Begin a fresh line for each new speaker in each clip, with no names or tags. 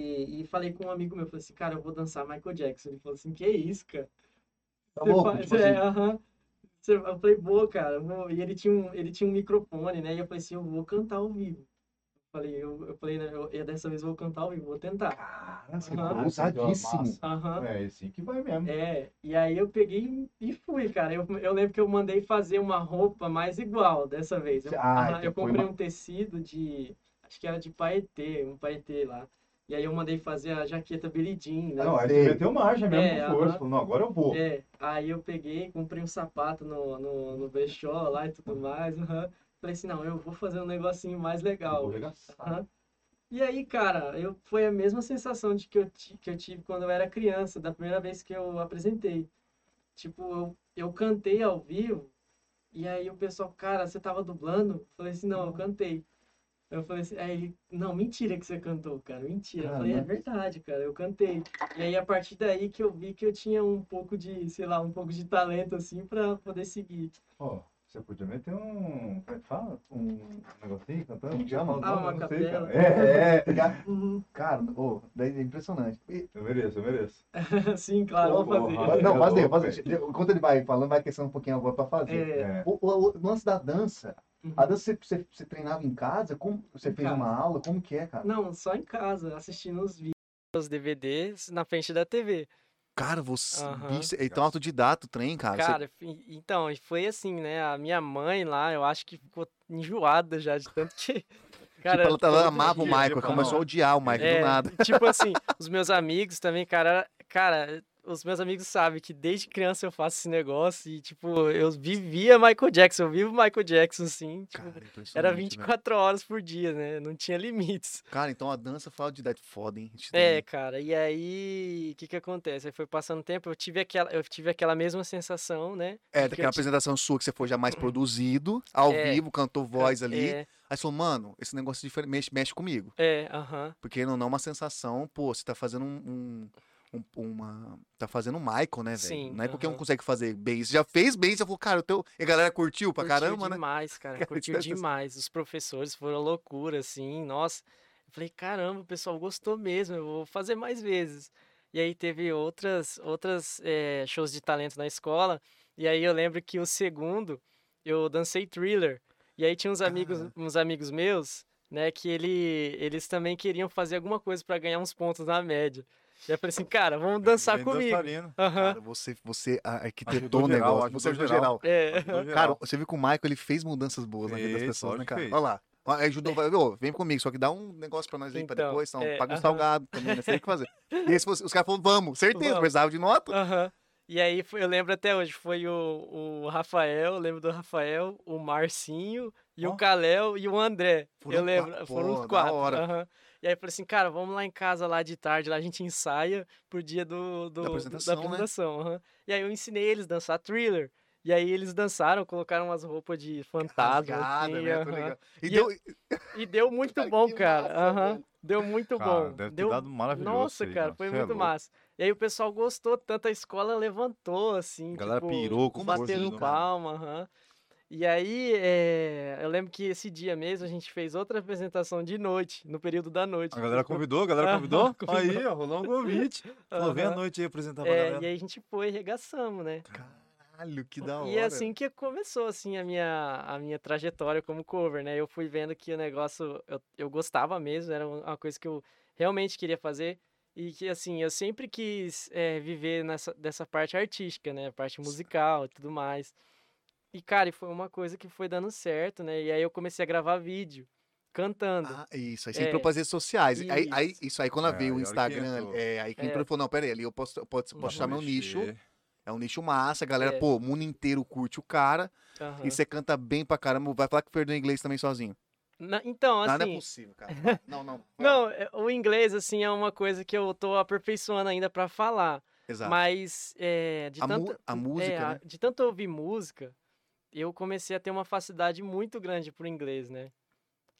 e, e falei com um amigo meu, falei assim, cara, eu vou dançar Michael Jackson. Ele falou assim, que isso, cara?
Tá
Você
louco?
fa-
Tipo
é,
assim,
aham. Você- Eu falei, boa, cara, eu vou. E ele tinha um, ele tinha um microfone, né? E eu falei assim, eu vou cantar ao vivo. Eu falei, eu, eu falei, né, eu, eu dessa vez eu vou cantar ao vivo, vou tentar.
cara, você tá
Aham.
ficou ousadíssimo.
Aham.
É, assim que vai mesmo.
É, e aí eu peguei e fui, cara. Eu, eu lembro que eu mandei fazer uma roupa mais igual dessa vez. Eu,
Ah,
aham,
então
eu
foi
comprei
uma-
um tecido de, acho que era de paetê, um paetê lá. E aí eu mandei fazer a jaqueta Billie Jean, né?
Não, aí
sei.
você meteu marcha mesmo
É,
com força.
aham.
Falou, não, agora eu vou.
É, aí eu peguei, comprei um sapato no, no, no brechó lá e tudo mais. aham. Falei assim, não, eu vou fazer um negocinho mais
Eu
legal.
vou arregaçar.
Aham. E aí, cara, eu, foi a mesma sensação de que eu, ti- que eu tive quando eu era criança, da primeira vez que eu apresentei. Tipo, eu, eu cantei ao vivo, e aí o pessoal, cara, você tava dublando? Eu falei assim, não, eu cantei. Eu falei assim, aí, não, mentira que você cantou, cara, mentira. Eu falei, é
Caramba.
verdade, cara, eu cantei. E aí, a partir daí que eu vi que eu tinha um pouco de, sei lá, um pouco de talento, assim, pra poder seguir.
Ó, você podia meter um. Como é que fala? Um negocinho cantando? Não chama,
Ah, uma
não, não sei,
capela.
cara. É, é.
Uhum.
Cara, ô, daí é impressionante. E-
Eu mereço, eu mereço.
Sim, Assim, claro, vou
Porra.
fazer.
Não,
é
faz aí,
louco,
faz aí. Enquanto ele vai falando, vai aquecendo um pouquinho a voz pra fazer.
É,
É.
O, o- o lance da dança,
Uhum.
a dança você, você- você treinava em casa? Como, você
Em
fez
casa.
uma aula? Como que é, cara?
Não, só em casa, assistindo os vídeos. Os DVDs na frente da TV.
Cara, você.
Aham.
bicho, então, autodidata o trem, cara. Ah, Você- tipo,
Cara, fi- então, e foi assim, né? A minha mãe lá, eu acho que ficou enjoada já de tanto que. Cara,
tipo, ela, ela
todo
amava o
dia-
Michael,
falar,
começou a odiar o Michael
É,
do nada.
Tipo assim, os meus amigos também, cara, era- cara, os meus amigos sabem que desde criança eu faço esse negócio e, tipo, eu vivia Michael Jackson, eu vivo Michael Jackson, assim, tipo,
Cara, é né?
era
impressionante, velho.
24 horas por dia, né? Não tinha limites.
Cara, então a dança foi autodidata foda, hein? Esse
É,
trem.
cara, e aí, o que que acontece? Aí foi passando o tempo, eu tive aquela, eu tive aquela mesma sensação, né?
É,
Porque
daquela
eu ti-
apresentação sua que você foi já mais produzido, ao
É.
vivo, cantou voz ali.
É,
Aí você falou, mano, esse negócio é diferente, mexe, mexe comigo.
é, aham.
Porque não, não é uma sensação, pô, você tá fazendo um. um- um- uma. Tá fazendo um Michael, né, velho?
Sim,
Não é qualquer um que
aham.
consegue fazer bem. Você já fez bem, você falou, cara, o teu... e a galera curtiu pra
Curtiu
caramba, né?
demais, cara.
Cara,
curtiu
isso é sensa-
demais. Os professores foram loucura, assim, nossa. Eu falei, caramba, o pessoal gostou mesmo, eu vou fazer mais vezes. E aí teve outras, outras eh, shows de talento na escola. E aí eu lembro que o segundo eu dancei thriller. E aí tinha uns amigos,
Cara.
uns amigos meus, né, que ele, eles também queriam fazer alguma coisa pra ganhar uns pontos na média. E aí eu falei assim, cara, vamos dançar
Bem
comigo.
dançarino.
Aham.
Cara, você, você a- arquitetou
Ajudou
o
geral,
negócio,
ajudou
você ajudou
geral.
geral.
É.
Ajudou geral.
Cara, você viu que o Michael ele fez mudanças boas na vida das
Fez,
pessoas, né,
lógico
cara?
que fez.
Olha lá. Ó, Ajudou, vai, ô, vem comigo, só que dá um negócio pra nós aí pra
Então,
depois, senão
é,
paga um
aham.
salgado também, né? Você tem que fazer. E aí se fosse- os caras falaram, vamos, certeza,
Vamos.
precisava de nota.
Aham. E aí, foi- eu lembro até hoje, foi o, o Rafael, eu lembro do Rafael, o Marcinho, e
Ó.
o Kalel e o André.
Foram
eu lembro,
quatro,
foram
pô,
os
da
quatro.
hora.
aham. E aí, eu falei assim, cara, vamos lá em casa, lá de tarde, lá a gente ensaia pro dia do, do- do-
apresentação, né?
apresentação, aham. E aí, eu ensinei eles a dançar thriller. E aí, eles dançaram, colocaram umas roupas de fantasma,
Rasgada,
assim,
né? Tô
aham.
ligado. E,
E
deu.
E deu muito
Cara,
bom,
que
cara.
massa,
aham.
velho.
Deu muito
Cara,
bom.
deve ter
deu
dado maravilhoso
nossa,
isso aí,
cara,
mano.
foi
Cê é
muito
louco.
massa. E aí o pessoal gostou tanto, a escola levantou, assim,
A galera
tipo, um
pirou né? com
força
batendo
demais.
palma, aham. E aí, é, eu lembro que esse dia mesmo a gente fez outra apresentação de noite, no período da noite.
A galera convidou, a galera
Aham,
convidou.
convidou.
Aí, ó, rolou um convite. Falou, vem à
Aham.
noite aí apresentar pra
É,
galera.
e aí a gente foi, arregaçamos, né?
Caralho, que da hora.
E é assim que começou assim a minha a minha trajetória como cover, né? Eu fui vendo que o negócio eu, eu gostava mesmo, era uma coisa que eu realmente queria fazer e que assim eu sempre quis eh, viver nessa dessa parte artística, né? Parte musical e tudo mais. E cara, e foi uma coisa que foi dando certo, né? E aí eu comecei a gravar vídeo cantando.
Ah, isso, aí você
É,
entrou pras redes sociais. Aí, aí,
isso.
isso aí, quando
É,
veio o
aí a hora que
Instagram,
entrou.
é, aí que entrou
É.
e falou: não, peraí, ali eu posso, eu posso, eu posso
Uhum.
um
achar meu nicho.
Mexer.
É um nicho massa, a galera,
É.
pô, o mundo inteiro curte o cara.
Aham.
E você canta bem pra caramba. Vai falar que perdeu inglês também sozinho.
Na- então,
Não, não é
assim,
possível, cara. Não, não.
não, é- o inglês assim é uma coisa que eu tô aperfeiçoando ainda pra falar.
Exato.
Mas é, de
A mu-
tanta,
a
é,
música, né?
de tanto ouvir música, eu comecei a ter uma facilidade muito grande pro inglês, né?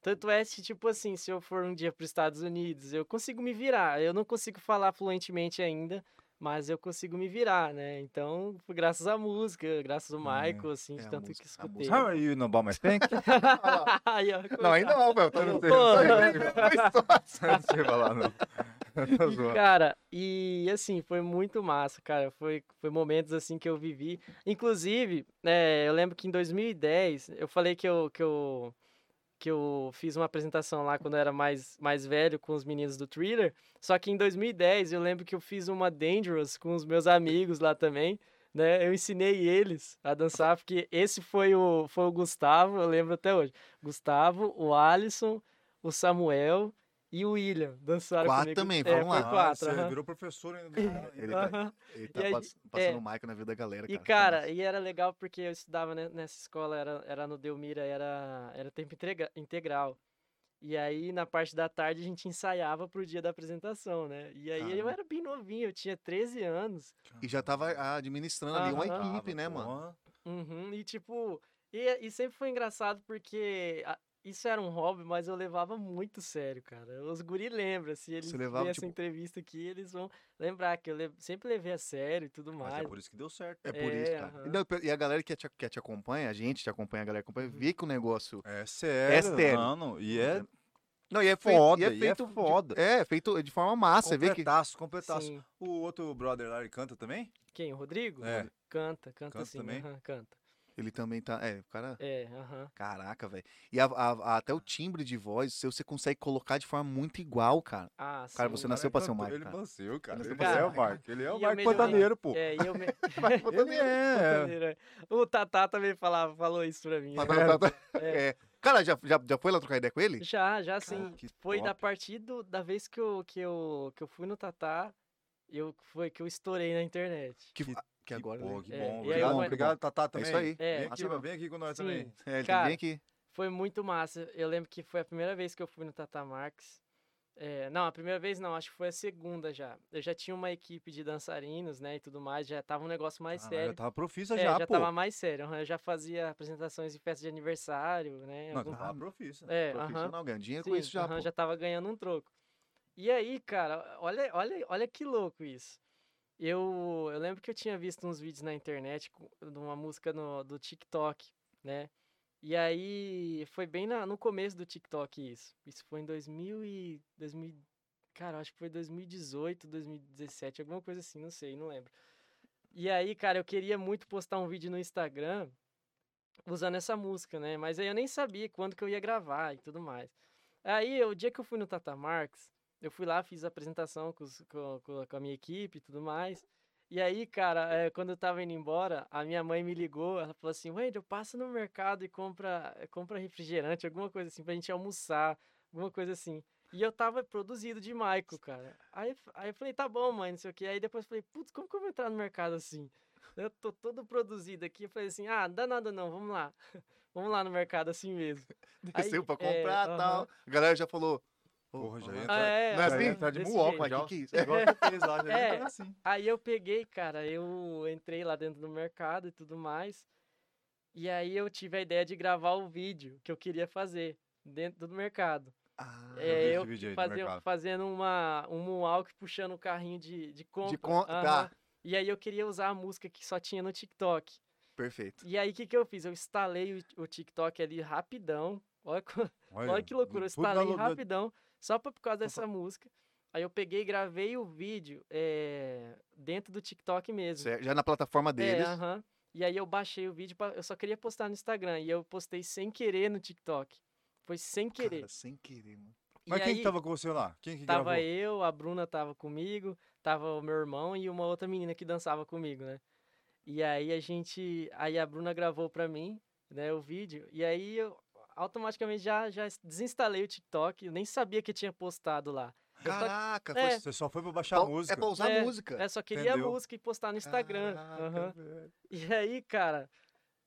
Tanto é que, tipo assim, se eu for um dia para os Estados Unidos, eu consigo me virar. Eu não consigo falar fluentemente ainda, mas eu consigo me virar, né? Então, foi graças à música, graças ao
É,
Michael, assim,
é
de
a
tanto que
música, a
escutei.
música.
How are you no Bama Spank?
Aí, ó,
Não,
coisa-
ainda não, velho. Tá
Eu não
no
sei, não sei,
Pô.
não sei falar, não.
Tá
E,
zoando.
cara, e assim, foi muito massa, cara. Foi, foi momentos assim que eu vivi. Inclusive, é, eu lembro que em 2010, eu falei que eu, que eu, que eu fiz uma apresentação lá quando eu era mais, mais velho com os meninos do Thriller. Só que em 2010, eu lembro que eu fiz uma Dangerous com os meus amigos lá também. Né? Eu ensinei eles a dançar, porque esse foi o, foi o Gustavo, eu lembro até hoje. Gustavo, o Alisson, o Samuel e o William dançaram
Quatro
comigo.
também,
É,
vamos
foi
lá. Ah,
quatro,
Você
aham.
virou professor ainda. do cara ainda.
Ele tá,
Aham.
ele tá
E aí,
pass-
é.
passando o Mike na vida da galera,
E,
cara.
cara, e era legal porque eu estudava ne- nessa escola, era, era no Delmira, era, era tempo entrega- integral. E aí, na parte da tarde, a gente ensaiava pro dia da apresentação, né? E aí eu
Caramba.
era bem novinho, eu tinha 13 anos.
E já tava administrando ali uma
Aham.
equipe, né, mano?
Porra.
Uhum, e tipo, e, e sempre foi engraçado porque a- isso era um hobby, mas eu levava muito sério, cara. Os guri lembram, se eles
levava,
verem essa
tipo-
entrevista aqui, eles vão lembrar que eu le- sempre levei a sério e tudo
Mas é
mais.
por isso que deu certo.
É por isso,
É,
cara.
aham.
Não, pe- e a galera que te, que te acompanha, a gente te acompanha, a galera que acompanha,
Uhum.
vê que o negócio.
É sério,
É sério.
mano. E é
Não, e é feito.
foda,
e é
e é
feito de-
foda.
é, feito de forma massa. Você vê que.
completaço, completaço.
Sim.
O outro brother lá, ele canta também?
Quem? O Rodrigo?
É.
Canta, canta,
Canta
sim.
também?
aham, canta.
Ele também tá. É, o cara.
É, aham.
Caraca, velho. E a- a- a- até o timbre de voz, seu, você consegue colocar de forma muito igual, cara.
Ah,
Cara,
sim.
você nasceu pra ser
é
o
cantor,
Mike,
Ele
cara.
nasceu, cara.
Ele
Ele,
nasceu um
pra ser
é
o
o Mike. Ele é
E
o
eu
Mike
melhorei.
Pantaneiro, pô.
É, e eu me...
Ele é.
Pantaneiro, é. O Tatá também falava, falou isso pra mim. né?
Tá,
É.
É. Cara, já, já, já foi lá trocar ideia com ele?
Já, já sim.
que
assim, Foi da
top.
partir do- da vez que eu, que, eu, que eu fui no Tatá, eu, foi que eu estourei na internet.
Que,
Que-
ah, que agora.
Pô,
né?
que
É, e aí
bom.
eu
Obrigado,
vou-
obrigado, Tatá,
É
também.
isso aí.
É,
Vem aqui,
Massa,
vem aqui com nós
sim.
também.
É, ele
Cara,
vem aqui.
Foi muito massa. Eu lembro que foi a primeira vez que eu fui no Tata Marques. É, não, a primeira vez não, acho que foi a segunda já. Eu já tinha uma equipe de dançarinos, né, e tudo mais, já tava um negócio mais
Caralho,
sério.
Eu Ah, tava profissa
É,
já,
já
pô.
tava mais sério. aham, Eu já fazia apresentações em festa de aniversário, né?
Não,
algum-
eu tava profissa.
É, aham.
Profissional ganhando dinheiro com
Sim,
isso já.
aham,
pô.
já tava ganhando um troco. E aí, cara, olha, olha, olha que louco isso. Eu, eu lembro que eu tinha visto uns vídeos na internet com- de uma música no, do TikTok, né? E aí foi bem na- no começo do TikTok isso. Isso foi em 2000 e 2000, e- cara, eu acho que foi 2018, 2017, alguma coisa assim, não sei, não lembro. E aí, cara, eu queria muito postar um vídeo no Instagram usando essa música, né? Mas aí eu nem sabia quando que eu ia gravar e tudo mais. Aí, o dia que eu fui no Tata Marques, eu fui lá, fiz a apresentação com, os- com- com- com a minha equipe e tudo mais. E aí, cara, eh, quando eu tava indo embora, a minha mãe me ligou, ela falou assim, Wendel, passa no mercado e compra, eh, compra refrigerante, alguma coisa assim, pra gente almoçar, alguma coisa assim. E eu tava produzido de Maico, cara. Aí, eu f- aí eu falei, tá bom, mãe, não sei o quê. Aí depois eu falei, putz, como que eu vou entrar no mercado assim? Eu tô todo produzido aqui. Eu falei assim, ah, não dá nada não, vamos lá. Vamos lá no mercado assim mesmo. Aí,
Desceu pra
é,
comprar
aham.
tal. A galera já falou. ô,
Porra, já ia
ô, Não
Ah,
atrás-
é,
é
já
assim?
ia
atrás de
desse
muoca,
jeito.
Mas
já.
que que é isso?
É igual que fez lá, já
É.
entra assim.
Aí eu peguei, cara, eu entrei lá dentro do mercado e tudo mais. E aí eu tive a ideia de gravar o vídeo que eu queria fazer dentro do mercado.
Ah,
É,
vi esse
eu
vídeo aí do
fazer-
mercado.
fazendo uma, um moonwalk puxando um carrinho de, de compra.
de con...
Aham.
Tá,
E aí eu queria usar a música que só tinha no TikTok.
perfeito.
E aí o que, que eu fiz? Eu instalei o, o TikTok ali rapidão. Olha, co-
Olha,
Olha que loucura, eu
tudo na
estalei
lu- na-
rapidão, só pra- por causa dessa música. Aí eu peguei e gravei o vídeo é, dentro do TikTok mesmo.
Certo, Já na plataforma
É,
deles.
aham. E aí eu baixei o vídeo, pra- eu só queria postar no Instagram. E eu postei sem querer no TikTok. Foi sem querer. É,
Cara, sem querer, mano.
Mas
e
quem
aí,
que tava com você lá? Quem que
tava
gravou?
eu, a Bruna tava comigo, tava o meu irmão e uma outra menina que dançava comigo, né? E aí a gente. Aí a Bruna gravou pra mim, né, o vídeo. E aí eu automaticamente já, já desinstalei o TikTok. Eu nem sabia que tinha postado lá.
Caraca,
É,
foi
Você só foi pra baixar a
só-
música.
É pra usar
É,
música.
Eu só queria a
Entendeu?
música e postar no Instagram.
Ah,
Caraca,
aham.
velho.
E aí, cara,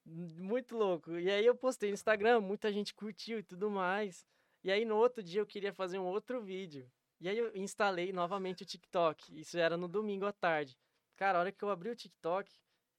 muito louco. E aí eu postei no Instagram, muita gente curtiu e tudo mais. E aí no outro dia eu queria fazer um outro vídeo. E aí eu instalei novamente o TikTok. Isso era no domingo à tarde. Cara, a hora que eu abri o TikTok,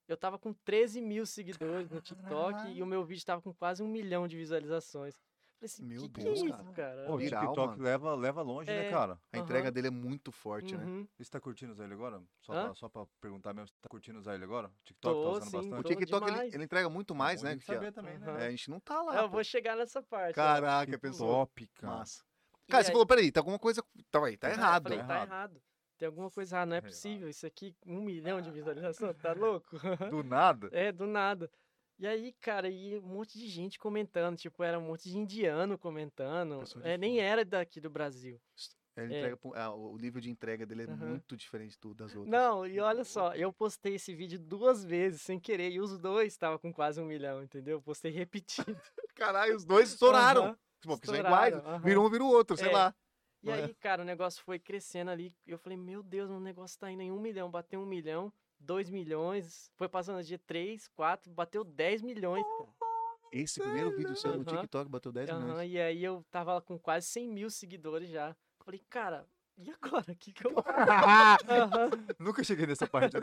eu tava com 13 mil seguidores no TikTok e o meu vídeo tava com quase um milhão de visualizações. Falei assim,
Meu
que que
Deus,
é
cara.
isso, cara?
Pô, o
Viral,
TikTok
mano.
leva, leva longe,
É.
né, cara?
A entrega
Aham.
dele é muito forte, né?
Uhum.
Você tá curtindo usar ele agora? Só,
Hã?
pra, só pra perguntar mesmo, você tá curtindo usar ele agora? TikTok
Tô,
tá usando
sim,
O
bastante?
tô
TikTok
demais.
ele, ele entrega muito mais,
Bom,
né?
tem que
que a-
saber também, né?
Aham.
É, a gente não tá lá.
Eu
pô.
vou chegar nessa parte. ó.
Caraca,
Que
pensou.
top, cara.
Massa. Cara,
E
você
aí-
falou, peraí, tá alguma coisa. Tá, aí, tá
Cara, eu
errado. Tá
falei, tá
Errado.
errado. Tem alguma coisa errada, não é
Errado.
possível. Isso aqui, um milhão
Ah.
de visualizações, tá louco?
Do nada.
É, do nada. E aí, cara, e um monte de gente comentando, tipo, era um monte de indiano comentando.
Pessoa de
É, nem
fora.
era daqui do Brasil.
Ele
É.
entrega pro- ah, o nível de entrega dele é
Aham.
muito diferente do, das outras.
Não, e olha só, eu postei esse vídeo duas vezes sem querer, e os dois estavam com quase um milhão, entendeu? Eu postei repetido.
Caralho, os dois estouraram.
Aham,
Tipo, porque são
estouraram,
iguais.
aham.
Vira um, vira o outro, sei
É.
lá. né?
E aí, cara, o negócio foi crescendo ali. e Eu falei, meu Deus, o negócio tá indo em um milhão. Bateu um milhão, dois milhões. Foi passando dia três, quatro, bateu 10 milhões, cara.
Esse primeiro vídeo seu no
Aham.
TikTok bateu 10
Aham,
milhões.
e aí eu tava com quase 100 mil seguidores já. Falei, cara, e agora? O que que eu... Aham,
Nunca cheguei nessa parte.
Ah,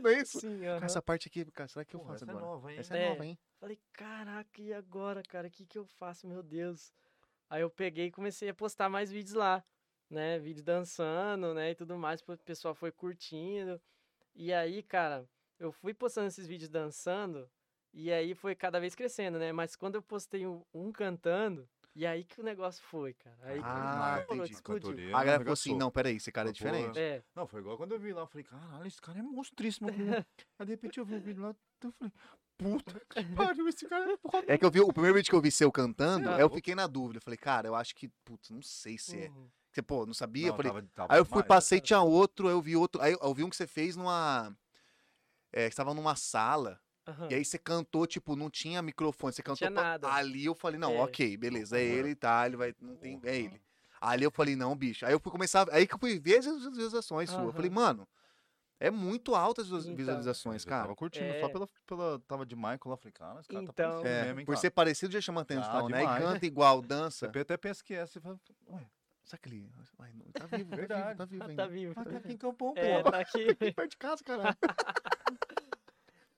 Não é isso?
sim,
Cara,
aham.
essa parte aqui, cara, será que eu
Porra,
faço
essa é
agora?
nova, hein?
Essa é
É.
nova, hein?
Falei, caraca, e agora, cara? O que que eu faço, meu Deus? Aí eu peguei e comecei a postar mais vídeos lá, né? Vídeo dançando, né? E tudo mais, o pessoal foi curtindo. E aí, cara, eu fui postando esses vídeos dançando, e aí foi cada vez crescendo, né? Mas quando eu postei um, um cantando, e aí que o negócio foi, cara. Aí que
Ah,
falou,
entendi.
explodiu.
Cantoria,
A galera
um
falou assim:
negócio.
não, peraí, esse cara é
Pô,
diferente.
É,
Não, foi igual quando eu vi lá, eu falei, caralho, esse cara é monstríssimo. como- Aí de repente eu vi o vídeo lá, eu falei, puta que pariu, esse cara é foda.
É que eu vi o primeiro vídeo que eu vi seu cantando,
Você é
aí eu
louco.
fiquei na dúvida. Eu falei, cara, eu acho que, putz, não sei se é.
uhum.
Você, pô, não sabia? eu
Não,
falei,
tava- tava
Aí eu fui,
né,
demais.
passei, tinha outro, aí eu vi outro. Aí eu- eu vi um que você fez numa. É, que estava numa sala.
Aham.
E aí você cantou, tipo, não tinha microfone. Você cantou.
Hum. tinha
pra-
nada.
Ali eu falei, não,
É. Uhum.
ok, beleza. É
Porra.
ele, tá? Ele vai. Não tem.
Porra.
É ele. Ali eu falei, não, bicho. Aí eu fui começar. Aí que eu fui ver as visualizações suas. Eu falei,
Aham.
mano, é muito altas as
Então.
visualizações,
Eu
cara.
Tava curtindo, só
É.
pela, pela. Tava de Michael lá, eu falei, cara, esse cara tá
Então-
parecendo
É,
mesmo, hein,
por
cara.
ser parecido já chama atenção, né? E
demais.
canta igual, dança.
Você até pensa que é, você fala, ué,
Sabe aquele. Ai, não, tá vivo, tá vivo,
Verdade.
tá vivo
Ah,
ainda.
tá vivo.
mas tá aqui em Campão,
É,
pô.
tá aqui.
Perto de casa, caralho.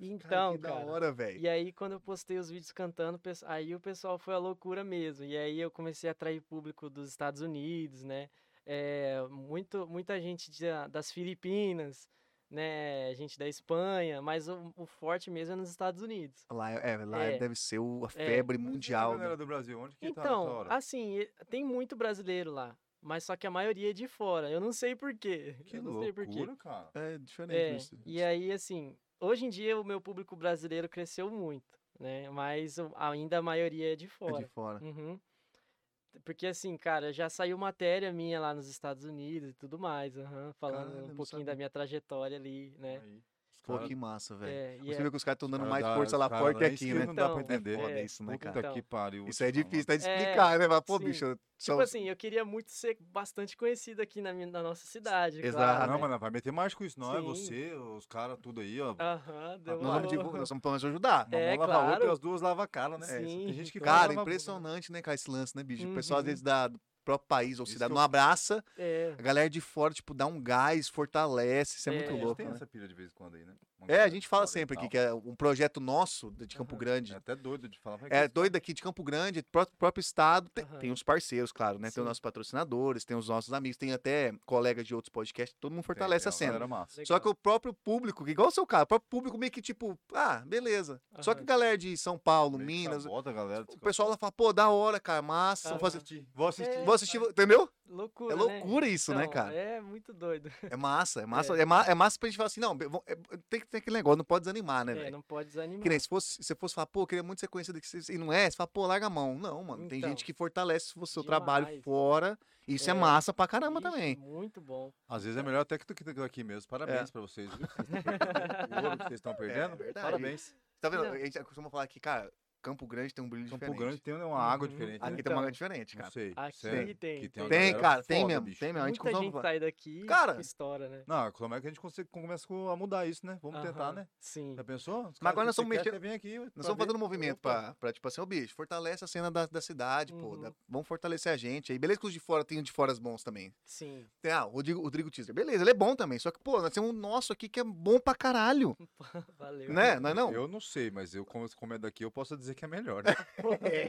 Então,
que da
cara.
hora, velho.
E aí, quando eu postei os vídeos cantando, o pessoal- aí o pessoal foi a loucura mesmo. E aí eu comecei a atrair público dos Estados Unidos, né? É, muito, muita gente de- ah, das Filipinas, né? Gente da Espanha, mas o, o forte mesmo é nos Estados Unidos.
Lá, é, lá
É.
deve ser o- a febre mundial.
A
né?
galera do Brasil, onde que tá nessa
Então,
hora?
assim, e- tem muito brasileiro lá, mas só que a maioria é de fora. Eu não sei por quê. assim,
Que
eu não sei por quê.
loucura, né, cara.
É diferente
É,
isso.
e aí, assim, hoje em dia o meu público brasileiro cresceu muito, né? Mas o- ainda a maioria é de
É
fora.
de fora.
Uhum. Porque assim, cara, já saiu matéria minha lá nos Estados Unidos e tudo mais, aham, falando
Caralho, eu não
um pouquinho da
sabia.
minha trajetória ali, né?
Aí, os
Pô,
cara-
que massa, velho.
É, e
Você
é-
vê que os caras estão dando
cara
mais
dá-
força lá
os cara
fora que
dá
aqui, né?
Não dá pra
Então,
entender.
Foda
é,
isso, né,
Puta
cara?
que pariu.
Isso
te
é
falar.
difícil tá, de
É,
explicar, né? Mas, pô,
sim.
bicho, só
tipo assim, eu queria muito ser bastante conhecido aqui na, minha, na nossa cidade,
Exato.
Ah,
claro,
não,
né?
mas não vai meter mais com isso, não. É
Sim.
você, os caras, tudo aí, ó.
Aham,
nós vamos
demorou.
divulgar, nós vamos pelo menos ajudar.
Uma
é,
mão lava a outra e
claro.
as duas lavam a cara, né?
Sim,
Tem gente que
Cara,
lava a bunda.
impressionante, né, cara, esse lance, né, bicho? O pessoal, às
Uhum.
vezes, da, do próprio país ou
Isso
cidade
que eu-
não abraça,
É,
a galera de fora, tipo, dá um gás, fortalece, isso é,
É,
muito
A gente
louco,
tem
né?
essa pilha de vez em quando aí, né?
É,
Uma
a
galera
gente
de
fala
fora e
sempre aqui
tal.
que é um projeto nosso de Campo
Aham.
Grande,
É até doido de falar.
É, doido aqui de Campo Grande, pró- próprio estado. Tem,
Aham.
tem os parceiros, claro, né? Tem os
Sim.
nossos patrocinadores, tem os nossos amigos, tem até colegas de outros podcasts, todo mundo fortalece a cena.
Era é massa.
Só que
legal.
o próprio público, que igual o seu cara, o próprio público meio que tipo, ah, beleza. Só que
Aham.
galera de São Paulo,
Meio que
Minas,
sabota a galera.
o pessoal lá fala, pô, da hora, cara,
Aham.
massa. Vamos
Vou
fazer...
assistir. Vou assistir.
É.
Vou assistir, entendeu?
loucura,
É
né?
loucura isso, né,
Então,
cara?
É muito doido.
É massa, é massa. É, ma- é massa pra gente falar assim, não, be- vamos- é- tem que ter aquele negócio, não pode desanimar, né,
É,
velho?
não pode desanimar.
Que nem se fosse, se você fosse falar, pô, eu queria muito ser conhecido aqui, e não é, você fala, pô, larga a mão. Não, mano, tem gente
Então,
que fortalece o seu trabalho
demais.
fora, e isso é,
É.
massa pra caramba
Ixi,
também.
Muito bom.
Às vezes é melhor até que tu que tá aqui mesmo. Parabéns pra vocês, viu? Vocês estão perdendo o ouro que vocês estão perdendo.
verdade.
Parabéns.
Tá vendo?
Não.
A gente costuma falar que, cara, Campo Grande tem um brilho
Campo
diferente.
Grande tem uma água
Uhum.
diferente.
Aqui tem
né?
uma
Então,
água diferente,
Não
cara.
sei.
Aqui
sério,
tem,
que
tem.
uma
Tem,
galera
cara, tem
foda,
mesmo,
bicho.
tem mesmo. A gente
Muita
costuma
gente
falar.
sai daqui
Cara,
com história, né?
Não, como é que a gente consegue, começa a mudar isso, né? Vamos tentar,
Aham,
né?
Sim.
Tá
Já pensou? Os caras
agora
que
nós
você
estamos
quer,
mexendo-
você vem aqui.
Nós estamos fazendo um movimento pra, pra, tipo assim, ô bicho, fortalece a cena da, da cidade, pô.
Uhum.
da- vamos fortalecer a gente aí. Beleza que os de fora tem os de fora bons também.
Sim.
Tem, ah, o Rodrigo, o Rodrigo Teaser. Beleza, ele é bom também. Só que, pô, nós temos um nosso aqui que é bom pra caralho.
Valeu.
Né? Não é não?
Eu não sei, mas eu, como como é daqui, eu posso dizer que é melhor. né?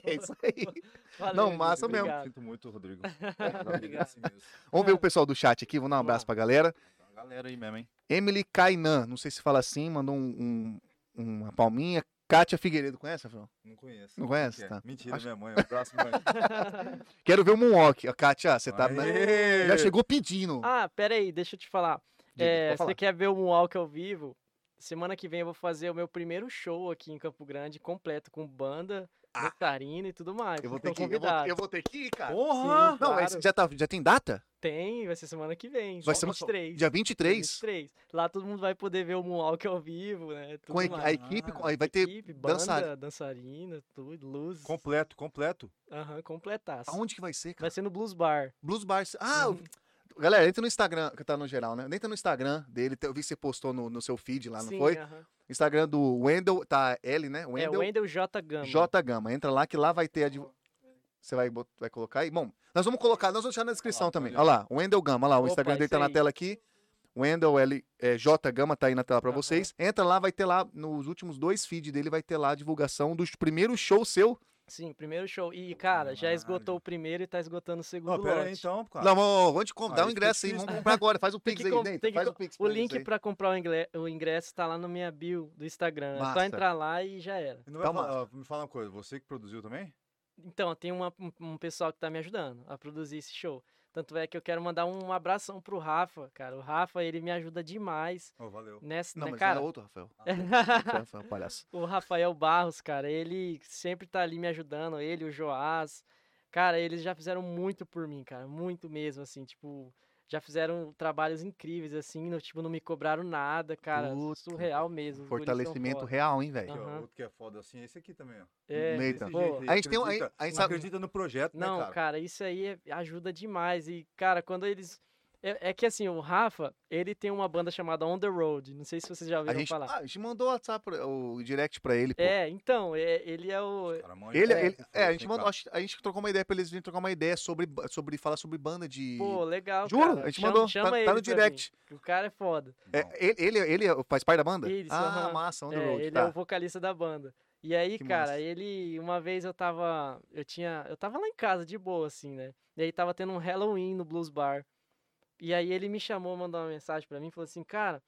É isso aí.
Valeu,
Não,
gente,
massa mesmo.
obrigado.
Sinto muito, Rodrigo.
Obrigado.
Assim
Obrigado mesmo.
Vamos ver o pessoal do chat aqui, vou dar um
Vamos lá.
abraço pra galera.
A galera aí mesmo, hein?
Emily Kainan, não sei se fala assim, mandou um- um- uma palminha. Kátia Figueiredo, conhece, Rafael?
Não conheço.
Não conhece,
Quem é?
tá.
Mentira,
Acho-
minha mãe. Um abraço, mãe.
Quero ver o Moonwalk. Ó, Kátia, você tá. na-
Aê!
Já chegou pedindo.
Ah, pera aí, deixa eu te falar.
Diga,
É,
pode falar.
você quer ver o Moonwalk ao vivo? Semana que vem eu vou fazer o meu primeiro show aqui em Campo Grande, completo, com banda,
Ah.
nectarina e tudo mais.
Eu vou ter
Vocês estão
que eu vou,
tá convidados.
eu vou ter que ir, cara.
Porra!
Não, mas já, tá, já tem data?
Tem, vai ser semana que vem.
Vai
só
ser uma-
23.
Dia 23?
23. Lá todo mundo vai poder ver o Moonwalk ao vivo, né? Tudo
Com a,
mais. Ah,
a equipe, com- aí vai ter.
Equipe, banda,
dançar-
dançarina, tudo, luzes.
Completo, completo.
Aham, completaço.
Aonde que vai ser, cara?
Vai ser no Blues Bar.
Blues Bar. Ah,
Uhum.
o- galera, entra no Instagram, que tá no geral, né? Entra no Instagram dele. Eu vi que você postou no, no seu feed lá, não
Sim,
foi?
aham.
Instagram do Wendel, tá L, né?
É,
Wendel,
Wendel J. Gama.
J Gama. Entra lá que lá vai ter a div- Você vai, bot- vai colocar aí? Bom, nós vamos colocar, nós vamos deixar na descrição
lá,
também.
olha
Olha lá, Wendel Gama, olha lá, o
Opa,
Instagram dele
isso
tá na
aí.
tela aqui. Wendel L, é, J Gama tá aí na tela pra
Aham.
vocês. Entra lá, vai ter lá, nos últimos dois feeds dele, vai ter lá a divulgação dos primeiros shows seu.
Sim, primeiro show. E, cara, já esgotou
Caralho.
o primeiro e tá esgotando o segundo
Não, pera aí
lote.
então, cara.
Não, amor, vamos te comprar, dá
Ah,
um
isso
ingresso aí,
precisa.
vamos comprar agora, faz o
Tem
Pix
que
aí,
com-
Ney,
tem que
faz
com-
o Pix
O
pra eles
link
aí.
pra comprar o, ingle- o ingresso tá lá na minha bio do Instagram. É só
Massa.
entrar lá e já era.
Não vai
Calma.
falar- ah, me fala uma coisa, você que produziu também?
Então, tem uma- um, um pessoal que tá me ajudando a produzir esse show. Tanto é que eu quero mandar um abração pro Rafa, cara. O Rafa, ele me ajuda demais
Oh, valeu.
nessa,
Não,
né,
mas
cara?
é outro, então. Rafael. Rafael, é um palhaço.
O Rafael Barros, cara, ele sempre tá ali me ajudando, ele, o Joás. Cara, eles já fizeram muito por mim, cara, muito mesmo, assim, tipo, já fizeram trabalhos incríveis, assim, no, tipo, não me cobraram nada, cara,
Puta,
surreal mesmo. os guris são
Fortalecimento
foda.
real, hein, velho?
Não.
Aqui, ó,
Aham.
outro que é foda assim, é esse aqui também, ó.
É,
Nathan.
Desse
pô,
jeito aí,
A gente tem um-
acredita-
a- a gente sabe-
Acredita no projeto, né,
Não,
cara?
isso aí é- ajuda demais. E, cara, quando eles. É, é que assim, o Rafa, ele tem uma banda chamada On the Road. Não sei se vocês já
A
ouviram
gente,
falar.
ah, a gente mandou o WhatsApp, pra- o direct pra ele, pô.
É, então, é- ele é assim, o.
Cara, manja
Ele,
essa
ele-
força,
é, a gente
hein,
mandou,
né, cara?
acho- a gente trocou uma ideia pra eles virem trocar uma ideia sobre, ba- sobre falar sobre banda de.
Pô, legal.
Juro,
cara.
a gente
Chama-
mandou, tá-
chama
tá
ele
no
pra mim,
direct.
que O cara é foda.
Bom,
É, ele, ele, ele faz parte da banda?
Isso,
ah,
aham.
massa, on the
É,
road.
ele
tá.
é o vocalista da banda. E aí,
Que
cara,
massa.
ele. Uma vez eu tava. Eu tinha. Eu tava lá em casa, de boa, assim, né? E aí tava tendo um Halloween no Blues Bar. E aí ele me chamou, mandou uma mensagem pra mim, falou assim, cara,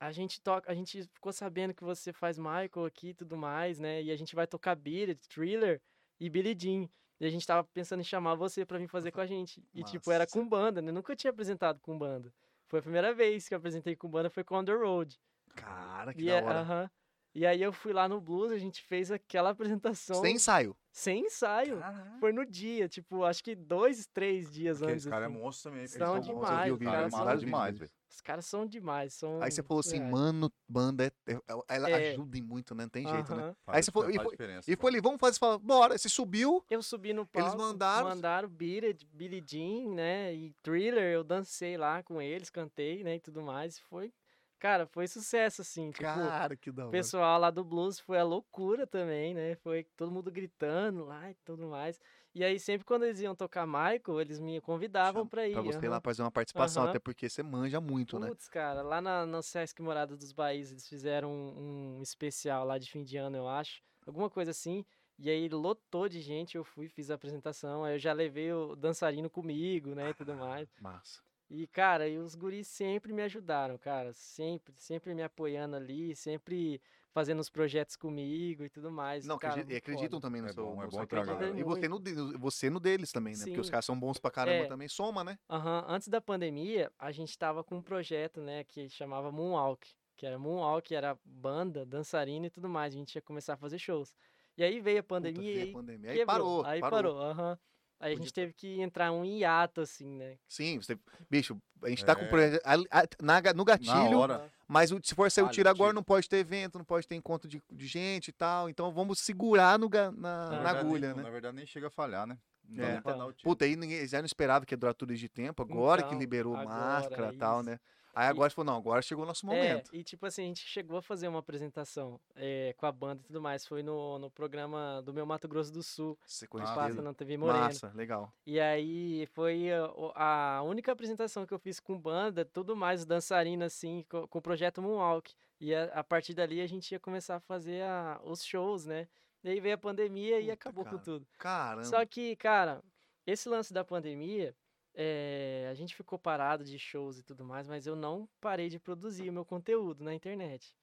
a gente toca. A gente ficou sabendo que você faz Michael aqui e tudo mais, né? E a gente vai tocar Billy, Thriller e Billy Jean. E a gente tava pensando em chamar você pra vir fazer com a gente. E, tipo, era
Massa.
com banda, né? Nunca tinha apresentado com banda. Foi a primeira vez que eu apresentei com banda, foi com On The Road.
Cara, que
E, é-
da hora.
aham. E aí eu fui lá no Blues, a gente fez aquela apresentação
Sem ensaio.
sem ensaio.
Caralho.
Foi no dia, tipo, acho que dois, três dias
Porque
antes.
esse cara é
assim.
monstro também.
São
eles
demais,
monstros, eu vi o
cara,
vídeo, é
são
massa
demais.
demais, velho.
Os caras são demais, são... é,
Aí você falou assim,
surreais.
mano, banda, é, é- ela
É.
ajuda em muito, né? Não tem jeito, né?
Aham.
Aí você
Faz-
foi- e
faz
foi-
diferença,
E foi
cara.
ali, vamos fazer, fala, bora. Você subiu,
Eu subi no palco,
mandaram-
mandaram Billie, Billie Jean, né, e Thriller, eu dancei lá com eles, cantei, né, e tudo mais, foi... Cara, foi sucesso, assim, tipo...
cara, que da
O
hora.
pessoal lá do blues foi a loucura também, né? Foi todo mundo gritando lá e tudo mais. E aí sempre quando eles iam tocar Michael, eles me convidavam
Chama-
pra ir.
Pra você ir lá
aham.
fazer uma participação,
Aham.
até porque você manja muito, né?
Putz, cara, lá na, na Sesc Morada dos Baís, eles fizeram um, um especial lá de fim de ano, eu acho. Alguma coisa assim. E aí lotou de gente, eu fui, fiz a apresentação, aí eu já levei o dançarino comigo, né, e tudo mais.
Massa.
E, cara, e os guris sempre me ajudaram, cara. Sempre, sempre me apoiando ali, sempre fazendo os projetos comigo e tudo mais.
Não,
cara,
acredi- e
muito
acreditam
foda.
também no
É
seu,
bom, é
no
bom
seu
ter uma
trabalho. E
galera.
você no, de- você no deles também, né? Porque os
Sim.
caras são bons pra caramba
É.
também. Soma, né?
Aham, Antes da pandemia, a gente tava com um projeto, né, que chamava Moonwalk, que era Moonwalk, era banda, dançarina e tudo mais. A gente ia começar a fazer shows. E aí veio a
Puta,
pandemia
veio a
e aí
pandemia. Aí
quebrou.
parou.
Aí
parou.
parou, aham. Aí a
Podia
gente teve que entrar um hiato, assim, né?
Sim, você... bicho, a gente tá com
É.
proje- ali- a- na ga- no gatilho,
hora. Bora.
Aham.
mas o- se for sair o
Olha,
tiro agora,
tiro.
não pode ter evento, não pode ter encontro de, de gente e tal. Então vamos segurar no ga- na,
Ah.
na
verdade,
agulha,
nem-
né?
Na verdade, nem chega a falhar, né? Não dá
É.
nem pra dar o tiro.
Puta, aí ninguém já não esperava que ia durar tudo isso de tempo, agora que
Então,
liberou
agora, é
máscara e tal,
isso.
né? Aí agora você falou, não, agora chegou o nosso momento.
É, e tipo assim, a gente chegou a fazer uma apresentação é, com a banda e tudo mais. Foi no, no programa do meu Mato Grosso do Sul,
Você
que
Ah,
passa
conheceu.
na né? TV Morena.
Massa, legal.
E aí foi a, o- a única apresentação que eu fiz com banda, tudo mais dançarina, assim, co- com, o projeto Moonwalk. E a, a partir dali a gente ia começar a fazer a- os shows, né? E aí veio a pandemia e
Puta,
acabou
cara.
com tudo.
Caramba.
Só que, cara, esse lance da pandemia, é, a gente ficou parado de shows e tudo mais, mas eu não parei de produzir o meu conteúdo na internet.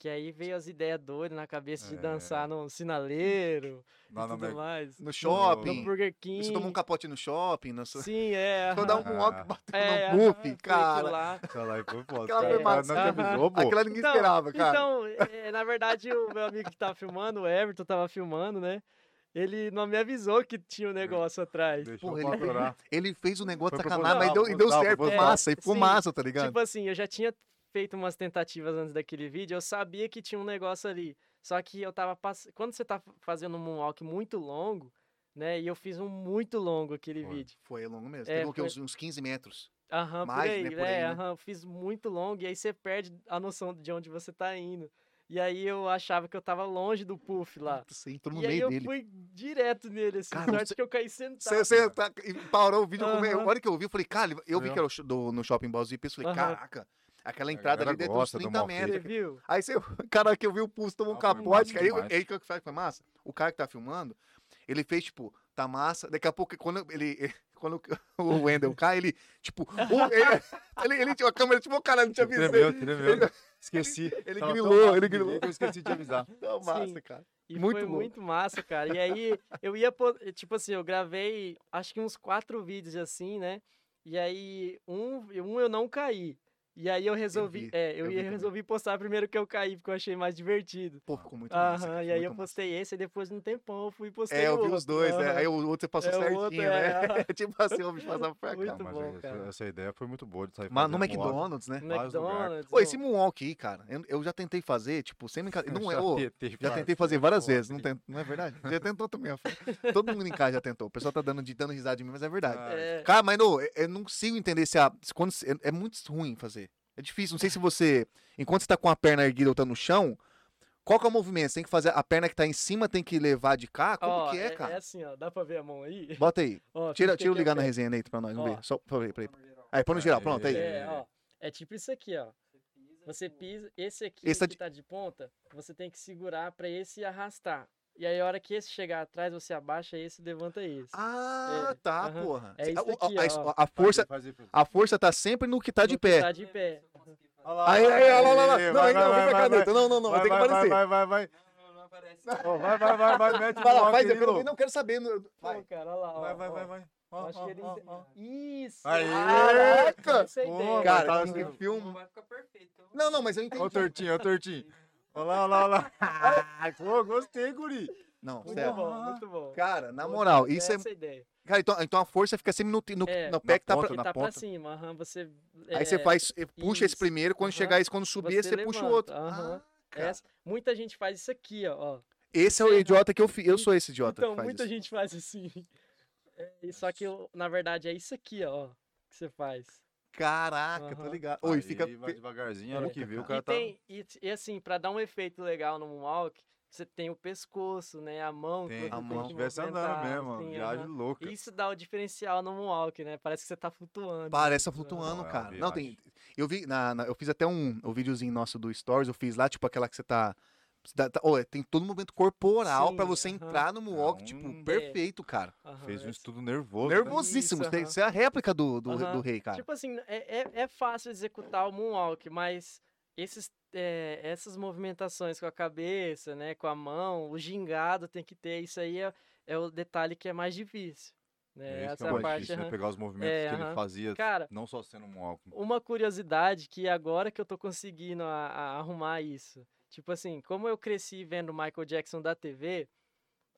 Que aí veio as ideias doidas na cabeça de
É.
dançar no sinaleiro
Lá
e
no,
tudo
Mac-
mais.
no
No
shopping.
Burger King.
Você tomou um capote no shopping. Na sua...
Sim, é.
Só dá um
aham.
walk e bateu
É,
no
foi
buff,
aquilo
cara.
lá.
Caralho, foi foda.
Aquela
foi
Cara,
massa.
Não te avisou, pô.
Aquela ninguém
Então,
esperava, cara.
Então, é, na verdade, o meu amigo que tava filmando, o Everton, tava filmando, né? Ele não me avisou que tinha um negócio atrás.
Deixou
Porra,
eu
ele,
faturar.
ele fez o negócio
Foi
sacanagem, mas
proposital,
deu, e deu
proposital,
certo, ficou
proposital.
massa, e ficou
Sim.
massa, tá ligado?
Tipo assim, eu já tinha feito umas tentativas antes daquele vídeo, eu sabia que tinha um negócio ali. Só que eu tava pass... Quando você tá fazendo um moonwalk muito longo, né? E eu fiz um muito longo aquele
Foi.
vídeo.
Foi longo mesmo.
É,
Pegou o quê?
foi-
uns, uns 15 metros.
Aham, por
Mais,
aí,
né, por aí,
é,
né?
aham, eu fiz muito longo, e aí você perde a noção de onde você tá indo. E aí eu achava que eu tava longe do puff lá.
Você entrou no
E aí
meio
eu
dele.
fui direto nele, assim,
Cara,
sorte
você-
que eu caí sentado.
Você, você tá- e parou o vídeo. eu come-
Aham.
A hora que eu vi, eu falei, cara, eu vi
Viu?
que era o sh- do, no shopping Balls Deep, eu falei,
Aham.
caraca, aquela
A
entrada ali
galera
deve ter uns
gosta do
30
Malfeito.
Você
metros.
viu?
Aí você, o cara que eu vi o pulso tomou um
Ah, foi
capote,
massa
cara. Aí eu-
demais.
aí o que foi, foi massa? O cara que tá filmando, ele fez, tipo, tá massa. Daqui a pouco, quando ele. Quando o Wendel cai, ele, tipo, o- ele, ele, ele tinha a câmera, tipo, "Ô, caralho, não te avisei.
Tremeu, tremeu. Esqueci. Tava
Ele
tão
grilou,
massa
ele
de ver
grilou.
que Eu esqueci de avisar.
Tá massa,
Sim.
cara.
E
Muito
foi
louco.
muito massa, cara. E aí eu ia, po- tipo assim, eu gravei acho que uns quatro vídeos assim, né? E aí um, um eu não caí. E aí eu resolvi,
vi,
é, eu,
eu vi
ia
também.
resolvi postar primeiro que eu caí, porque eu achei mais divertido.
Pô, ficou muito massa.
Aham,
cara,
e aí
muito
eu
massa.
postei esse, e depois de um tempão eu fui e postei
É, eu
o
vi
outro.
os dois, né?
Aham.
Aí o outro você passou
É, o
certinho,
outro,
né?
é.
tipo assim, o bicho passava pra cá.
Muito
Não, mas
bom,
essa,
cara.
essa ideia foi muito boa de sair
Mas no
fazendo um walk.
McDonald's, né?
No
Vários lugares.
McDonald's.
Pô, esse
no-
Moonwalk aí, cara, eu, eu já tentei fazer, tipo, sem brincadeira. Não é,
Já
ô,
tentei
já
fazer,
tentei fazer várias
porra,
vezes, não, tem- não é verdade? Já tentou também. eu falei. Todo mundo em casa já tentou. O pessoal tá dando, de- dando risada de mim, mas é verdade.
Ah,
é,
Cara, mas não, eu- eu não consigo entender se a. se quando, se- é, é muito ruim fazer. É difícil. Não sei se você. Enquanto você tá com a perna erguida ou tá no chão, qual que é o movimento? Você tem que fazer. A perna que tá em cima tem que levar de cá? Como
ó,
que é, cara?
É assim, ó, dá pra ver a mão aí?
Bota aí.
Ó,
Tira,
fica
tira o
aqui a
ligar na
perna.
resenha, Neito, pra nós. Vamos
Ó.
ver. Só, peraí, peraí. Aí, põe no geral, pronto, aí.
É, ó. É tipo isso aqui, ó. Você pisa, esse aqui
Esse tá
que
de-
tá de ponta, você tem que segurar pra esse arrastar. E aí a hora que esse chegar atrás, você abaixa esse e levanta esse.
Ah,
É,
tá,
aham.
porra.
É isso
A- o-
aqui,
a,
ó.
a- a força,
Fazer, fazer.
a força tá sempre no que tá
No
de
que
pé.
Tá de pé.
Olha
Aí, aí, aí, lá, lá, lá.
Ei,
Não,
vai, vai,
aí não, vem com a
vai, vai,
caneta. Não, não, não,
vai,
tem que
vai,
aparecer.
Vai, vai, vai.
Não, não aparece.
Ó, vai, vai, vai, vai, mete
Vai
o
lá,
pau,
faz, eu
querido.
quero ver, não quero saber. não-
Pô, cara, olha lá, ó,
Vai, vai,
ó.
vai, vai. Ó,
Acho que ele
ó,
ente-
ó, ó.
Isso!
Aê!
Caraca!
Essa é a
Pô,
ideia.
cara,
Cara,
tá
tem que
assim.
Não
filme.
vai ficar perfeito. eu-
Não, não, mas eu entendi.
Ó o tortinho, ó o tortinho. Olha lá, olha lá, olha lá. Ah, Pô, gostei, guri.
Não,
Muito
sério.
bom, muito bom.
Cara, na moral,
Pô,
isso é.
assim.
Essa a ideia.
Cara, então, então a força fica sempre no, no,
É.
no pé que tá
ponta,
pra.
Ele
na
tá pra
ponta.
cima, aham, você...
Aí você
é,
faz, eh, puxa esse
isso.
primeiro, quando
Aham.
chegar esse, quando subir, você, puxa o
levanta,
outro.
aham.
Ah, cara.
Essa- Muita gente faz isso aqui, ó, ó.
Esse é o
Aham.
idiota que eu fiz. Eu sou esse idiota
Então,
que faz
muita
isso.
gente faz assim. É, e só que, eu- na verdade, é isso aqui, ó, que você faz.
Caraca, tô
Aham.
ligado. Oi,
Aí,
fica.
Vai devagarzinho, a hora
É.
que viu, o cara
E,
tá...
tem, e, t- e assim, pra dar um efeito legal no moonwalk, você tem o pescoço, né, a mão. que
Tem,
você
a
tem
mão.
que
estivesse andando
movimentar,
mesmo,
assim,
viagem
aham.
louca.
Isso dá o diferencial no moonwalk, né? Parece que você tá flutuando.
Parece tá
Aham.
flutuando,
Não, é uma
cara. Não, tem.
viagem.
Eu vi. Na, na- eu fiz até um, um videozinho nosso do Stories, eu fiz lá, tipo, aquela que você tá. você dá- tá- ó, tem todo movimento corporal pra
Sim,
você
aham. é.
entrar no walk, tipo,
Então,
perfeito, cara.
Aham,
Fez um
é-
estudo nervoso. né?
Nervosíssimo.
Isso,
Isso,
aham.
é a réplica do, do,
Aham.
do rei,
Tá.
cara.
Tipo assim, é, é, é fácil executar o moonwalk, mas esses, é, essas movimentações com a cabeça, né, com a mão, o gingado tem que ter, isso aí é, é o detalhe que é mais difícil. Né?
É isso que
Essa
é o mais
parte.
difícil, né?
aham.
Pegar os movimentos
É,
que ele
aham.
fazia,
Cara,
não só sendo um álcool.
uma curiosidade que agora que eu tô conseguindo a- a- arrumar isso. Tipo assim, como eu cresci vendo Michael Jackson da TV,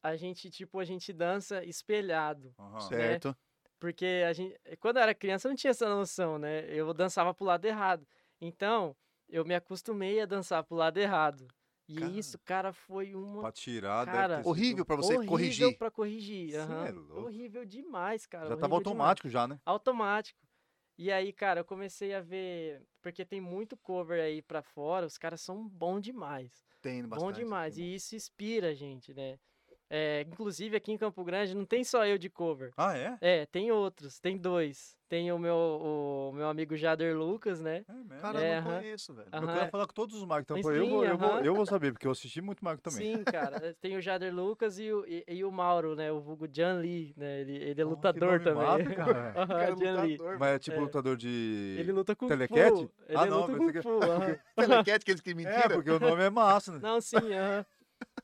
a gente, tipo, a gente dança espelhado.
Aham.
né?
certo.
Tipo, Porque a gente, eh, quando eu era criança, eu não tinha essa noção, né? Eu dançava pro lado errado. Então, eu me acostumei a dançar pro lado errado. E
Cara.
isso, cara, foi uma
Pra tirar, deve
Cara,
ter sido-
Horrível pra você
horrível
corrigir.
pra corrigir.
Cê é
aham.
louco.
horrível demais, cara.
Já
horrível
tava
demais
automático já, né?
automático. E aí, cara, eu comecei a ver, porque tem muito cover aí pra fora, os caras são bom demais,
Tem
bom
bastante.
demais, e isso inspira a gente, né? É, inclusive aqui em Campo Grande não tem só eu de cover.
Ah, é?
É, tem outros, tem dois. Tem o meu, o meu amigo Jader Lucas, né?
É mesmo.
Cara,
É,
eu não
aham.
conheço, velho.
Aham.
Eu quero falar com todos os Marcos, então
Mas
pô, eu,
sim,
vou, eu, vou,
aham.
eu vou saber, porque eu assisti muito Marco também.
Sim, cara. é, Tem o Jader Lucas e o, e, e o Mauro, né? O vulgo Jan Lee, né? Ele, ele é
Ó, que
lutador
nome
também.
massa, cara.
Aham,
Cara,
Jan Lee.
lutador,
Mas é tipo
É.
lutador de...
Ele luta com
Telecat?
Fu. Ele
Ah, não,
luta
pensei
com
que-
Fu. aham.
Telecat, aqueles que
É,
mentiram.
porque o nome é massa, né?
Não, sim, aham.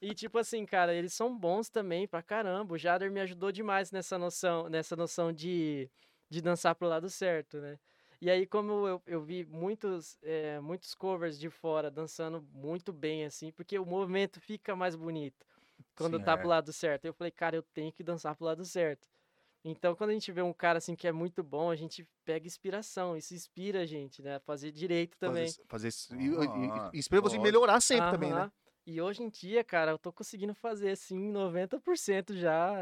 E tipo assim, cara, eles são bons também pra caramba. O Jader me ajudou demais nessa noção, nessa noção de, de dançar pro lado certo, né? E aí, como eu, eu vi muitos, eh, muitos covers de fora dançando muito bem, assim, porque o movimento fica mais bonito quando
Sim,
tá
é.
pro lado certo. Eu falei, cara, eu tenho que dançar pro lado certo. Então, quando a gente vê um cara assim que é muito bom, a gente pega inspiração, isso inspira a gente, né? a Fazer direito também.
Fazer, fazer isso. E, e,
Ah,
e, espera você
lógico.
melhorar sempre também, né?
Aham. E hoje em dia, cara, eu tô conseguindo fazer assim 90% já.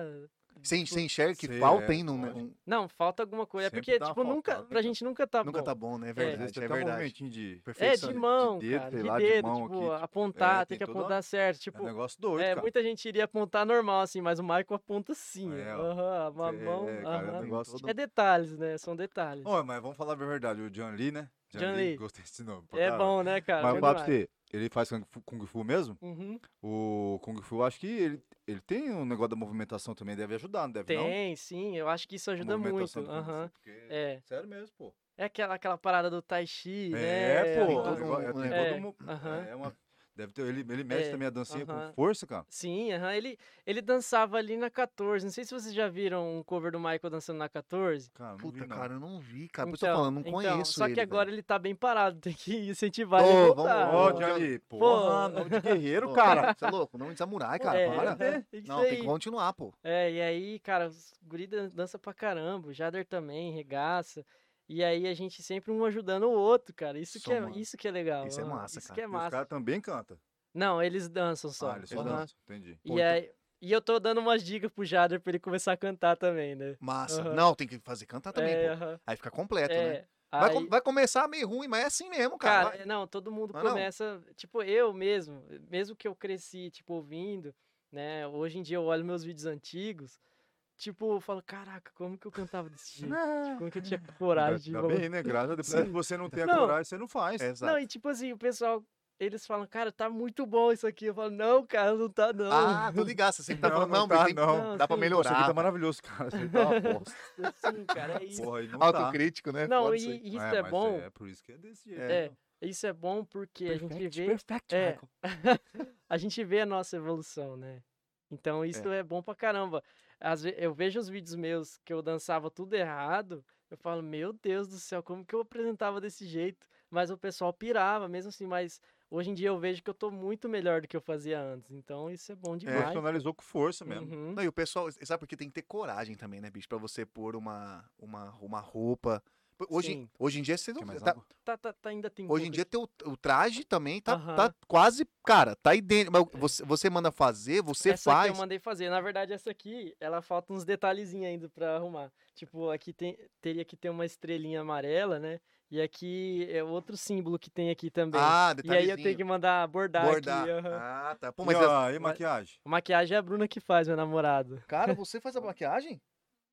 Você, en- você enxerga que
Sei,
falta,
é,
hein? num-
lógico.
num-
Não, falta alguma coisa.
Sempre
é porque,
dá uma
tipo, nunca.
faltada,
Pra
né,
gente nunca tá
nunca
bom.
tá bom, né? É
Às vezes
verdade,
tem
é
até um
verdade.
movimentinho de...
É,
Perfeição.
de
né? de
mão,
dedo,
cara.
sei
De
lá, de
dedo,
mão
tipo,
aqui, tipo,
apontar,
é,
tem
tem
que
toda-
apontar certo.
É
Tipo,
um negócio doido,
é,
cara.
muita gente iria apontar normal, assim, mas o Michael aponta assim.
É,
ó.
ó.
Aham, uma
É,
mão.
é, cara, é um
aham.
negócio...
É detalhes, né? São detalhes.
Ô, mas vamos falar a verdade, o John Lee, né?
John Lee.
Gostei desse nome. pra
é
caralho.
bom, né, cara?
Mas
Bom
o pra
demais.
você, ele faz Kung Fu, Kung Fu mesmo?
Uhum.
O Kung Fu, acho que ele, ele tem um negócio da movimentação também, deve ajudar, não deve não?
Tem, sim. Eu acho que isso
A
ajuda muito.
movimentação do assim. Kung Fu,
Aham.
porque-
É.
Sério mesmo, pô.
É aquela, aquela parada do Tai Chi, né?
É, pô.
tem
aham.
todo
negócio-
um-
tem
é,
todo mu-
aham.
é uma- deve ter- ele, ele mexe
É,
também a dancinha
aham.
com força, cara.
Sim, aham, ele, ele dançava ali na 14. Não sei se vocês já viram um cover do Michael dançando na 14.
Cara, não
Puta,
vi, não.
cara, eu não vi, cara. Por isso eu tô
Então-
falando, não
então,
conheço
Só que
ele,
agora
velho.
ele tá bem parado, tem que incentivar ele a
Ô, vamos-
voltar.
ó,
Ô,
John
Johnny, porra, nome de guerreiro,
Ô,
cara.
Você é louco? Nome de samurai, cara.
É,
para.
né? Isso
Não, tem
aí.
que continuar, pô.
É, e aí, cara, os guri dan- dança pra caramba, o Jader também, regaça. E aí a gente sempre um ajudando o outro, cara. Isso que é,
Somando.
isso que é legal.
Isso é
aham,
massa,
Isso
cara.
que é
E os
massa.
caras também cantam.
Não, eles dançam só.
Ah, eles só
aham.
dançam, entendi.
Pô, então
E aí, e eu tô dando umas dicas pro Jader pra ele começar a cantar também, né?
Massa.
Aham.
Não, tem que fazer cantar também,
é,
pô.
aham,
Aí fica completo, né?
é,
Vai,
aí-
com- vai começar meio ruim, mas é assim mesmo, cara.
Cara,
vai.
não, todo mundo
Não é não?
começa. Tipo, eu mesmo, mesmo que eu cresci, tipo, ouvindo, né? Hoje em dia eu olho meus vídeos antigos, tipo, eu falo, caraca, como que eu cantava desse jeito? Tipo, como que eu tinha coragem de.
Ainda
vamos-
bem, né? Graças a Deus. Se você não tem a
Não.
coragem, você não faz.
É, exato.
Não, e tipo assim, o pessoal, eles falam, cara, tá muito bom isso aqui. Eu falo, não, cara, não tá não.
Ah, tô ligado. Você sempre tá
Não,
falando,
não
não, mas
tá,
tem-
não.
Não,
dá
sim.
pra
Isso aqui
melhorar.
tá maravilhoso, cara. Você tá uma bosta.
Sim, cara, é isso.
Porra, aí não tá.
Autocrítico, né?
Não,
Foda
e
isso aí.
e isso
É,
é
mas
bom.
É, por isso que é desse jeito.
É.
né?
Isso é bom porque a gente vê.
Perfect,
é.
Michael.
a gente vê a nossa evolução, né? Então isso é, bom pra caramba. Às ve- eu vejo os vídeos meus que eu dançava tudo errado, eu falo, meu Deus do céu, como que eu apresentava desse jeito? Mas o pessoal pirava, mesmo assim, mas hoje em dia eu vejo que eu tô muito melhor do que eu fazia antes. Então isso é bom demais.
Profissionalizou com força mesmo.
Uhum.
Não, e o pessoal, sabe por que tem que ter coragem também, né, bicho? Pra você pôr uma, uma, uma roupa. Hoje,
Sim.
hoje em dia você não.
Quer mais
tá-
água?
Tá, tá, tá, ainda tem
hoje em
pouca-
dia teu, o traje também tá,
Aham. É.
tá quase. Cara, tá idêntico. Mas você, você manda fazer, você
essa
faz.
aqui eu mandei fazer. Na verdade, essa aqui, ela falta uns detalhezinhos ainda pra arrumar. Tipo, aqui tem, teria que ter uma estrelinha amarela, né? E aqui é outro símbolo que tem aqui também. E aí
Ah,
eu
detalhezinho.
tenho que mandar bordar,
bordar.
aqui. aham.
Ah, tá. Pô,
E,
mas
ó,
a-
e maquiagem?
A maquiagem é a Bruna que faz, meu namorado.
cara, você faz a maquiagem?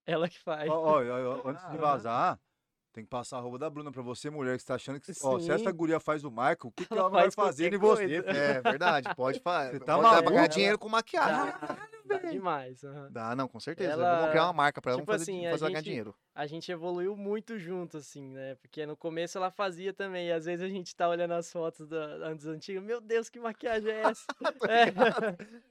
Ela que faz.
Ó, ó, ó, ó, antes de
Ah.
vazar, tem que passar a roupa da Bruna pra você, mulher, que você tá achando que. Ó, se essa
Sim.
guria faz o Michael, o que, que
Ela
ela vai
faz
fazer
qualquer
em você?
coisa.
filho?
É, verdade. Pode fazer.
Você tá
pode dá pra
maluco?
ganhar dinheiro com
Dá-
maquiagem.
dá demais. aham.
Dá, não, com certeza.
Ela-
Vamos criar uma marca pra ela,
Tipo
vamos fazer,
assim, a
fazer ela ganhar
gente-
dinheiro.
A gente evoluiu muito junto, assim, né? Porque no começo ela fazia também. E às vezes a gente tá olhando as fotos da, das antigas. Meu Deus, que maquiagem é essa? é.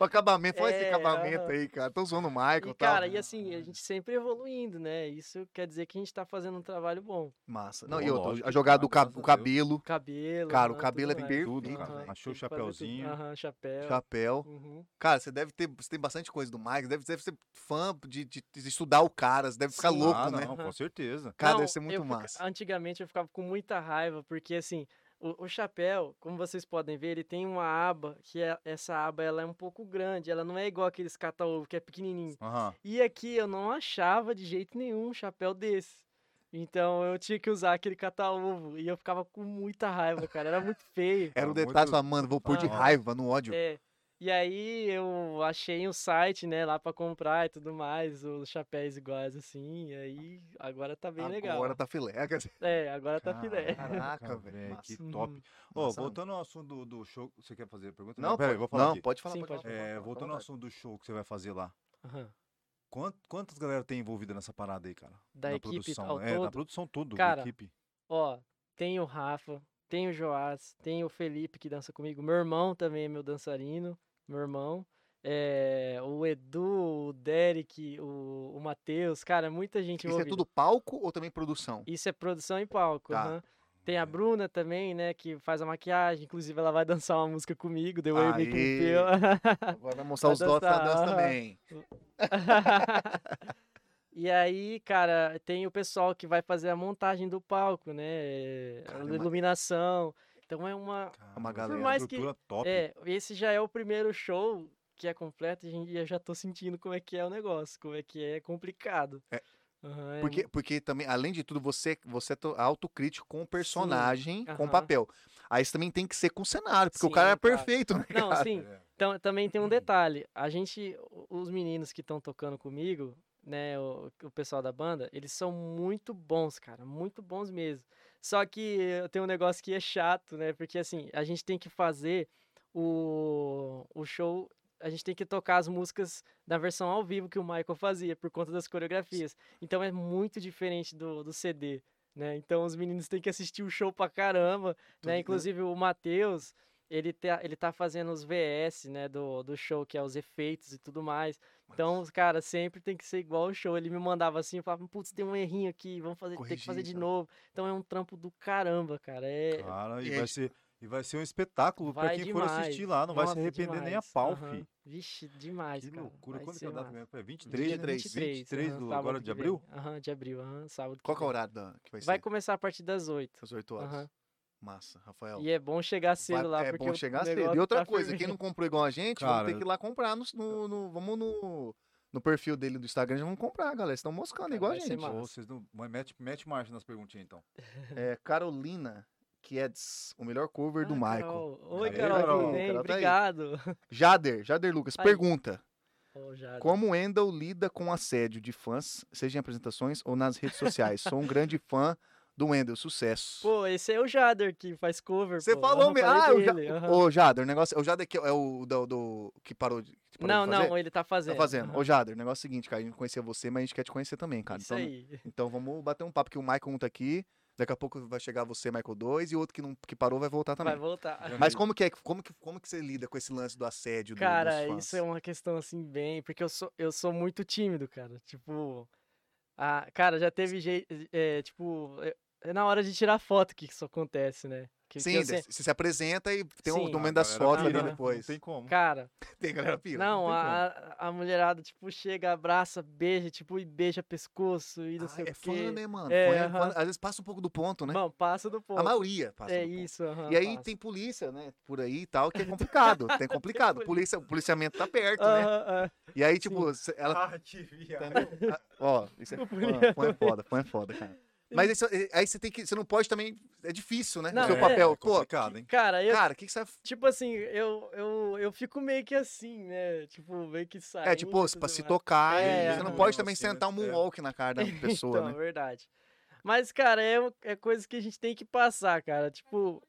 O acabamento, olha esse
É,
acabamento
aham.
aí, cara. Tô zoando o Michael
E,
e né, tal.
cara, e assim, a gente sempre evoluindo, né? Isso quer dizer que a gente tá fazendo um trabalho bom.
Massa. Não,
Bom,
e outra,
lógico,
a jogada do
graças
cab-
a
o
Deus.
cabelo,
Cabelo.
Cara, o
aham,
cabelo é
tudo mais.
bem-
Tudo,
Perfeito,
cara.
Aham,
Achou
tem
o
que fazer tudo. Ah,
chapéuzinho.
Aham, chapéu.
chapéu.
Uhum.
Cara, você deve ter, você tem bastante coisa do Michael, deve, deve ser fã de, de- de estudar o cara, você deve ficar
Sim.
louco,
ah,
né?
não, com certeza.
Cara,
Não,
deve ser muito
eu ah, fica-
massa.
Antigamente eu ficava com muita raiva, porque assim, o, o chapéu, como vocês podem ver, ele tem uma aba, que é, essa aba ela é um pouco grande, ela não é igual aqueles cata-ovo, que é pequenininho.
Aham.
E aqui eu não achava de jeito nenhum um chapéu desse. Então eu tinha que usar aquele cata-ovo, e eu ficava com muita raiva, cara, era muito feio.
Era um
Muito-
detalhe, só, mano, vou pôr de
Ah.
raiva, no ódio.
É, E aí eu achei um site, né, lá pra comprar e tudo mais, os chapéus iguais assim, e aí agora tá bem
Agora
legal.
tá filé. quer dizer,
É, agora tá filé.
Caraca, velho.
Que
massa.
top. Ô,
Massa.
voltando ao assunto do, do show. Você quer fazer a pergunta?
Não,
peraí,
pode,
vou falar.
não
aqui.
pode falar.
Sim,
pode
pode
falar,
É,
pode falar,
voltando
à
ao
vontade.
assunto do show que você vai fazer lá.
Aham.
Quant- Quantas galera tem envolvida nessa parada aí, cara?
Da
na
equipe
produção.
ao
é, na
todo?
produção todo,
Cara,
da equipe.
Ó, tem o Rafa, tem o Joás, tem o Felipe que dança comigo, meu irmão também é meu dançarino, meu irmão. É, o Edu, o Derek, o, o Matheus, cara, muita gente
Isso é
envolvida.
tudo palco ou também produção?
Isso é produção em palco,
Tá.
aham. Tem a Bruna também, né, que faz a maquiagem, inclusive ela vai dançar uma música comigo, The Way Making
Aê!
Me Feel.
Agora vai mostrar
Vai
os dotes da
dançar,
dança
aham.
também.
E aí, cara, tem o pessoal que vai fazer a montagem do palco, né?
Cara,
a
ima-
iluminação. Então é uma.
Cara,
uma
mas é
galera.
mais que-
estrutura top.
É, esse já é o primeiro show que é completo e a gente- e eu já tô sentindo como é que é o negócio, como é que é complicado.
É,
Aham, é
Porque,
mu-
porque também, além de tudo, você, você é to- autocrítico com o personagem, com o
aham.
papel. Aí você também tem que ser com o cenário, porque o
Sim,
cara é
claro.
perfeito, né?
Não,
cara?
É.
assim, tam- também tem um
Hum.
detalhe. A gente, o- os meninos que estão tocando comigo, né, o, o pessoal da banda, eles são muito bons, cara, muito bons mesmo. Só que eu tenho um negócio que é chato, né? Porque assim, a gente tem que fazer o, o show, a gente tem que tocar as músicas da versão ao vivo que o Michael fazia, por conta das coreografias. Então é muito diferente do, do CD, né? Então os meninos têm que assistir o show pra caramba, né? Inclusive o Matheus, ele tá, ele tá fazendo os VS, né, do, do show, que é os efeitos e tudo mais. Então, cara, sempre tem que ser igual o show. Ele me mandava assim, eu falava, putz, tem um errinho aqui, vamos fazer, tem que fazer de
Corrigir, tá?
novo. Então é um trampo do caramba, cara. É,
Cara, e
E
vai
aí-
ser, e vai ser um espetáculo pra
Vai
quem for
demais.
assistir lá. Não vai
Nossa,
se arrepender nem a
demais.
pau,
Aham.
fi.
Vixe, demais,
Que
cara.
loucura.
Vai
Quando que é
ser
a data
massa.
mesmo? É 23, né?
23.
23 do
aham,
agora
sábado
de
que vem.
abril?
Aham, de abril, aham, sábado que
Qual que é o
vem.
horário da, que vai ser?
Vai começar a partir das 8.
Às 8 horas.
Aham.
Massa, Rafael.
Então.
E é bom chegar cedo
Vai-
lá,
é
porque
bom
o
chegar cedo.
negócio
E outra
tá
coisa,
é
fervendo.
quem não comprou igual a gente,
Cara,
vamos ter que ir lá comprar. nos- No, no- vamos no, no perfil dele do Instagram, já vamos comprar, galera. Estão moscando
Cara,
igual a
vai ser
gente.
massa.
Ou vocês não. mas Mete, mete marcha nas perguntinhas então.
É, Carolina Kieds, o melhor cover do
Ah,
Michael.
Carol. Oi,
Aí,
Carol,
Carol.
tudo bem?
Carol tá aí.
Obrigado.
Jader, Jader Lucas,
Aí.
pergunta:
Ó, já-
Como Endel lida com assédio de fãs, seja em apresentações ou nas redes sociais? Sou um grande fã do Endel, sucesso.
Pô, esse é o Jader que faz cover,
Você
pô.
falou
Aham,
mesmo.
falei
Ah, o,
dele,
ja...
aham.
Ô, Jader, o negócio. O Jader que é o do, do- que parou de. que parou
Não,
de fazer?
não, ele tá fazendo.
Tá fazendo.
aham.
Ô, Jader, o negócio é o seguinte, cara. A gente conhecia você, mas a gente quer te conhecer também, cara.
Isso
Então,
aí.
então vamos bater um papo, que o Michael 1 tá aqui. Daqui a pouco vai chegar você, Michael 2, e outro que, não, que parou vai voltar também.
Vai voltar.
Mas como que, é, como, que, como que você lida com esse lance do assédio do-
Cara,
dos fãs?
isso é uma questão assim bem, porque eu sou, eu sou muito tímido, cara. Tipo, a, cara, já teve jeito, é, tipo, é- é na hora de tirar foto que isso acontece, né? Que, que
Sim,
eu sei-
você se apresenta e tem o
Sim.
momento
A galera tá
das fotos
pira,
ali
né?
depois.
Não tem como.
cara,
Tem galera pira.
não,
tem
a, a a mulherada tipo chega, abraça, beija, tipo e beija pescoço e não
Ah,
sei
é
o quê.
fã, né, mano?
É,
Fã é fã.
aham.
Às vezes passa um pouco do ponto, né?
Não, passa do ponto.
A maioria passa
é
do ponto.
isso, aham,
E aí
passa.
tem polícia, né? Por aí e tal, que é complicado. tem complicado. Polícia, o policiamento tá perto, né?
Aham, aham.
E aí, tipo, cê- ela.
Ah, que viado.
Entendeu? Ah, Ó, isso é
O
fã,
policiamento.
fã é foda, fã é foda, cara. Mas isso- eh, aí você tem que. Você não pode também. É difícil, né?
Não,
o seu
é.
papel.
É
Pô,
complicado, hein?
Cara, eu
cara, o que, que você. vai-
Tipo assim, eu, eu, eu fico meio que assim, né? Tipo, meio que saindo.
É, tipo,
e
se- pra
tudo
se
mais.
tocar,
É,
você não
aham.
pode também
Assim, né?
sentar um
É.
moonwalk na cara da pessoa,
então,
né?
verdade. Mas, cara, é, um- é coisa que a gente tem que passar, cara. Tipo.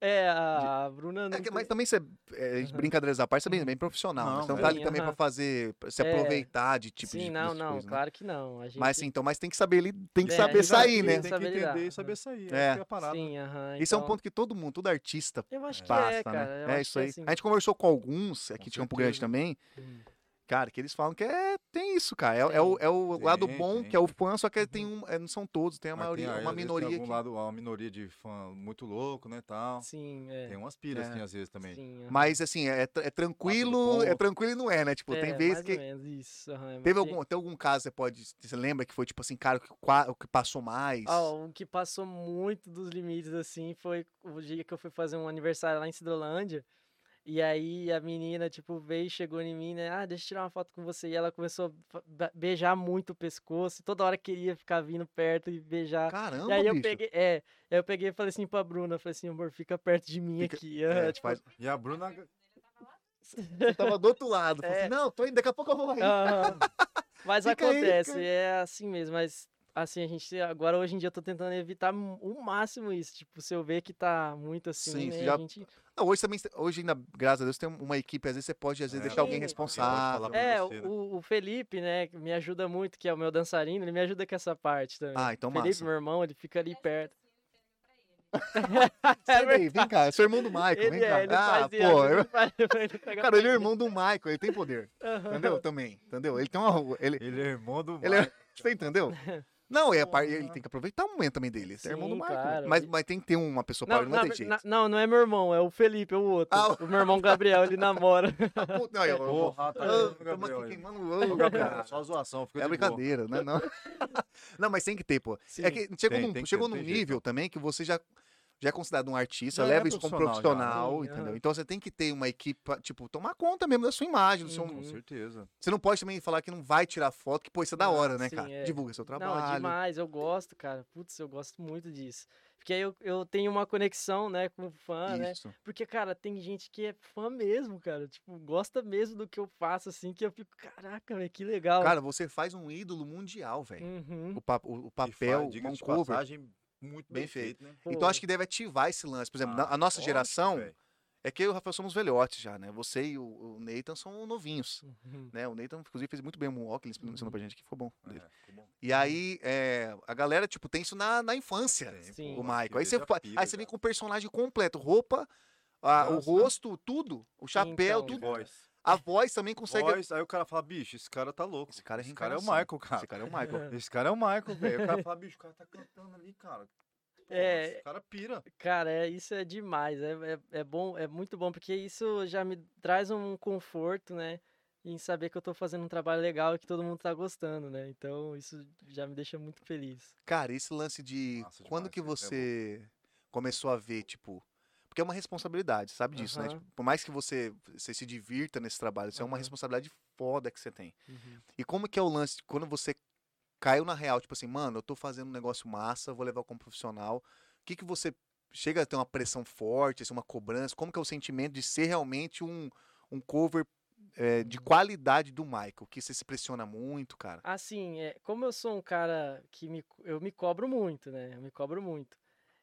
É, a Bruna não.
É que- mas
tem-
também você, é,
Aham. Uhum.
brincadeiras à parte, você é bem, bem profissional. né?
Não,
você não
sim,
tá ali também
aham.
pra fazer, pra se
É.
aproveitar de tipo de
Sim, não,
dessas
não,
coisas, né?
claro que não. A gente...
Mas sim, então, mas tem que saber, li- tem que
É,
saber
a gente vai-
sair, né?
Tem
isso.
que
Saber
entender
lidar.
e saber sair.
É.
É, é a parada.
Sim, aham.
Isso é um
então-
ponto que todo mundo, todo artista
Eu acho que
passa,
é, cara. eu
né? É
acho
isso
que
aí.
assim.
A gente conversou com alguns aqui
Com
de
certeza.
Campo Grande também,
Hum.
cara, que eles falam que é, tem isso, cara. É, é o, é o lado
Tem,
bom,
tem.
que é o fã, só que tem
Uhum.
um, é, não são todos, tem a
Mas
maioria,
tem,
uma
às vezes
minoria
Tem algum
que...
lado, uma minoria de fã muito louco, né, tal.
Sim, é.
Tem umas piras,
É.
assim, às vezes também.
Sim, aham.
Mas assim, é, tra- é tranquilo, é
ponto.
tranquilo e não é, né? Tipo,
é,
tem vezes
mais
que
Ou menos, isso, aham, mas
Teve
tem-
algum, tem algum caso que você pode. Você lembra que foi tipo assim, cara, o que, qua- o que passou mais?
Ó, o que passou muito dos limites, assim, foi o dia que eu fui fazer um aniversário lá em Cidrolândia. E aí a menina, tipo, veio, chegou em mim, né? Ah, deixa eu tirar uma foto com você. E ela começou a fa- ba- beijar muito o pescoço. Toda hora queria ficar vindo perto e beijar.
Caramba,
E aí eu
bicho.
peguei, é, aí eu peguei e falei assim pra Bruna, falei assim, amor, fica perto de mim
Fica-
aqui.
É,
aham,
tipo,
tipo,
faz-
E a Bruna.
Você tava do outro lado. Falou
É. Ah.
assim, não, tô indo, daqui a pouco eu vou aí.
Aham. Mas
Fica aí,
acontece,
fica
é assim mesmo, mas assim, a gente agora hoje em dia eu tô tentando evitar m- o máximo isso, tipo, se eu ver que tá muito assim,
Sim,
né,
você
a
já- tá
gente-
Não, hoje também, hoje ainda, graças a Deus, tem uma equipe, às vezes você pode às vezes,
É,
deixar alguém
alguém- alguém pode
responsável.
falar pra
É,
você, né?
o, o Felipe, né, que me ajuda muito, que é o meu dançarino, ele me ajuda com essa parte também.
Ah, então
Felipe,
massa.
meu irmão, ele fica ali perto.
Sai daí, vem cá, eu sou irmão do Michael,
Ele
vem
é,
cá.
ele
ah,
faz
pô,
ele ajuda
eu-
o pai- ele pega
cara, ele é
pra
irmão do Michael, ele tem poder,
Aham.
entendeu? Também, entendeu? Ele tem uma... Ele,
Ele é irmão do
Ele é-
Marco.
Você entendeu? Não, é a parte. Ele tem que aproveitar o momento também dele. Esse é irmão do
Sim,
Marco.
claro.
Mas, mas tem que ter uma pessoa para
Não,
ele, não
na
tem
ver-
jeito.
na- não, não é meu irmão, é o Felipe, é o outro.
Ah,
o meu irmão Gabriel, ele namora.
Pô, Tá Não, eu, eu, eu,
Porra, tá
eu,
vendo o Gabriel aí.
queimando o ovo,
Ô,
cara.
Gabriel, Só zoação, fica de
É
boa.
brincadeira, né? Não, não, mas tem que ter, pô. É que chegou
Tem,
num,
tem que
chegou
ter,
num
tem jeito.
nível também que você já, já é considerado um artista,
Já é
leva isso como profissional,
profissional,
já. Sim,
entendeu?
aham.
Então você tem que ter uma equipe, pra, tipo, tomar conta mesmo da sua imagem. Do seu,
Uhum.
Com certeza.
Você não pode também falar que não vai tirar foto, que, pô, isso é da
Não,
hora, né,
sim,
cara?
é.
Divulga seu
Não, é
trabalho.
demais, eu gosto, cara. Putz, eu gosto muito disso. Porque aí eu, eu tenho uma conexão, né, com o fã, né?
isso.
Porque, cara, tem gente que é fã mesmo, cara. Tipo, gosta mesmo do que eu faço, assim, que eu fico, caraca, velho, que legal.
Cara, você faz um ídolo mundial, velho.
Uhum,
o, pa- o- o
E
papel,
faz, diga-se
um
de
cover.
passagem, muito bem,
Bem feito.
feito, né?
Então
pô.
acho que deve ativar esse lance. Por exemplo, na-
Ah,
a nossa
lógico,
geração
velho.
é que eu e o Rafael somos velhotes já, né? Você e o, o Nathan são novinhos,
Uhum.
né? O Nathan, inclusive, fez muito bem um walk, ele ensinou pra gente que ficou bom. dele.
É, ficou bom.
E aí, é, a galera, tipo, tem isso na, na infância,
Tem,
Sim.
pô,
o Michael. Aí
desde
você,
a
fa-
pira
aí você
já.
vem com o personagem completo, roupa, a- o
Nossa.
rosto, tudo, o chapéu,
Então.
E
tudo.
voz.
A voz também consegue...
Voz, aí o cara fala, bicho, esse cara tá louco.
Esse cara é
Esse cara é o Michael,
reencarnação.
cara.
Esse cara é o Michael.
Esse cara é o Michael, velho. O cara fala, bicho, o cara tá cantando ali, cara. Pô,
É.
Esse cara pira.
Cara, é, isso é demais. É, é, é bom, é muito bom, porque isso já me traz um conforto, né? Em saber que eu tô fazendo um trabalho legal e que todo mundo tá gostando, né? Então, isso já me deixa muito feliz.
Cara, esse lance de
Massa
quando
demais,
que
isso é bom.
você começou a ver, tipo. Porque é uma responsabilidade, sabe disso, né?
Aham.
Tipo, por mais que você, você se divirta nesse trabalho, isso é uma
Aham.
responsabilidade foda que você tem. E como que é o lance de quando você caiu na real, tipo assim, mano, eu tô fazendo um negócio massa, vou levar como profissional. O que que você chega a ter uma pressão forte, assim, uma cobrança? Como que é o sentimento de ser realmente um, um cover eh,
Uhum.
de qualidade do Michael? Que você se pressiona muito, cara?
Assim, é, como eu sou um cara que me, co- eu me cobro muito, né? Eu me cobro muito.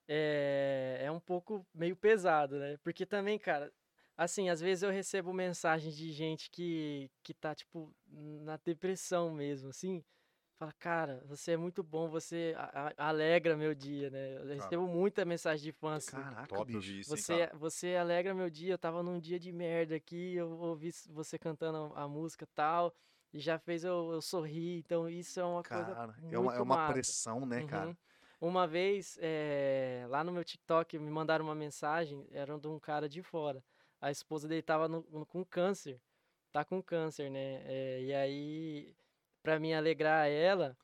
É, é um pouco meio pesado, né? Porque também, cara, assim, às vezes eu recebo mensagens de gente que, que tá, tipo, na depressão mesmo, assim. Fala, cara, você é muito bom, você a- a- alegra meu dia, né? Eu recebo muita mensagem de fã, assim.
Caraca,
Top, eu
bicho.
vi isso, hein,
Você, é,
cara.
você alegra meu dia. Eu tava num dia de merda aqui, eu ouvi s- você cantando a a música e tal, e já fez eu, eu sorrir. Então, isso é uma coisa.
Cara,
Muito
é uma, é uma
massa.
pressão, né, cara?
Uhum. Uma vez, eh, lá no meu TikTok, me mandaram uma mensagem, era de um cara de fora. A esposa dele tava no- no- com câncer. Tá com câncer, né? Eh, e aí, pra me alegrar ela,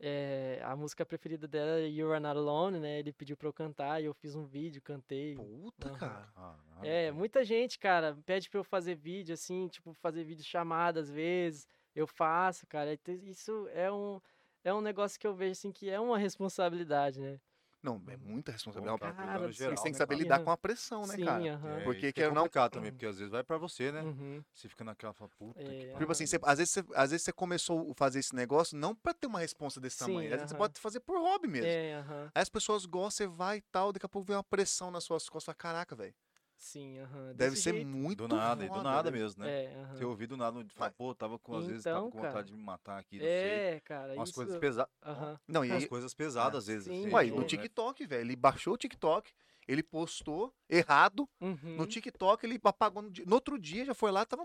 eh, a música preferida dela é You Are Not Alone, né? Ele pediu pra eu cantar e eu fiz um vídeo, cantei.
Puta,
Aham.
cara.
Caralho,
É,
velho.
muita gente, cara, pede pra eu fazer vídeo, assim, tipo, fazer vídeo chamada às vezes. Eu faço, cara. e te- Isso é um, é um negócio que eu vejo, assim, que é uma responsabilidade, né?
Não, é muita responsabilidade.
Pô,
Uma-
cara,
Cara,
pegando
vocês
Eles
geral,
têm que
né,
saber
cara?
lidar com a pressão, né,
Sim,
cara?
aham.
Porque
isso que
quer
é
ou não-
complicado também, porque às vezes vai pra você, né?
Uhum.
Você fica naquela, fala, puta
É,
que
Tipo assim,
pariu.
você- às, vezes você, às vezes você começou a fazer esse negócio não pra ter uma resposta desse
Sim,
tamanho. Às vezes você
aham.
pode fazer por hobby mesmo.
É, aham.
Aí as pessoas gostam, você vai e tal, daqui a pouco vem uma pressão nas suas costas. fala, Caraca, velho.
Sim, aham.
Deve
É desse
ser
jeito.
muito.
Do nada, e do
foda,
nada
deve-
mesmo, é né?
É, aham.
Você ouviu do nada, fala, pô, tava com, às vezes, tava
Então,
com vontade
cara.
de me matar aqui, não sei.
É, cara,
Umas coisas
isso-
pesadas.
aham.
Não, e
Umas
aí.
coisas pesadas, às vezes.
Sim,
assim,
Ué,
de
e
tipo,
no
novo,
né?
TikTok, velho. Ele baixou o TikTok, ele postou errado. No
Uhum.
TikTok, ele apagou. No, di- no outro dia já foi lá, tava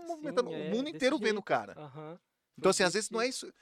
é,
movimentando o mundo
desse
inteiro vendo o
jeito.
cara.
Aham.
Então,
Foi
assim, às
desse
vezes não é
jeito.
isso.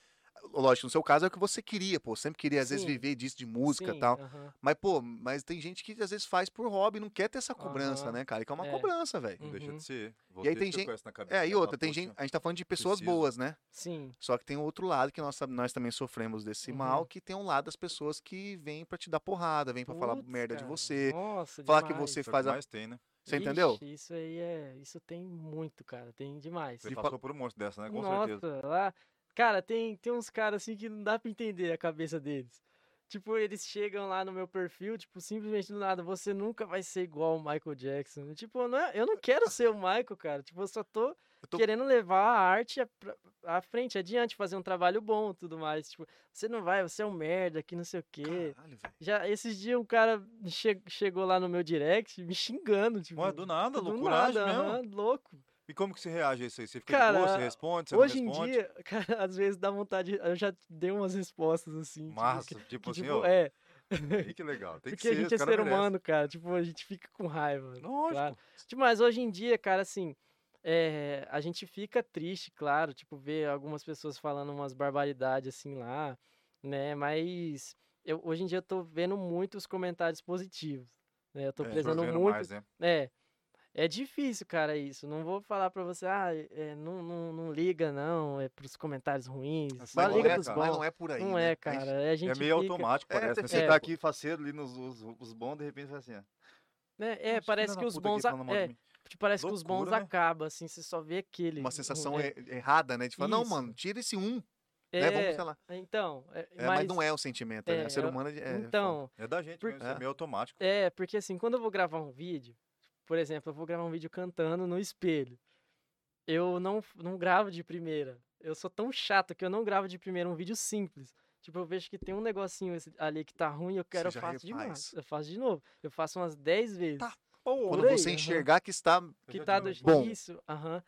Lógico, no seu caso é o que você queria, pô. Sempre queria, às vezes,
Sim.
viver disso de música
Sim, é.
e tal.
aham.
Mas, pô, mas tem gente que às vezes faz por hobby, não quer ter essa cobrança,
Aham.
né, cara? Que é uma
É.
cobrança, velho.
Não deixa
Uhum.
de ser.
aí
Você
tem
fica
gente-
com essa na cabeça,
É, e
fala,
outra, tem
"Poxa,
gente. A gente tá falando de pessoas
preciso.
boas, né?
Sim,
Só que tem o outro lado que nós, sab- nós também sofremos desse
Uhum.
mal, que tem um lado das pessoas que vêm pra te dar porrada, vêm pra falar
Putz,
merda de
cara,
você.
Nossa,
falar que
demais.
isso
você
é o que
faz a-
mais tem, né?
Você entendeu?
Ixi, Isso aí é. Isso tem muito, cara. Tem demais.
Você
De fa-
passou por um monte dessa, né? Com certeza.
Nossa, lá. Cara, tem, tem uns caras assim que não dá pra entender a cabeça deles. Tipo, eles chegam lá no meu perfil, tipo, simplesmente do nada, você nunca vai ser igual o Michael Jackson. Tipo, não é- eu não quero ser o Michael, cara. Tipo, eu só tô,
Eu tô-
querendo levar a arte a- pra- à frente, adiante, fazer um trabalho bom e tudo mais. Tipo, você não vai, você é um merda, que não é. sei o quê.
Caralho, velho.
Já esses dias um cara che- chegou lá no meu direct me xingando, tipo.
Ué, do nada,
do
loucuragem
nada,
mesmo.
aham, louco.
E como que você reage a isso aí? Você fica
Cara,
de boa, você responde, você
Hoje
não
em
responde?
dia, cara, às vezes dá vontade. Eu já dei umas respostas assim. tipo,
Massa,
que-
tipo,
que,
assim,
tipo,
ó,
é,
aí que legal, tem que
porque
ser,
a gente
os
é
cara
ser
merece.
humano, cara. Tipo, a gente fica com raiva.
Lógico.
claro. Tipo, Mas hoje em dia, cara, assim, é, a gente fica triste, claro, tipo, ver algumas pessoas falando umas barbaridades assim lá, né? Mas eu, hoje em dia eu tô vendo muitos comentários positivos, né? Eu tô
É,
prezando
vendo
muito.
mais, né?
É, é difícil, cara, isso. Não vou falar pra você, ah, é, não, não, não liga, não, é pros comentários ruins.
Mas
Só
não
liga
é,
pros
cara.
bons.
Mas Assim, não é por aí.
Não
né?
é, cara. é, A gente
É meio
fica-
automático,
É,
parece.
tem-
né? Você
é,
tá
pô.
aqui faceiro ali nos os, os bons, de repente você fala assim, ah,
né?
olha
É,
esse
parece
filho
que
da
os
puta aqui
bons. a-
falando mal de
é,
mim.
tipo, parece que os
Loucura,
bons
né?
acabam, assim, você só vê aquele.
Uma
ruim,
sensação
é.
er- errada, né? De falar, não,
Isso.
mano, tira esse um.
É,
Né? Vamos, sei lá.
Então, é,
É, mas... não é o sentimento, né?
é,
O ser
eu-
humano é- é.
Então,
É da gente
Por-
mesmo, isso
É.
é meio automático.
é, porque assim, quando eu vou gravar um vídeo, por exemplo, eu vou gravar um vídeo cantando no espelho. Eu não, f- não gravo de primeira. Eu sou tão chato que eu não gravo de primeira um vídeo simples. Tipo, eu vejo que tem um negocinho esse- ali que tá ruim, eu quero, eu
já
faço de
refaz. Tá
demais. Eu faço de novo. Eu faço umas 10 vezes.
Quando
por aí,
você
aham.
enxergar que está.
que
já
tá
tinha
do
ouvido.
Bom.
isso, aham.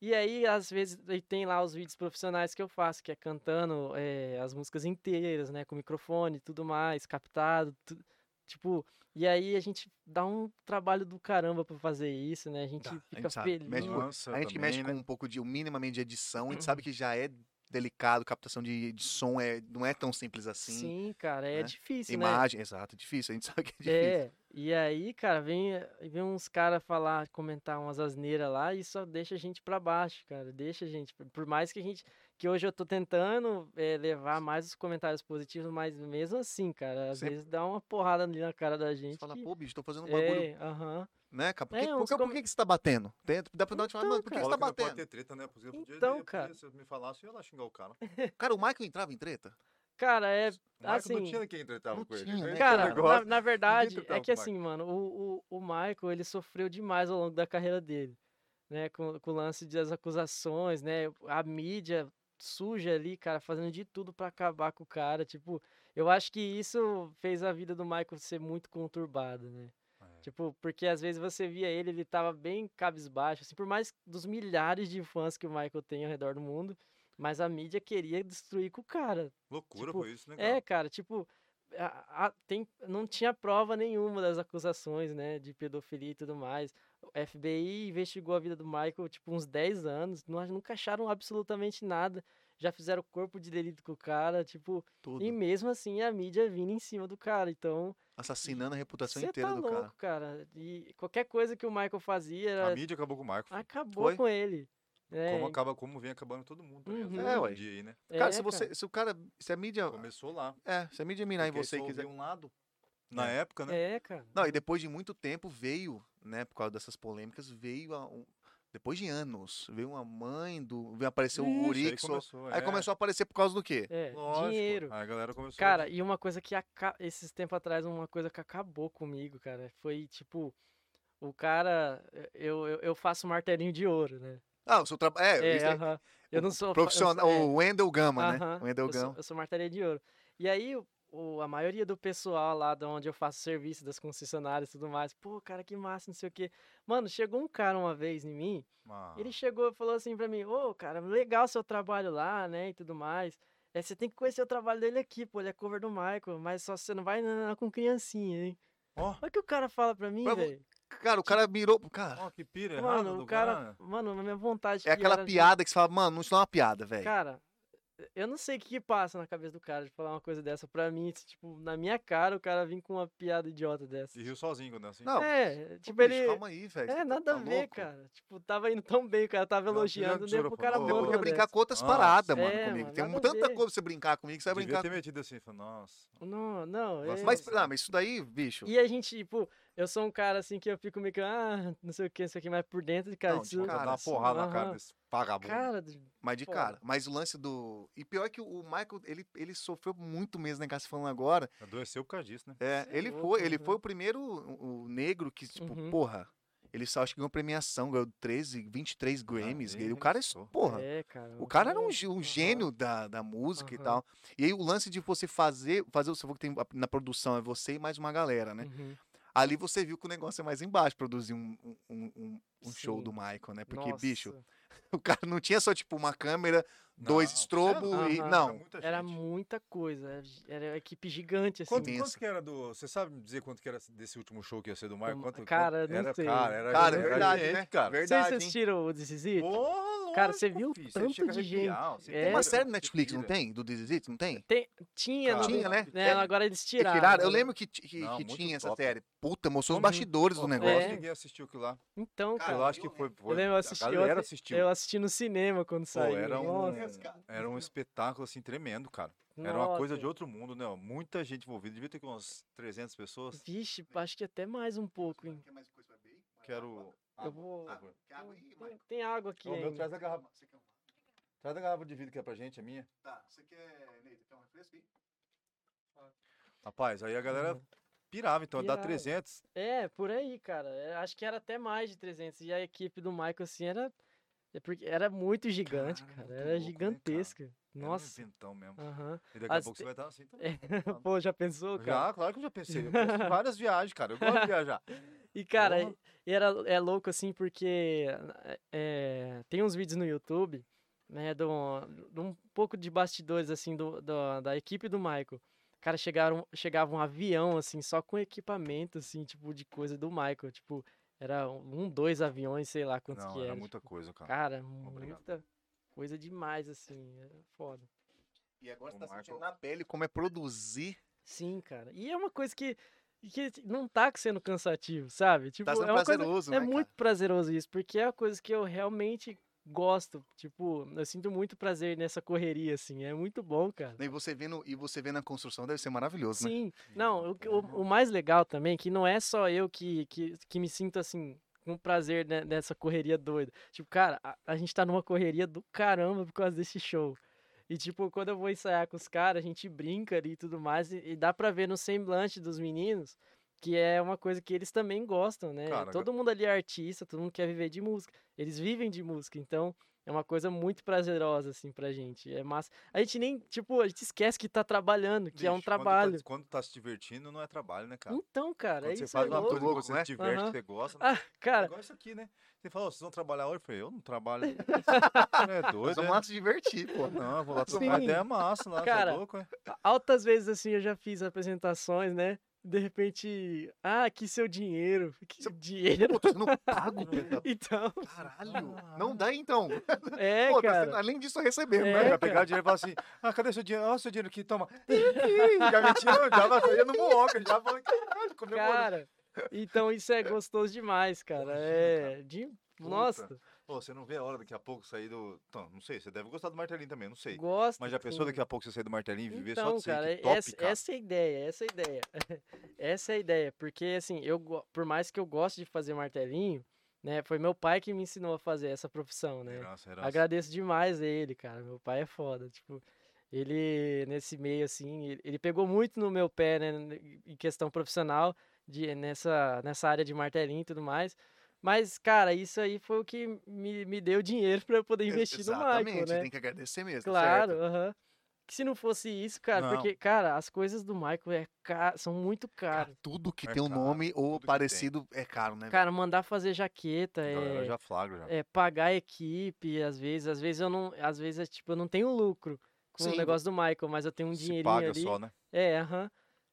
E aí, às vezes, aí tem lá os vídeos profissionais que eu faço, que é cantando é, as músicas inteiras, né? Com microfone e tudo mais, captado, tu- tipo... E aí a gente dá um trabalho do caramba pra fazer isso, né? A gente
Dá, a gente
fica
sabe,
feliz.
mexe com-
Nossa,
A gente que
também,
mexe
né?
com um pouco de, minimamente de edição, a
Uhum.
gente sabe que já é delicado, captação de, de som é, não é tão simples assim.
Sim, cara, é
né?
difícil, né?
Imagem, exato, difícil, a gente sabe que é
É,
difícil.
e aí, cara, vem, vem uns caras falar, comentar umas asneiras lá e só deixa a gente pra baixo, cara. Deixa a gente. por- Por mais que a gente. Que hoje eu tô tentando é, levar mais os comentários positivos, mas mesmo assim, cara, às
Sempre-
vezes dá uma porrada ali na cara da gente.
Você fala,
que-
pô, bicho, tô fazendo um bagulho,
é, aham.
né, cara? Por
É,
que, por
uns
que- por
com-
que que você tá batendo? Tem- Dá pra dar uma falar,
Então,
mano, por que, que você
Fala que
tá
não pode
batendo?
ter treta, né? Porque eu podia-
Então,
eu podia-
cara.
Se eu me falasse, eu ia lá xingar o cara.
Cara, o Michael entrava em treta?
Cara, é.
O Marco não
Assim,
tinha quem tretava
não
com ele.
tinha,
Esse
um
né,
é o
Cara,
negócio.
na, na verdade,
tentava
é que
com o
assim, mano, o, o, o Michael, ele sofreu demais ao longo da carreira dele, né? Com, com o lance das acusações, né? A mídia suja ali, cara, fazendo de tudo pra acabar com o cara, tipo... Eu acho que isso fez a vida do Michael ser muito conturbada, né?
É.
Tipo, porque às vezes você via ele, ele tava bem cabisbaixo, assim, por mais dos milhares de fãs que o Michael tem ao redor do mundo, mas a mídia queria destruir com o cara,
Loucura
tipo,
foi isso, né,
é,
cara?
cara, tipo, a- a- tem, não tinha prova nenhuma das acusações, né, de pedofilia e tudo mais. O FBI investigou a vida do Michael, tipo, uns 10 anos, não, nunca acharam absolutamente nada. Já fizeram corpo de delito com o cara, tipo,
Tudo.
e mesmo assim a mídia vindo em cima do cara. Então,
Assassinando a reputação
você
inteira
tá
do
louco,
cara.
cara. E qualquer coisa que o Michael fazia
A
era-
mídia acabou com o Marco. filho.
acabou
Foi?
com ele. né?
Como acaba, como vem acabando todo mundo. né?
Uhum.
Até hoje
É,
em
ué.
dia aí, né?
É,
Cara, se você. Se o cara. Se a mídia.
Começou lá.
É, se a mídia mirar em
Porque
você e
só
quiser.
ouvia um lado. Na época, né?
É, cara.
Não, e depois de muito tempo veio, né, por causa dessas polêmicas, veio a um- depois de anos, veio uma mãe do, veio aparecer o
Isso,
guri
aí
que sou-
começou,
aí
é.
começou a aparecer por causa do quê?
É,
Lógico.
dinheiro.
Aí a galera começou.
Cara, e uma coisa que aca- esses tempos atrás, uma coisa que acabou comigo, cara, foi tipo, o cara, eh, eu, eu, eu faço martelinho de ouro, né?
Ah, o seu trabalho, é,
É,
isso aí,
aham. Eu não sou fa- eu
profissional,
sou- é,
o Wendel Gama,
aham,
né? O Wendel
eu sou,
Gama.
eu sou martelinho de ouro. E aí, o- o, a maioria do pessoal lá de onde eu faço serviço, das concessionárias e tudo mais, pô, cara, que massa, não sei o quê. Mano, chegou um cara uma vez em mim,
Ah,
ele chegou e falou assim pra mim: Ô, cara, legal seu trabalho lá, né? E tudo mais. É, você tem que conhecer o trabalho dele aqui, pô. Ele é cover do Michael, mas só você não vai na- na- com criancinha, hein?
Ó.
Olha o que o cara fala pra mim,
Mas vo-
velho.
Cara, o
tipo
cara mirou, cara,
Ó, que pira errada
Mano,
do
o cara.
cara.
Mano, a minha vontade.
é
que
aquela
era de-
piada que você fala, mano, isso não é uma piada, velho.
Cara, eu não sei o que, que passa na cabeça do cara de falar uma coisa dessa pra mim. Tipo, na minha cara, o cara vir com uma piada idiota dessa.
E riu sozinho quando é assim.
Não,
É,
Pô,
tipo,
bicho,
ele.
calma aí, velho. você
É,
tá-
nada
tá
a ver,
louco?
cara. Tipo, tava indo tão bem, o cara tava
Não, você já
elogiando,
tirou
deu pro
pra-
cara
Ô,
manda
Depois quer
uma
brincar
dessa.
com outras
Nossa.
paradas,
É,
mano, comigo.
mano,
Tem
nada a
um- tanta
ver.
coisa pra você brincar comigo que você vai
Devia
brincar.
ter metido assim. falei, Nossa.
Não, não.
Nossa,
é-
Mas, não, mas isso daí, bicho.
E a gente, tipo, eu sou um cara assim que eu fico meio que, ah, não sei o que, não sei o que, mas por dentro, cara,
Não, de
isso.
cara,
Cara, dar uma
assim,
porrada na
aham.
cara desse
Vagabundo.
Cara, de-
Mas de
Foda.
cara. Mas o lance do. E pior que o Michael, ele, ele sofreu muito mesmo, né? cara, se falando agora.
Adoeceu por causa disso, né?
É,
é
ele
louco,
foi, ele
né?
foi o primeiro o, o negro que, tipo,
Uhum.
porra. Ele só acho que ganhou premiação, ganhou 13, 23 Grammys.
nem
o cara é.
registrou.
Porra.
Ah, é, cara.
O cara era um,
é-
gê- um
aham.
gênio da, da música e
Aham.
tal. E aí o lance de você fazer. Fazer o que tem na produção é você e mais uma galera, né?
Uhum.
Ali você viu que o negócio é mais embaixo, produzir um, um- um, um- um show
Sim.
do Michael, né? Porque, bicho,
Nossa,
o cara não tinha só, tipo, uma câmera, dois
Não,
estrobo
sério?
e.
Aham.
Não.
muita
Era
gente.
muita coisa. era- Era uma equipe gigante, assim.
Quanto,
imensa.
quanto que era do. Você sabe me dizer quanto que era desse último show que ia ser do Maio?
Hum,
Quanto,
cara,
quanto,
não
era,
sei.
Cara, era,
Cara, é
era
verdade,
gente,
né?
cara.
Não sei se
Verdade.
vocês
hein?
assistiram o This Is It?
Porra,
Cara, você
lógico,
viu
filho,
tanto
chega a
de
arrepiar, você
É.
Tem uma
pira,
série
você
no Netflix, não
pira.
tem? Do This Is It? Não tem?
Tem- tinha,
Cara,
não-
Tinha, né?
né? Agora eles
Que
tiraram.
tiraram? Eu
né?
lembro que, ti- que,
Não,
que
muito
tinha essa
top.
série. Puta, mostrou os
Uhum.
bastidores
Pô,
do negócio.
Eu
É.
cheguei a assistir aquilo lá.
Então,
Cara,
cara.
eu acho que foi. foi
eu lembro, eu assisti-
A
eu
galera
assi-
assistiu.
Eu assisti no cinema quando
Pô,
saiu.
era um,
Nossa,
era um espetáculo assim tremendo, cara. Era uma coisa de outro mundo, né? Muita gente envolvida. Devia ter aqui umas 300 pessoas.
Vixe, acho que até mais um pouco, hein?
Quero.
Eu vou.
água aí,
Tem-
Michael?
Tem água aqui.
Ô, meu,
ainda.
traz a garrafa. Traz a garrafa de vidro que é pra gente, a minha.
Tá, você quer, Neito, quer um refresco aí?
Rapaz, aí a galera pirava, então. Dá
Uhum. Pirava.
300.
É, por aí, cara. É, Acho que era até mais de 300. E a equipe do Michael, assim, era. é porque era muito gigante,
Cara,
cara.
muito
Era
louco, né, cara?
gigantesca.
Era um
Nossa.
Então mesmo.
Aham.
E daqui a
As
pouco
te-
você vai estar assim também.
É, Pô, já pensou, cara?
Já, claro que eu já pensei. Eu penso em várias viagens, cara. Eu gosto de viajar.
E, cara,
Porra.
e era, é louco, assim, porque é, tem uns vídeos no YouTube, né, de um, de um pouco de bastidores, assim, do, do- da equipe do Michael. Cara, chegaram, chegava um avião, assim, só com equipamento, assim, tipo, de coisa do Michael. Tipo, era um, dois aviões, sei lá quantos que
Não,
era.
era
tipo,
muita coisa,
Tá.
cara.
Cara,
Obrigado.
muita coisa demais, assim, é foda.
E agora você
O
tá
Michael-
sentindo na pele como é produzir.
Sim, cara. E é uma coisa que, que não tá sendo cansativo, sabe? Tipo,
Tá sendo
é uma coisa,
prazeroso,
é
né,
muito
cara?
prazeroso isso, porque é uma coisa que eu realmente gosto. Tipo, eu sinto muito prazer nessa correria, assim. É muito bom, cara.
né, E você vendo, e você vendo a construção deve ser maravilhoso, né?
Sim. Não, o, que- o, o mais legal também é que não é só eu que, que, que me sinto assim. Com prazer né, nessa correria doida. Tipo, cara, a, a gente tá numa correria do caramba por causa desse show. E, tipo, quando eu vou ensaiar com os caras, a gente brinca ali e tudo mais. E, e dá pra ver no semblante dos meninos que é uma coisa que eles também gostam, né?
Cara,
todo mundo ali é artista, todo mundo quer viver de música. Eles vivem de música, então é uma coisa muito prazerosa, assim, pra gente. É massa. A gente nem, tipo, a gente esquece que tá trabalhando, que é um
Bicho, quando tá-
trabalho.
Quando tá se divertindo, não é trabalho, né, cara?
Então, cara,
Quando
é
você
isso
faz
aí.
uma coisa que
louco,
você
né?
se diverte,
Aham.
que você gosta.
Ah,
É
cara,
igual isso aqui, né? Você falou, vocês vão trabalhar hoje? Eu falei, eu não trabalho. é doido,
Vamos
é?
lá se divertir, pô.
Não, eu vou lá tomar
Sim.
até massa lá, cara,
Cara,
tá louco, é?
altas vezes assim eu já fiz apresentações, né? De repente, ah, aqui seu dinheiro. Que dinheiro?
Pô, tô sendo pago, Pedro.
Então,
Caralho. Não dá então.
é,
Pô, tá
cara.
sendo- além disso, eu recebendo,
É,
né?
Vai pegar o dinheiro e falar assim, ah, cadê seu dinheiro? Ó, seu dinheiro aqui, toma. Ih, já metiram, já vai fazer no moca, já falou, caralho, comeu
Cara, então isso é gostoso demais, cara. É.
Imagina,
De...
tá. Puta,
Nossa,
Pô, você não vê a hora daqui a pouco sair do... Então, não sei, você deve gostar do martelinho também, não sei.
gosto.
Mas já pensou
sim.
daqui a pouco você sair do martelinho e viver só
Então,
disso aí?
cara,
que top,
essa,
cara.
essa é a ideia, essa é a ideia. essa é a ideia, porque assim, eu, go- por mais que eu goste de fazer martelinho, né, foi meu pai que me ensinou a fazer essa profissão, né?
Herança, herança.
Agradeço demais a ele, cara. Meu pai é foda. Tipo, ele, nesse meio, assim, ele, ele pegou muito no meu pé, né? n- Em questão profissional, de, nessa, nessa área de martelinho e tudo mais. Mas, cara, isso aí foi o que me, me deu dinheiro pra eu poder É, investir no
Exatamente,
Michael, né?
tem que agradecer mesmo. tá
Claro,
certo.
aham. Que se não fosse isso, cara,
Não.
porque, cara, as coisas do Michael é ca- são muito caras.
Cara, tudo que
É
tem um
caro,
nome ou
tudo que
parecido é caro, né?
Cara, mandar fazer jaqueta
A galera
é.
já flagra, já.
é, pagar a equipe, às vezes, às vezes eu não, às vezes é tipo, eu não tenho lucro com
Sim.
o negócio do Michael, mas eu tenho um
Se
dinheirinho
paga
ali.
só, né?
É, aham.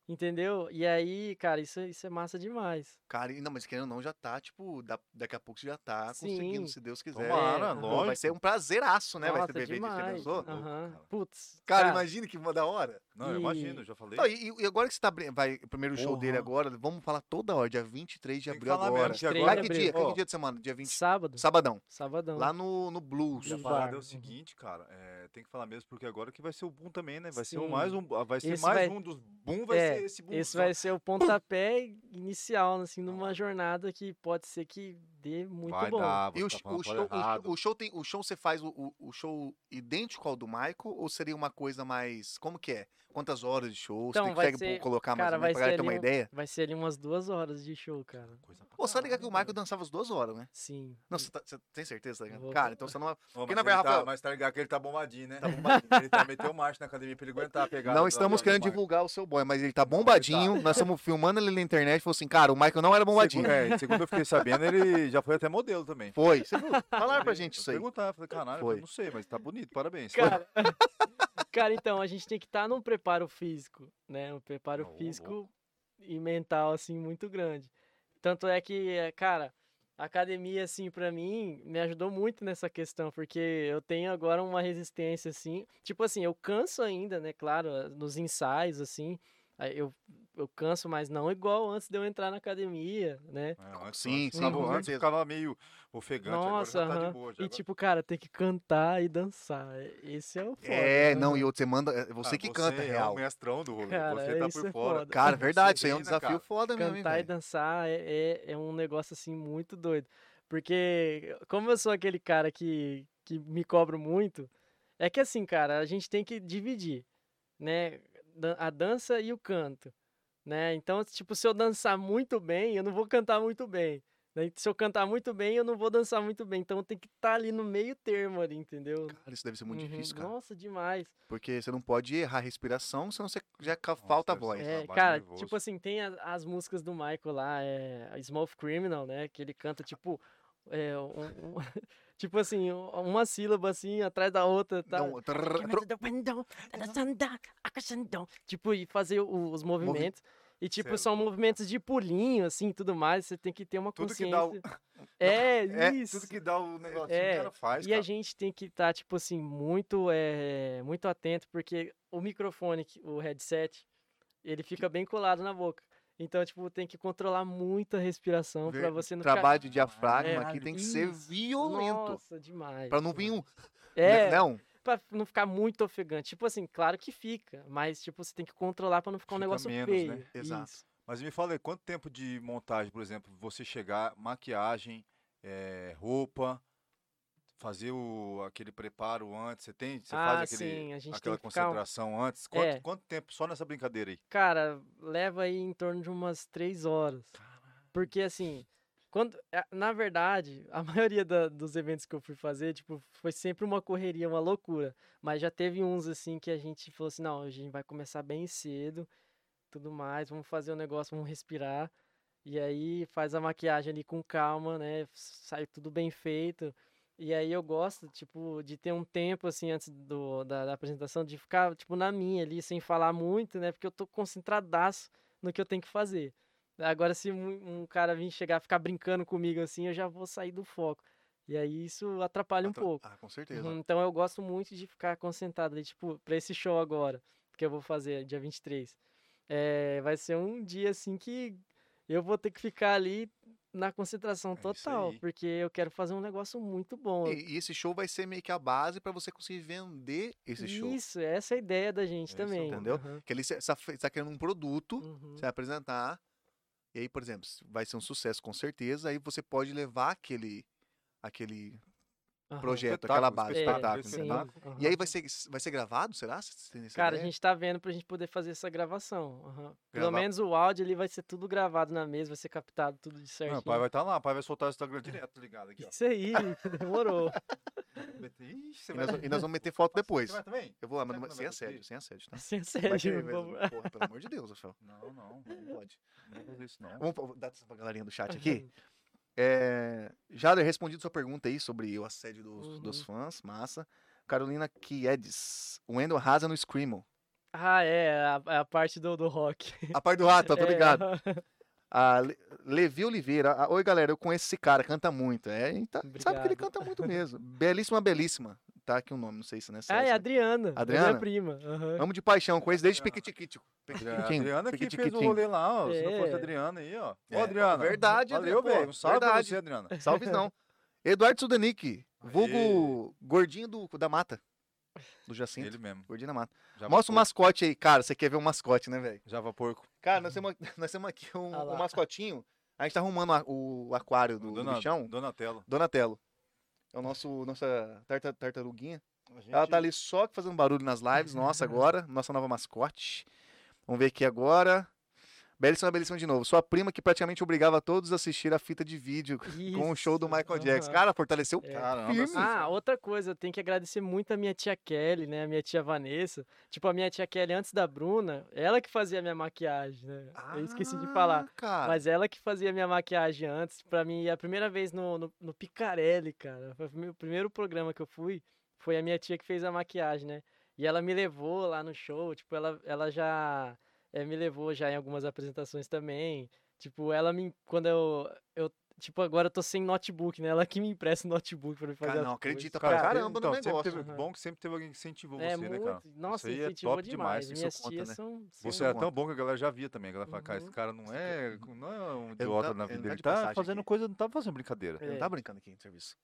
Entendeu? E aí, cara, isso, isso é massa demais.
Cara, e não, mas querendo ou não, já tá, tipo, da- daqui a pouco já tá conseguindo,
Sim.
se Deus quiser.
Tomara,
É,
Pô, vai ser um prazeraço, né? vai
Nossa,
ser bebê de
demais.
pensou?
Louco,
Aham.
cara.
Putz.
Cara, imagina que da hora.
Não, eu
E-
imagino, já falei.
Não, e, e agora que você tá. abri- Vai, o primeiro show dele
Porra.
agora, vamos falar toda hora, dia 23 de
Tem que
abril
falar
agora.
mesmo, que
23
agora-
Vai que
abril.
dia? Vai
Ó,
que dia de semana? Dia 20.
Sábado.
Sabadão.
Sabadão.
Lá no, no Blues.
Já
A
Sim.
parada é
Uhum.
o seguinte, cara, é, tem que falar mesmo, porque agora que vai ser o boom também, né? Vai ser
Sim.
um mais um. Vai ser
Esse
mais
vai-
um dos boom, vai
É,
ser esse boom.
Esse vai ser o pontapé inicial, assim, numa jornada que pode ser que CD muito
Vai
bom.
dar,
E
você
o,
tá
sh-
falando
o
fora
show, o-
errado.
o show tem, o show você faz o, o- o show idêntico ao do Michael ou seria uma coisa mais. Como que é? Quantas horas de show?
Então,
você
vai
consegue
ser-
colocar mais
cara,
ou menos
vai
pra galera
ser
ter uma
ali um-
ideia?
Vai ser ali umas duas horas de show, cara.
Coisa pra
Pô, só ligar que o
caralho,
Michael dançava as duas horas, né?
Sim.
Não, você tá- você tem certeza, tá ligado?
Vou-
Cara, então você não.
Ó,
Porque,
mas
na verdade,
ele tá-
Rafael-
Mas tá ligado que ele tá bombadinho, né? Tá bombadinho. ele tá meteu marcha na academia tá pra ele aguentar pegar.
Não estamos querendo divulgar o seu boy, mas ele tá bombadinho. Nós estamos filmando ele na internet e falou assim, cara, o Michael não era bombadinho.
Segundo, é, segundo eu fiquei sabendo, ele já foi até modelo também.
Foi. Você viu? Falaram pra gente
Eu
isso aí.
Perguntar, falei, caralho, eu
Foi.
não sei, mas tá bonito,
Cara,
parabéns.
cara, então, a gente tem que estar num preparo físico, né? Um preparo
Ô,
físico e mental, assim, muito grande. Tanto é que, é, cara, a academia, assim, pra mim, me ajudou muito nessa questão, porque eu tenho agora uma resistência, assim. Tipo assim, eu canso ainda, né? Claro, a- nos ensaios, assim. a- Eu, eu canso, mas não igual antes de eu entrar na academia, né?
É, antes-
Sim,
antes
sim,
ficava-
com
antes
certeza.
ficava meio ofegante,
Nossa,
agora já tá
aham.
de boa. Já
E tipo, cara, tem que cantar e dançar. Esse é o foda.
É,
né?
não, e outro, você manda. é Você que canta,
é
real.
o mestrão do rolê,
Cara,
você tá
isso
por
é
fora.
foda.
Cara, verdade, isso aí é um
Disciplina,
desafio
cara.
foda mesmo, hein,
Cantar e
velho?
dançar é, é, é um negócio assim muito doido. Porque como eu sou aquele cara que, que me cobro muito, é que assim, cara, a gente tem que dividir, né? Dan- A dança e o canto, né? Então, tipo, se eu dançar muito bem, eu não vou cantar muito bem. né? Se eu cantar muito bem, eu não vou dançar muito bem. Então tem que estar ali no meio termo ali, entendeu?
Cara, isso deve ser muito
Uhum.
difícil, cara.
Nossa, demais.
Porque você não pode errar a respiração, senão você já ca-
Nossa,
falta a
deve ser
voz.
um
É,
trabalho
cara,
nervoso.
tipo assim, tem a- as músicas do Michael lá, é a Small Criminal, né? Que ele canta, tipo, é, um- um- tipo assim, um- uma sílaba assim, atrás da outra, tá?
Não, um trrr, tro-
Tipo, e fazer o- os movimentos. E, tipo, são movimentos de pulinho, assim, e tudo mais. Você tem que ter uma
Tudo que
consciência.
dá o-
É,
É,
isso.
tudo que dá o negocinho
É,
o cara faz,
E a
cara.
gente tem que estar, tipo assim, muito, é, muito atento, porque o microfone, que- o headset, ele fica bem colado na boca. Então, tipo, tem que controlar muito a respiração pra
Ver-
você não ficar...
trabalho de diafragma
Caralho,
aqui tem que ser
isso.
violento.
Nossa, demais.
Pra não vir um.
É,
Não.
pra não ficar muito ofegante. Tipo assim, claro que fica, mas, tipo, você tem que controlar pra não ficar um
Fica
negócio
menos,
feio.
né?
Exato.
Isso.
Mas me fala aí, quanto tempo de montagem, por exemplo, você chegar, maquiagem, eh, roupa, fazer o, aquele preparo antes, você tem? Você
Ah,
faz aquele,
sim, a gente tem
aquela
que ficar um-
concentração antes? Quanto,
É.
quanto tempo só nessa brincadeira aí?
Cara, leva aí em torno de umas três horas. Porque assim, quando, é, na verdade, a maioria da- dos eventos que eu fui fazer, tipo, foi sempre uma correria, uma loucura. Mas já teve uns assim que a gente falou assim, não, a gente vai começar bem cedo, tudo mais, vamos fazer o negócio, vamos respirar. E aí faz a maquiagem ali com calma, né? Sai tudo bem feito. E aí eu gosto, tipo, de ter um tempo, assim, antes do, da, da apresentação, de ficar, tipo, na minha ali, sem falar muito, né? Porque eu tô concentradaço no que eu tenho que fazer. Agora, se um, um cara vir chegar, ficar brincando comigo, assim, eu já vou sair do foco. E aí isso atrapalha um
Atra-
pouco.
Ah, com certeza.
Uhum, Então eu gosto muito de ficar concentrado ali, tipo, pra esse show agora, que eu vou fazer dia 23. É, vai ser um dia assim que eu vou ter que ficar ali na concentração
isso
total,
aí.
porque eu quero fazer um negócio muito bom.
É E, e esse show vai ser meio que a base pra você conseguir vender esse show.
Isso, essa é a ideia da gente
Esse é o
também.
ponto.
Entendeu?
Aham,
Que ele está criando um produto,
uhum.
você vai apresentar. E aí, por exemplo, vai ser um sucesso com certeza. Aí você pode levar aquele, aquele
Aham.
projeto, aquela
espetáculo,
base,
É,
espetáculo.
sim,
entendeu?
aham.
E aí vai ser, vai ser gravado, será? Vocês têm essa
Cara, a
ideia?
gente tá vendo pra gente poder fazer essa gravação. aham. Pelo
Gravar-
menos o áudio ali vai ser tudo gravado na mesa, vai ser captado tudo de
Não,
certinho. É.
o pai vai estar lá, o pai vai soltar o Instagram direto, tá ligado aqui, ó.
Isso aí, demorou.
Ixi, você
E
vai tá
nós, e nós vamos meter foto depois.
Você vai também?
Eu vou lá, mas
Será
não
que
vai-
não
sem
vai conseguir?
assédio, sem assédio, tá?
Sem
Vai
assédio,
que-
por
vai-
favor.
Porra, pelo amor de Deus, Rafael.
Não, não, não pode. Não fazer isso,
Um
não.
Vamos pra- dar atenção pra galerinha do chat aqui. É, Jader, respondido sua pergunta aí sobre o assédio dos, dos
Uhum.
fãs, massa. Carolina Kiedes, o Wendel rasa no Screamo.
Ah, é, a, a parte do, do rock.
A parte do rato, tá, tô
É,
ligado. A Le- Levi Oliveira, a- oi galera, eu conheço esse cara, canta muito. É, a gente tá- sabe que ele
Obrigado.
canta muito mesmo. Belíssima, belíssima. Tá aqui o nome, não sei se não é
Ah, é
certo.
a Adriana.
Adriana?
Minha prima. aham.
Amo de paixão, conheço desde
Adriana.
Pequitiquitico.
A Adriana que fez o
Pequitiquitim.
rolê lá, ó. Se não fosse a
um É. né,
Adriana aí, ó.
É,
Ó, Adriana.
verdade,
Valeu,
Adriana, pô,
velho. Um salve pra
verdade.
você, Adriana.
Salve não. Eduardo Sudanik, vulgo gordinho do, da mata. Do Jacinto.
Ele tá mesmo.
Gordinho da mata.
Java
Mostra o
porco.
mascote aí, cara. Você quer ver o um mascote, né, velho?
Java porco.
Cara, nós temos, nós temos aqui um,
Ah
um
lá.
mascotinho. A gente tá arrumando a- o aquário do, do
Dona,
bichão.
Donatello.
Donatello. É o nosso, nossa tarta- tartaruguinha.
A
Ela
gente-
tá ali só que fazendo barulho nas lives, nossa, agora. Nossa nova mascote. Vamos ver aqui agora. Belíssima, belíssima de novo. Sua prima que praticamente obrigava todos a assistir a fita de vídeo com o show do
Isso,
Michael Jackson.
aham.
Cara, fortaleceu
É.
Caramba,
firme.
Ah, outra coisa, eu tenho que agradecer muito a minha tia Kelly, né? A minha tia Vanessa. Tipo, a minha tia Kelly antes da Bruna, ela que fazia a minha maquiagem, né? eu esqueci de falar.
Ah, Cara.
Mas ela que fazia a minha maquiagem antes. Pra mim, a primeira vez no, no, no Picarelli, cara. Foi o meu primeiro programa que eu fui. Foi a minha tia que fez a maquiagem, né? E ela me levou lá no show. Tipo, ela, ela já eh, me levou já em algumas apresentações também. Tipo, ela me. Quando eu. eu tipo, agora eu tô sem notebook, né? Ela que me empresta o notebook pra me fazer.
Cara,
as
não,
coisas.
acredita pra caramba
então,
no
sempre
negócio.
Teve,
Aham.
bom que sempre teve alguém que incentivou
É,
você, né, cara?
muito. Nossa,
aí é
incentivou
top
demais.
demais, isso
Minhas
conta,
tias
né?
são. são-
Você era tão bom que a galera já via também. A galera fala, cara, esse
Uhum.
cara não é, não é um
tá-
idiota na
ele não
vida.
tá
Ele
de
tá
passagem
fazendo
aqui.
coisa, não tá fazendo brincadeira.
Ele Não
É.
tá brincando aqui em serviço.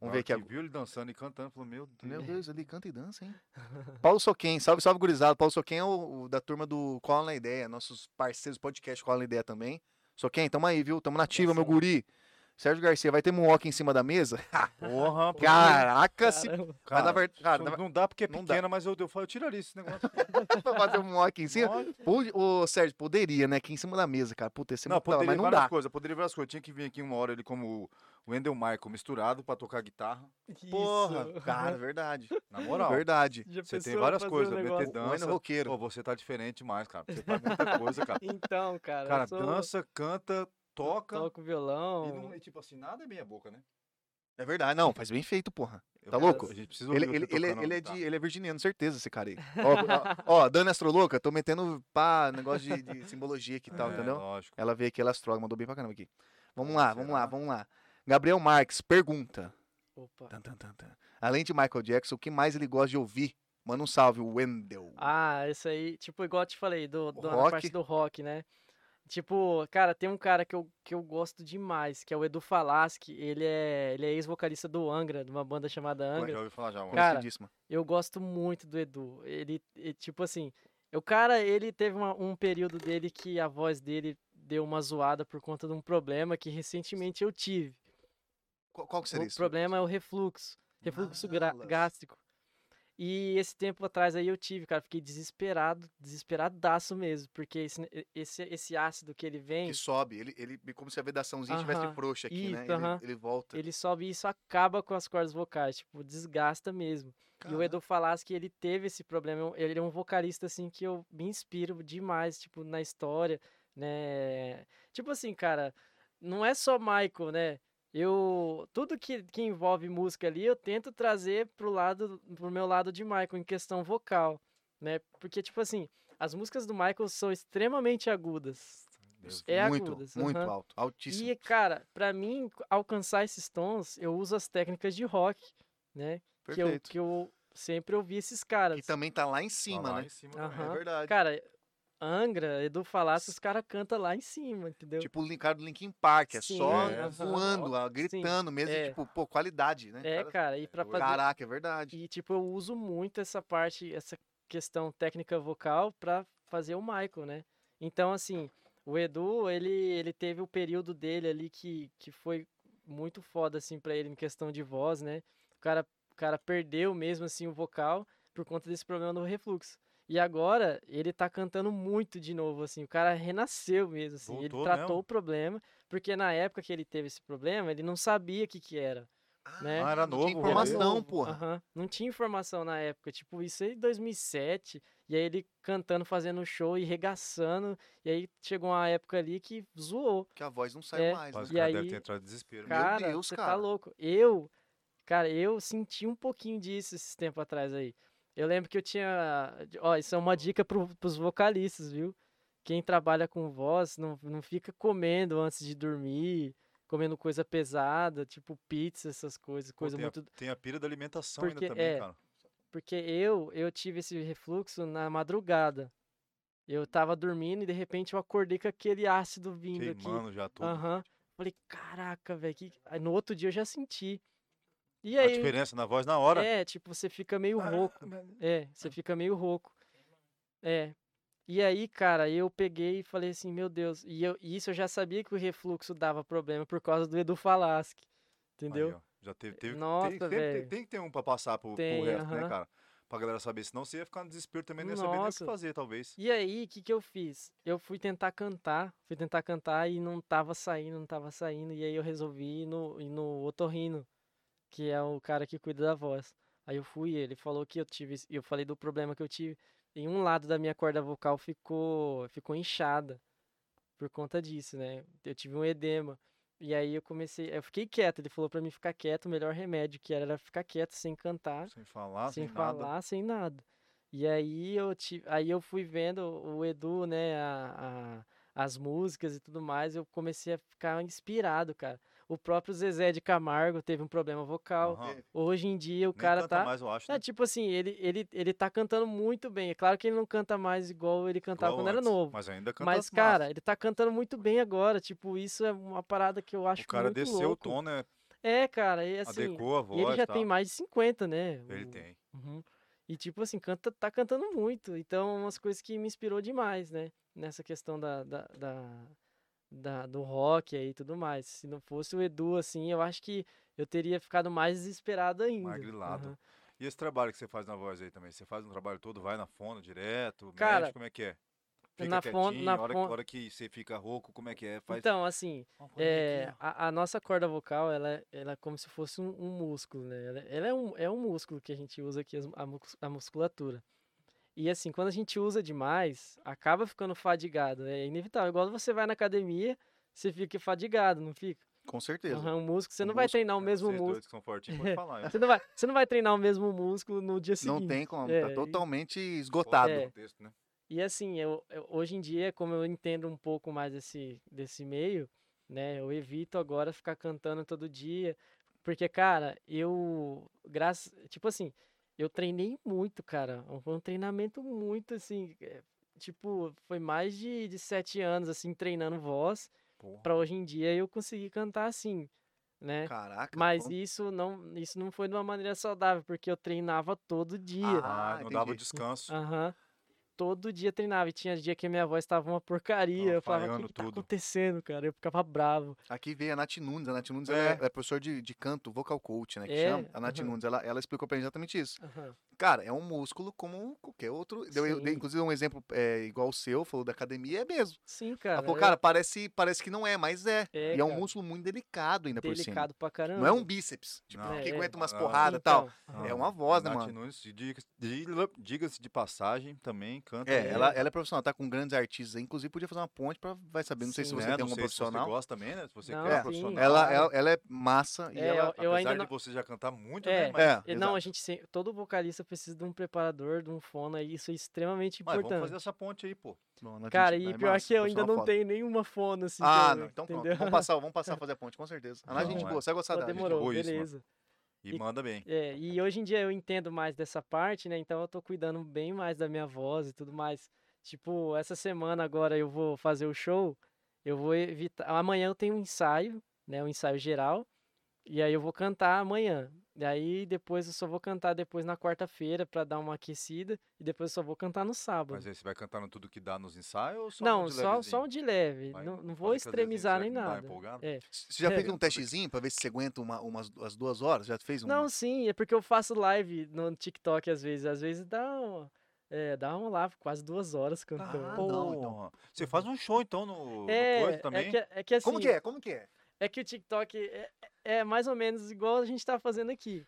Vamos
Na
ver
hora
aqui
que
agora.
viu ele dançando e cantando, falou, meu Deus.
Meu Deus, ele canta e dança, hein? Paulo Soquem, salve, salve, gurizada. Paulo Soquem é o, o da turma do Cola na Ideia, nossos parceiros do podcast Cola na Ideia também. Soquem, tamo aí, viu? Tamo nativa, meu guri. Sérgio Garcia, vai ter muoca em cima da mesa?
Porra, pô. é
Caraca, se
Caramba.
Mas na
Cara,
verdade, cara,
isso
na ver-
não dá porque é
não dá.
pequena, mas eu, eu falo, eu tiraria esse negócio.
pra fazer um mock em cima.
Olha.
Pô, Ô, Sérgio, poderia, né? Aqui em cima da mesa, cara. Puta, esse
Não,
mock tá lá,
poderia
mas não
várias
dá.
coisas, poderia várias coisas. Eu tinha que vir aqui uma hora ele como o Wendell Michael misturado pra tocar guitarra.
Porra,
Isso.
cara, verdade.
Na moral,
Verdade.
Já
você tem
pensou
várias
fazer um
coisas,
negócio?
meter
O Wendel
dança.
Roqueiro.
Pô, você tá diferente demais, cara. Você faz muita coisa, cara.
Então, cara. eu
Cara,
sou- um.
dança, canta, toca.
Toco
E,
violão.
não, e tipo assim, nada é meia boca, né?
É verdade, não, faz bem feito, porra.
Eu
Tá
quero-
louco?
A gente precisa
Ele,
ouvir
ele,
você
ele,
tocando
ele é
guitarra.
de, ele é virginiano, certeza, esse cara aí. Ó, ó, ó, Dani Astroloca, tô metendo pá, negócio de, de simbologia aqui e tal,
É,
entendeu?
Lógico.
Ela veio aqui, ela é astróloga, mandou bem pra caramba aqui. Vamos lá, vamos lá,
Será?
vamos lá. Gabriel Marques, pergunta.
Opa.
Tan, tan, tan, tan. Além de Michael Jackson, o que mais ele gosta de ouvir? Manda um salve, o Wendell.
Ah, isso aí, tipo, igual eu te falei, do, do, na
rock?
parte do rock, né? Tipo, cara, tem um cara que eu, que eu gosto demais, que é o Edu Falaschi. Ele é, ele é ex-vocalista do Angra, de uma banda chamada
Ué,
Angra.
Já ouvi falar já. mano.
Cara,
Conhecidíssima.
Eu gosto muito do Edu. Ele, e, tipo assim, o cara, ele teve uma- um período dele que a voz dele deu uma zoada por conta de um problema que recentemente eu tive.
Qual, qual que seria
O
isso?
problema é o refluxo, refluxo gra-
Malas.
gástrico. E esse tempo atrás aí eu tive, cara, fiquei desesperado, desesperadaço mesmo, porque esse, ne- esse, esse ácido que ele vem,
Que sobe, ele, ele como se a vedaçãozinha estivesse
é Aham,
frouxa aqui, né?
isso,
Ele,
aham.
ele volta.
ele sobe e isso acaba com as cordas vocais, tipo, desgasta mesmo. E o Edu Falaschi, que ele teve esse problema, eu- ele é um vocalista, assim, que eu me inspiro demais, tipo, na história, né? Tipo assim, cara, não é só Michael, né? Eu, tudo que, que envolve música ali, eu tento trazer pro lado, pro meu lado de Michael, em questão vocal, né? Porque, tipo assim, as músicas do Michael são extremamente agudas.
Deus.
É
muito,
agudas.
muito
aham.
alto, altíssimo.
E, é cara, pra mim, alcançar esses tons, eu uso as técnicas de rock, né? que eu,
Perfeito.
que eu sempre ouvi esses caras.
E também tá lá em
Tá
cima,
lá
né?
em cima também.
Aham.
É verdade.
Cara, Angra, Edu Falasco, os caras cantam lá em cima, entendeu?
Tipo o Lin- cara do Linkin Park, é
Sim,
só
é.
voando, ah, gritando mesmo, e,
é.
tipo, pô, qualidade, né?
é, cara, e pra fazer.
Caraca, é verdade.
E, tipo, eu uso muito essa parte, essa questão técnica vocal pra fazer o Michael, né? Então, assim, o Edu, ele, ele teve o período dele ali que, que foi muito foda, assim, pra ele em questão de voz, né? O cara, o cara perdeu mesmo, assim, o vocal por conta desse problema do refluxo. E agora, ele tá cantando muito de novo, assim, o cara renasceu mesmo, assim, ele
Voltou
tratou
mesmo?
o problema, porque na época que ele teve esse problema, ele não sabia o que que era, né?
Ah, era
Não tinha
novo.
Era
informação,
novo,
porra.
aham. Não tinha informação na época. Tipo, isso aí em 2007. E aí ele cantando, fazendo show e regaçando. E aí chegou uma época ali que zoou.
Que a voz não saiu
É,
mais,
Mas o
né?
e
cara
aí-
deve ter entrado em desespero.
Meu
Cara,
Deus,
você
cara.
tá louco. Eu, cara, eu senti um pouquinho disso esses tempos atrás aí. Eu lembro que eu tinha. Ó, isso é uma dica pro, pros vocalistas, viu? Quem trabalha com voz não, não fica comendo antes de dormir, comendo coisa pesada, tipo pizza, essas coisas,
Pô,
coisa
tem,
muito
a, tem a pira da alimentação
Porque,
ainda também,
é,
cara.
Porque eu, eu tive esse refluxo na madrugada. Eu tava dormindo e de repente eu acordei com aquele ácido vindo aqui.
Queimando já tudo.
Aham. Falei, caraca, velho. que- Aí no outro dia eu já senti. E
A
aí,
diferença na voz na hora. Ah,
é, tipo, você fica meio rouco. É, você fica meio rouco. É. E aí, cara, eu peguei e falei assim, meu Deus. E, eu, e isso eu já sabia que o refluxo dava problema por causa do Edu Falaschi. Entendeu?
Aí, ó, já teve, teve,
Nossa,
tem, sempre
velho.
tem, tem que ter um pra passar pro, pro
Tem,
resto, né,
aham.
cara? Pra galera saber, senão você ia ficar no desespero também, não ia saber nem o que
Nossa.
fazer, talvez.
E aí, o que, que eu fiz? Eu fui tentar cantar, fui tentar cantar e não tava saindo, não tava saindo. E aí eu resolvi ir no, ir no otorrino, que é o cara que cuida da voz. Aí eu fui, ele falou que eu tive, esse- eu falei do problema que eu tive. Em um lado da minha corda vocal ficou, ficou inchada por conta disso, né? Eu tive um edema. E aí eu comecei, eu fiquei quieto, ele falou pra mim ficar quieto, o melhor remédio que era era ficar quieto sem cantar
Sem falar, sem,
sem
nada.
falar, sem nada. E aí eu tive, aí eu fui vendo o Edu, né, a, a- as músicas e tudo mais, eu comecei a ficar inspirado, cara. O próprio Zezé de Camargo teve um problema vocal.
Aham.
Hoje em dia o
Nem
cara
canta
tá,
mais, eu acho.
é,
né?
tipo assim, ele, ele, ele tá cantando muito bem. É claro que ele não canta mais igual ele cantava
Igual
quando era
antes,
novo.
Mas ainda canta
Mas,
as
cara,
massas.
ele tá cantando muito bem agora. Tipo, isso é uma parada que eu acho
o cara
muito
desceu
louco.
o tom, né?
É, cara, e assim,
Adequou a
e
voz.
ele já
e tal.
tem mais de 50, né?
Ele
O-
tem.
Uhum. E tipo assim, canta, tá cantando muito. Então, umas coisas que me inspirou demais, né? Nessa questão da, da, da- da- do rock aí e tudo mais. Se não fosse o Edu, assim, eu acho que eu teria ficado mais desesperado ainda.
grilado.
Aham.
E esse trabalho que você faz na voz aí também? Você faz um trabalho todo, vai na fono direto,
Cara,
mexe, como é que é? Fica
na fono-
quietinho,
na
hora,
fono-
hora que você fica rouco, como é que é? Faz
Então, assim,
uma coisa
é,
aqui, ó.
a, a nossa corda vocal, ela, ela é como se fosse um, um músculo, né? Ela, ela é, um, é um músculo que a gente usa aqui, as- a, mus- a musculatura. E assim, quando a gente usa demais, acaba ficando fadigado, né? É inevitável. Igual você vai na academia, você fica fadigado, não fica?
Com certeza.
Aham, o músculo, você
O
não vai
músculo,
treinar o
É,
mesmo
Vocês
músculo.
dois que são fortinhos, pode falar.
Você não, vai, você não vai treinar o mesmo músculo no dia seguinte.
Não tem como,
É,
tá
e-
totalmente esgotado.
É.
Texto, né?
E assim, eu, eu- hoje em dia, como eu entendo um pouco mais desse, desse meio, né, eu evito agora ficar cantando todo dia, porque, cara, eu, graças, tipo assim, eu treinei muito, cara, foi um treinamento muito, assim, é, tipo, foi mais de, de sete anos, assim, treinando voz,
Porra.
pra hoje em dia eu conseguir cantar assim, né?
Caraca.
Mas
quanto-
isso não, isso não foi de uma maneira saudável, porque eu treinava todo dia.
Ah,
Ah,
não dava o
entendi.
descanso.
Aham. Todo dia treinava. E tinha dia que a minha voz tava uma porcaria.
Tava
eu falava, o que,
falhando
que tá
tudo."
acontecendo, cara? Eu ficava bravo.
Aqui veio a Nath Nunes. A Nath Nunes
É.
ela é, é professora de, de canto, vocal coach, né? Que
É,
chama. A Nath
aham.
Nunes, ela, ela explicou pra gente exatamente isso.
Aham.
Cara, é um músculo como qualquer outro. Deu, eu dei,
Sim.
inclusive, um exemplo é, igual o seu, falou da academia, é mesmo.
Sim,
Ela
cara.
falou,
eu-
cara, parece, parece que não é, mas é.
É,
e é um
cara.
músculo muito delicado ainda
delicado pra
por
caramba.
cima. Não é um bíceps, tipo,
Não.
que
É,
aguenta umas
não.
porradas e tal.
Então,
Não,
É uma voz, né,
Nath
mano?
Nunes, diga- diga- diga-se de passagem, também canta. né?
É,
muito.
ela, ela é profissional, tá com grandes artistas aí, inclusive podia fazer uma ponte pra vai saber. Não sei se
Sim.
você
Né,
tem
não
algum
sei se
profissional.
você gosta também, né? Se você
Não,
quer
sim,
profissional.
Ela,
Claro.
ela, ela é massa e
É,
ela.
eu- eu
apesar
ainda
de
não-
você já cantar muito, né?
É.
Mas,
É,
e Não, a gente sem- todo vocalista precisa de um preparador, de um fono, e isso é extremamente
mas vamos
importante.
fazer essa ponte aí, pô.
Bom, ela
Cara,
assim, gente-
e
é
pior
massa,
que eu ainda
profissional
não
foda.
tenho nenhuma fono, assim,
Ah,
que eu-
não, então pronto.
entendeu?
Vamos passar, vamos passar a fazer a ponte, com certeza. A Nath,
Não,
gente
é.
boa, você vai gostar
Então,
dela. gente
demorou,
boa isso, mano.
beleza.
E,
E-
manda bem.
É, e hoje em dia eu entendo mais dessa parte, né? Então eu tô cuidando bem mais da minha voz e tudo mais. Tipo, essa semana agora eu vou fazer o show, eu vou evitar. Amanhã eu tenho um ensaio, né? Um ensaio geral. E aí eu vou cantar amanhã. E aí depois eu só vou cantar depois na quarta-feira pra dar uma aquecida. E depois eu só vou cantar no
Mas
sábado.
aí você vai cantando tudo que dá nos ensaios ou só
Não,
um de
só, só
levezinho?
um de leve.
Vai,
Não, não
fala
vou
que às vezes
extremizar
será
nem
que não tá
nada.
empolgado?
É.
Você já fez
É.
um testezinho pra ver se você aguenta uma- umas, umas duas horas? Já fez um?
Não, sim, é porque eu faço live no TikTok às vezes. Às vezes dá um, é, dá um lá, quase duas horas cantando.
Ah,
Pô,
não,
então. Você faz um show, então, no, no
é,
coisa
é
também?
que, é que assim,
Como que é? Como que é?
é que o TikTok é, é mais ou menos igual a gente tá fazendo aqui.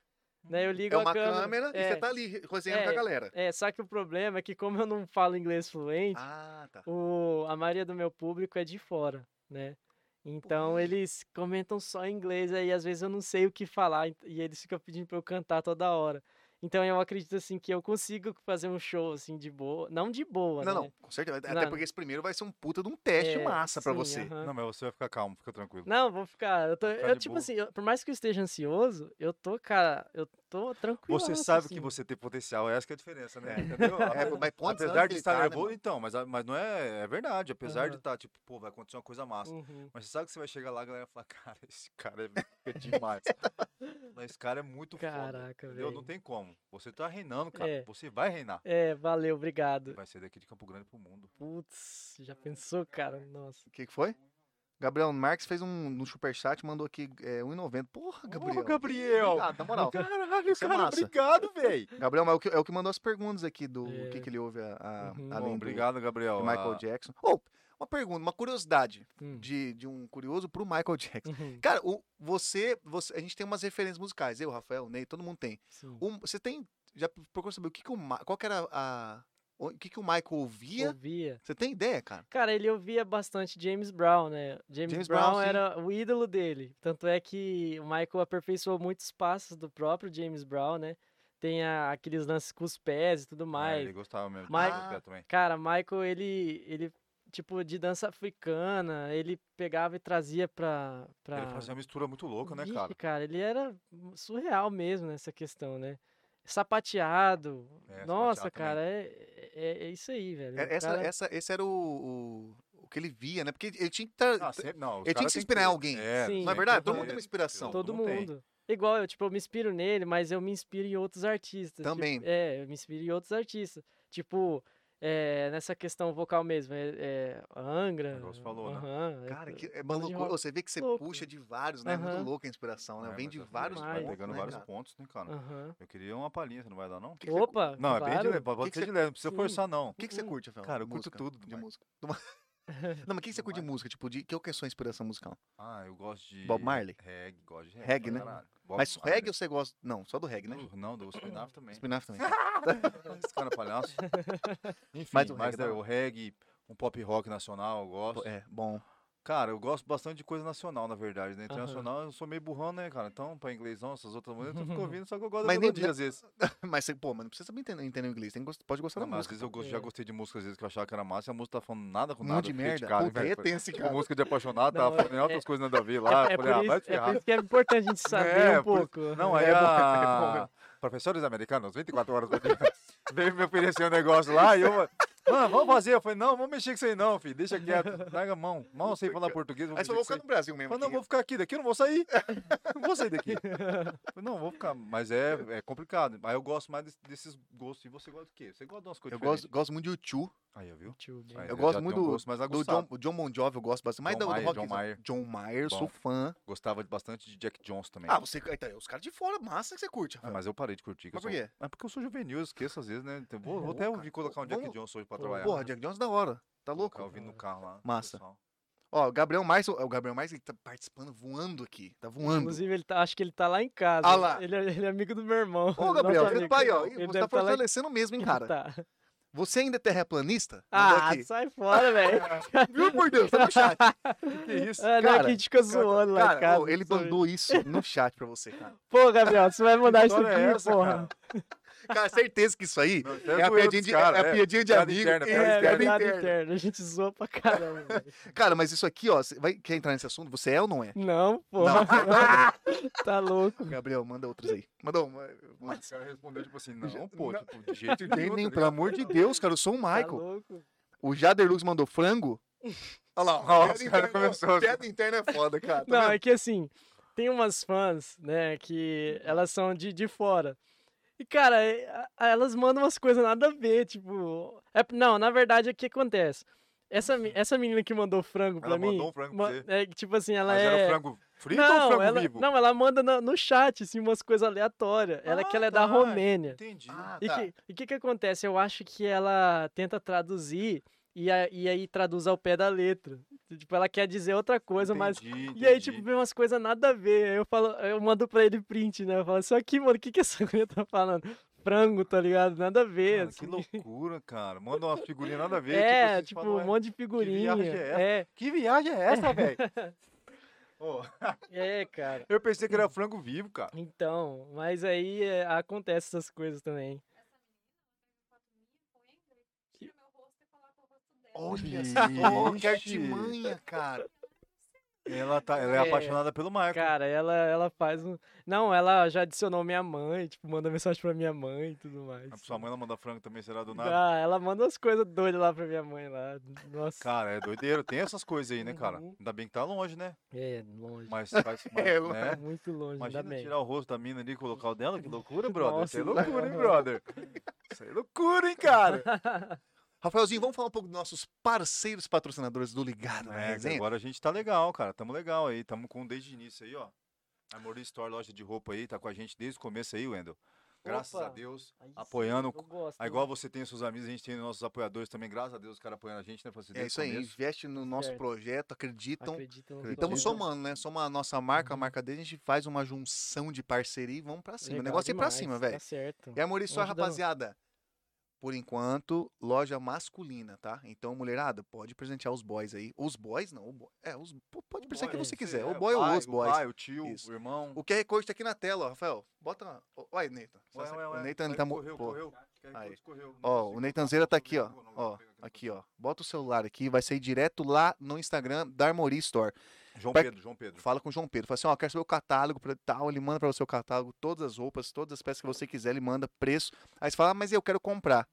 Né? Eu ligo
É uma
a câmera,
câmera, e
é,
você tá ali, cozinhando
É.
com a galera.
é, só que o problema é que como eu não falo inglês fluente,
Ah, tá.
o, a maioria do meu público é de fora, né? Então eles comentam só em inglês, aí às vezes eu não sei o que falar ent- e eles ficam pedindo pra eu cantar toda hora. Então eu acredito assim que eu consigo fazer um show assim de boa, não de boa,
Não,
né?
não, com certeza. Até
Não.
porque esse primeiro vai ser um puta de um teste
É,
massa pra
sim,
você.
aham.
Não, mas você vai ficar calmo, fica tranquilo.
Não, vou ficar. Eu, tô,
Vai ficar
eu
de
tipo
boa.
assim, eu- por mais que eu esteja ansioso, eu tô, cara, eu tô tranquilo.
Você sabe
assim.
que você tem potencial, essa que é a diferença, né? Entendeu?
É, mas quantos
apesar
anos
de
que ele tá,
estar
né,
nervoso,
mano?
então, mas, a- mas não é, é verdade. Apesar de
Aham.
estar, tipo, pô, vai acontecer uma coisa massa.
Uhum.
Mas você sabe que você vai chegar lá e a galera vai falar, cara, esse cara é- é demais. Mas esse cara é muito foda.
Caraca,
Entendeu? Não
velho.
tem como. Você tá reinando, cara.
É.
Você vai reinar.
É, valeu, obrigado.
Vai ser daqui de Campo Grande pro mundo.
Putz, já pensou, cara? Nossa.
O que, que foi? Gabriel Marques fez um, um superchat, mandou aqui é, 1,90. Porra, Gabriel.
Ô, Gabriel!
Obrigado, na moral.
Caralho,
Isso é
cara,
massa.
obrigado, velho!
Gabriel mas é o, que, é o que mandou as perguntas aqui do o que,
É.
que ele ouve a, a,
Uhum.
além do-
Obrigado, Gabriel.
do Michael
Ah,
Jackson. Oh, uma pergunta, uma curiosidade
Hum.
de, de um curioso pro Michael Jackson.
Uhum,
Cara, o, você, você. A gente tem umas referências musicais. Eu, Rafael, Ney, todo mundo tem.
sim.
Um- você tem. Já procurou saber o que, que o Ma- Qual que era a. O o que, que o Michael ouvia?
Ouvia.
Você tem ideia, cara?
Cara, ele ouvia bastante James Brown, né? James,
James Brown,
Brown,
sim.
era o ídolo dele. Tanto é que o Michael aperfeiçoou muitos passos do próprio James Brown, né? Tem a- aqueles lances com os pés e tudo
ah,
mais.
ele gostava mesmo. de
Mas-
fazer pé também.
Cara, Michael, ele, ele, tipo, de dança africana, ele pegava e trazia pra. pra...
Ele fazia uma mistura muito louca, né,
Ixi,
cara?
ele era surreal mesmo nessa questão, né? Sapateado.
É,
Nossa, cara,
sapateado também.
é, é, é isso aí, velho.
É-
O
Essa,
cara-
essa, esse era o, o, o que ele via, né? Porque ele tinha que. tra-
Ah, sempre, não,
Ele
os
tinha
cara
que se
tem
inspirar em
ter-
alguém.
É,
Sim.
tem
Não é
que
verdade? Todo
ter-
mundo tem uma inspiração.
Todo
tem.
mundo. Igual eu, tipo, eu me inspiro nele, mas eu me inspiro em outros artistas. tipo,
Também.
é, eu me inspiro em outros artistas. Tipo, é, nessa questão vocal mesmo, é, é, Angra.
Igual você falou, né?
aham, é
Cara,
tu-
que é
banda de
maluco.
rock.
Você vê que você
Louco,
puxa
né?
de vários, né? É Muito
Aham.
louco a inspiração, né?
É,
Vem
mas
de
é
vários
verdade, Vai
pontos,
pegando
né,
vários
cara?
pontos, né, cara?
aham.
Eu queria uma palhinha, você não vai dar, não?
Opa,
Não, é bem de
claro.
leve, pode
Que que
ser
você-
de leve, não precisa
Sim.
forçar, não.
O que, que você curte, Rafael?
Cara, eu
de
curto
música?
tudo,
De
demais.
música. Do- Não, mas o que, que você curte de
Demais.
música? Tipo, de que que é a sua inspiração musical?
Ah, eu gosto de.
Bob Marley?
Reggae, gosto de reggae.
Reggae,
pra
né?
caralho. Bob
Mas
Marley.
reggae você gosta. Não, só do reggae, né?
Uh, Não, do Spinaf também.
Spinaf também.
Esse cara é palhaço. Enfim,
Mas
mas,
o
o,
reggae
reggae,
tá-
o reggae, um pop rock nacional, eu gosto.
É, bom.
Cara, eu gosto bastante de coisa nacional, na verdade, né? Internacional eu sou meio burrão, né, cara? Então, pra inglêsão, essas outras músicas eu fico ouvindo, só que eu gosto
Mas
da
nem-
melodia às vezes.
Mas, você- pô, mas não precisa saber entender, entender o inglês. Tem, que gost- pode gostar
Não,
da
mas às
música.
vezes eu gosto-
é.
já gostei de músicas às vezes que eu achava que era massa e a música tá falando nada com
Um
nada.
monte de
fiquei
merda.
cara,
Puta, aí é
velho. Foi-
tenso,
Tipo,
cara.
música de apaixonado, tava
Não,
falando em
é-
outras coisas nada a ver
é,
lá. eu
por
falei, ah, vai
isso,
te
é por
ferrar.
isso é que é importante a gente
É,
saber um
por isso-
pouco.
Não, aí a... Professores americanos, 24 horas por dia, veio me oferecer um negócio lá e eu... Mano, vamos fazer. Eu falei, não, vamos mexer com isso aí não, filho. Deixa quieto. Larga a mão. Mal sei falar português. Vou
Aí você
mexer
vai
com isso
ficar
aí.
no Brasil
Eu
mesmo. é
falei, não,
aqui.
vou ficar aqui. Daqui eu não vou sair. Não vou sair daqui. Eu falei, não, vou ficar. Mas é, é complicado. Aí eu gosto mais desse- desses gostos. E você gosta do quê? Você gosta de umas coisas
Eu gosto, gosto muito de U2.
diferentes. Aí, ó, viu?
Tio, bem.
Aí,
Eu
já
gosto
tem um
muito do-
gosto mais
Do
aguçado.
John, o John Bon Jovi eu gosto bastante. Mas
John
da- do,
Mayer,
rock.
John Mayer.
John Mayer, sou
Bom.
fã.
Gostava de- bastante de Jack Jones também.
Ah, você. Então, os caras de fora, massa que você curte,
Ah,
Rafael.
mas eu parei de curtir. que eu
Mas por
sou-
quê?
É porque eu sou juvenil, eu esqueço às vezes, né? Então, Vou, vou
Pô,
até
cara,
ouvir colocar um Jack
vamos-
Jones hoje pra
Pô,
trabalhar.
Porra, Jack Jones da hora. Tá louco?
Colocar ouvindo no carro lá.
Massa.
pessoal.
Ó, o Gabriel Marques, o Gabriel Marques, ele tá participando, voando aqui. Tá voando.
Inclusive, ele tá, acho que ele tá lá em casa.
Ah lá.
Ele, é- ele é amigo do meu irmão.
Ô,
nosso
Gabriel, você
amigo.
tá aí, ó.
Ele
Você
deve
tá
tá lá em-
fortalecendo mesmo, hein, cara?
Tá.
Você ainda é terraplanista? Mandou
Ah,
aqui.
sai fora, velho.
Viu, por Deus? Tá no chat.
Que isso?
Ah, não,
Cara,
é que a gente fica zoando lá em
Cara,
casa.
ô, ele
sobre-
mandou isso no chat pra você, cara.
Pô, Gabriel, você vai mandar isso
história é
aqui,
essa,
porra.
Cara, certeza que isso aí
Não,
é a
zoeira
piadinha
dos
de,
cara,
é a
é.
piadinha de
Piada
amigo.
interna,
e-
piada
É,
piada
verdade
interna.
interna. A gente zoa pra caramba. velho.
Cara, mas isso aqui, ó, você vai, quer entrar nesse assunto? Você é ou não é?
Não, porra. tá louco.
Gabriel, manda outros aí. Manda um. manda-
Mas o cara respondeu tipo assim, não,
Já-
pô,
não.
tipo, de jeito
Nem,
nenhum.
nem,
tá
pelo amor de Deus, cara, eu sou o
Tá
Michael.
louco.
O Jader Lux mandou frango. Olha lá,
Ó,
ó,
os cara começou.
Piada interna é foda, cara. tá
Não,
vendo?
é que assim, tem umas fãs, né, que elas são de, de fora. E, cara, é- a- a- elas mandam umas coisas nada a ver, tipo. é- não, na verdade, o que acontece? Essa, me- essa menina que mandou frango pra
Ela
mim.
mandou um frango pra você?
é, que, tipo assim, ela
Mas
é.
era o frango frito ou o frango
ela,
vivo?
não, ela manda no, no chat, assim, umas coisas aleatórias. Ela que
Ah,
ela é
tá.
da Romênia.
Entendi.
Ah,
E o
tá.
que, e que que acontece? Eu acho que ela tenta traduzir e, a- e aí traduz ao pé da letra. Tipo, ela quer dizer outra coisa, mas
Entendi,
e aí,
entendi.
tipo, vem umas coisas nada a ver. Aí eu falo, eu mando pra ele print, né? Eu falo, isso aqui, mano, o que, que essa mulher tá falando? Frango, tá ligado? Nada a ver.
Cara,
assim.
que loucura, cara. Manda umas figurinhas nada a ver.
é,
vocês
tipo,
falam,
um
"Ué,
monte de figurinha.
viagem é essa?"
É,
Que viagem é essa, velho? Ô,
é, cara.
eu pensei que era frango vivo, cara.
Então, mas aí é, acontece essas coisas também.
Olha
Vixe.
só, que artimanha, cara.
Ela, tá, ela é,
É,
apaixonada pelo Marco.
Cara, ela, ela faz um. Não, ela já adicionou minha mãe, tipo, manda mensagem pra minha mãe e tudo mais.
A sua mãe ela manda frango também, será do nada?
Ah, ela manda umas coisas doidas lá pra minha mãe lá. Nossa.
Cara, é doideiro. Tem essas coisas aí, né, cara?
Uhum.
Ainda bem que tá longe, né?
É, longe.
Mas faz. Mas,
É,
né?
Tá Muito longe, ainda
Imagina
bem.
tirar o rosto da mina ali e colocar o dela. Que loucura, brother. Isso é
Nossa,
loucura, hein,
não.
brother? Isso aí é loucura, hein, cara?
Rafaelzinho, vamos falar um pouco dos nossos parceiros patrocinadores do Ligado na
É,
Resenha.
agora a gente tá legal, cara. Tamo legal aí. Tamo com desde o início aí, ó. A Mori Store, loja de roupa aí, tá com a gente desde o começo aí, Wendel. Graças a
Opa.
Deus.
Aí sim,
Apoiando.
eu gosto,
é
Ah,
hein?
igual você tem os seus amigos, a gente tem os nossos apoiadores também. Graças a Deus, os caras apoiando a gente, né? Francisco,
É
desde
isso
o
aí,
começo.
investe no nosso
Certo.
projeto, acreditam.
Acredita no
E
projeto.
estamos somando, né? Soma a nossa
Uhum.
marca, a marca dele, a gente faz uma junção de parceria e vamos pra cima.
Legal
o negócio é ir pra
demais,
cima,
Tá
velho.
certo.
E a Maurício,
Vamos ajudar.
rapaziada, por enquanto, loja masculina, tá? Então, mulherada, pode presentear os boys aí. Os boys, não. o bo- É, os... pô, pode
O
presentear
boy,
quem você
é,
quiser.
é,
O boy ou
pai,
os boys.
O pai, o tio,
Isso.
o irmão.
O QR Code tá aqui na tela, ó, Rafael. Bota uma. ó, Olha aí, Nathan.
Ué, ué,
o
ué,
Nathan, ele
aí
tá... mo-
é. correu,
pô.
correu.
Aí.
Aí, correu.
Ó, o Neitanzeira tá aqui, ó. Ó, aqui, ó. Bota o celular aqui, vai sair direto lá no Instagram da Armory Store.
João
Pra-
Pedro, João Pedro.
Fala com o João Pedro. Fala assim, ó, quero saber o catálogo pra tal. Ele manda pra você o catálogo, todas as roupas, todas as peças que você quiser, ele manda preço. Aí você fala, ah, mas eu quero comprar.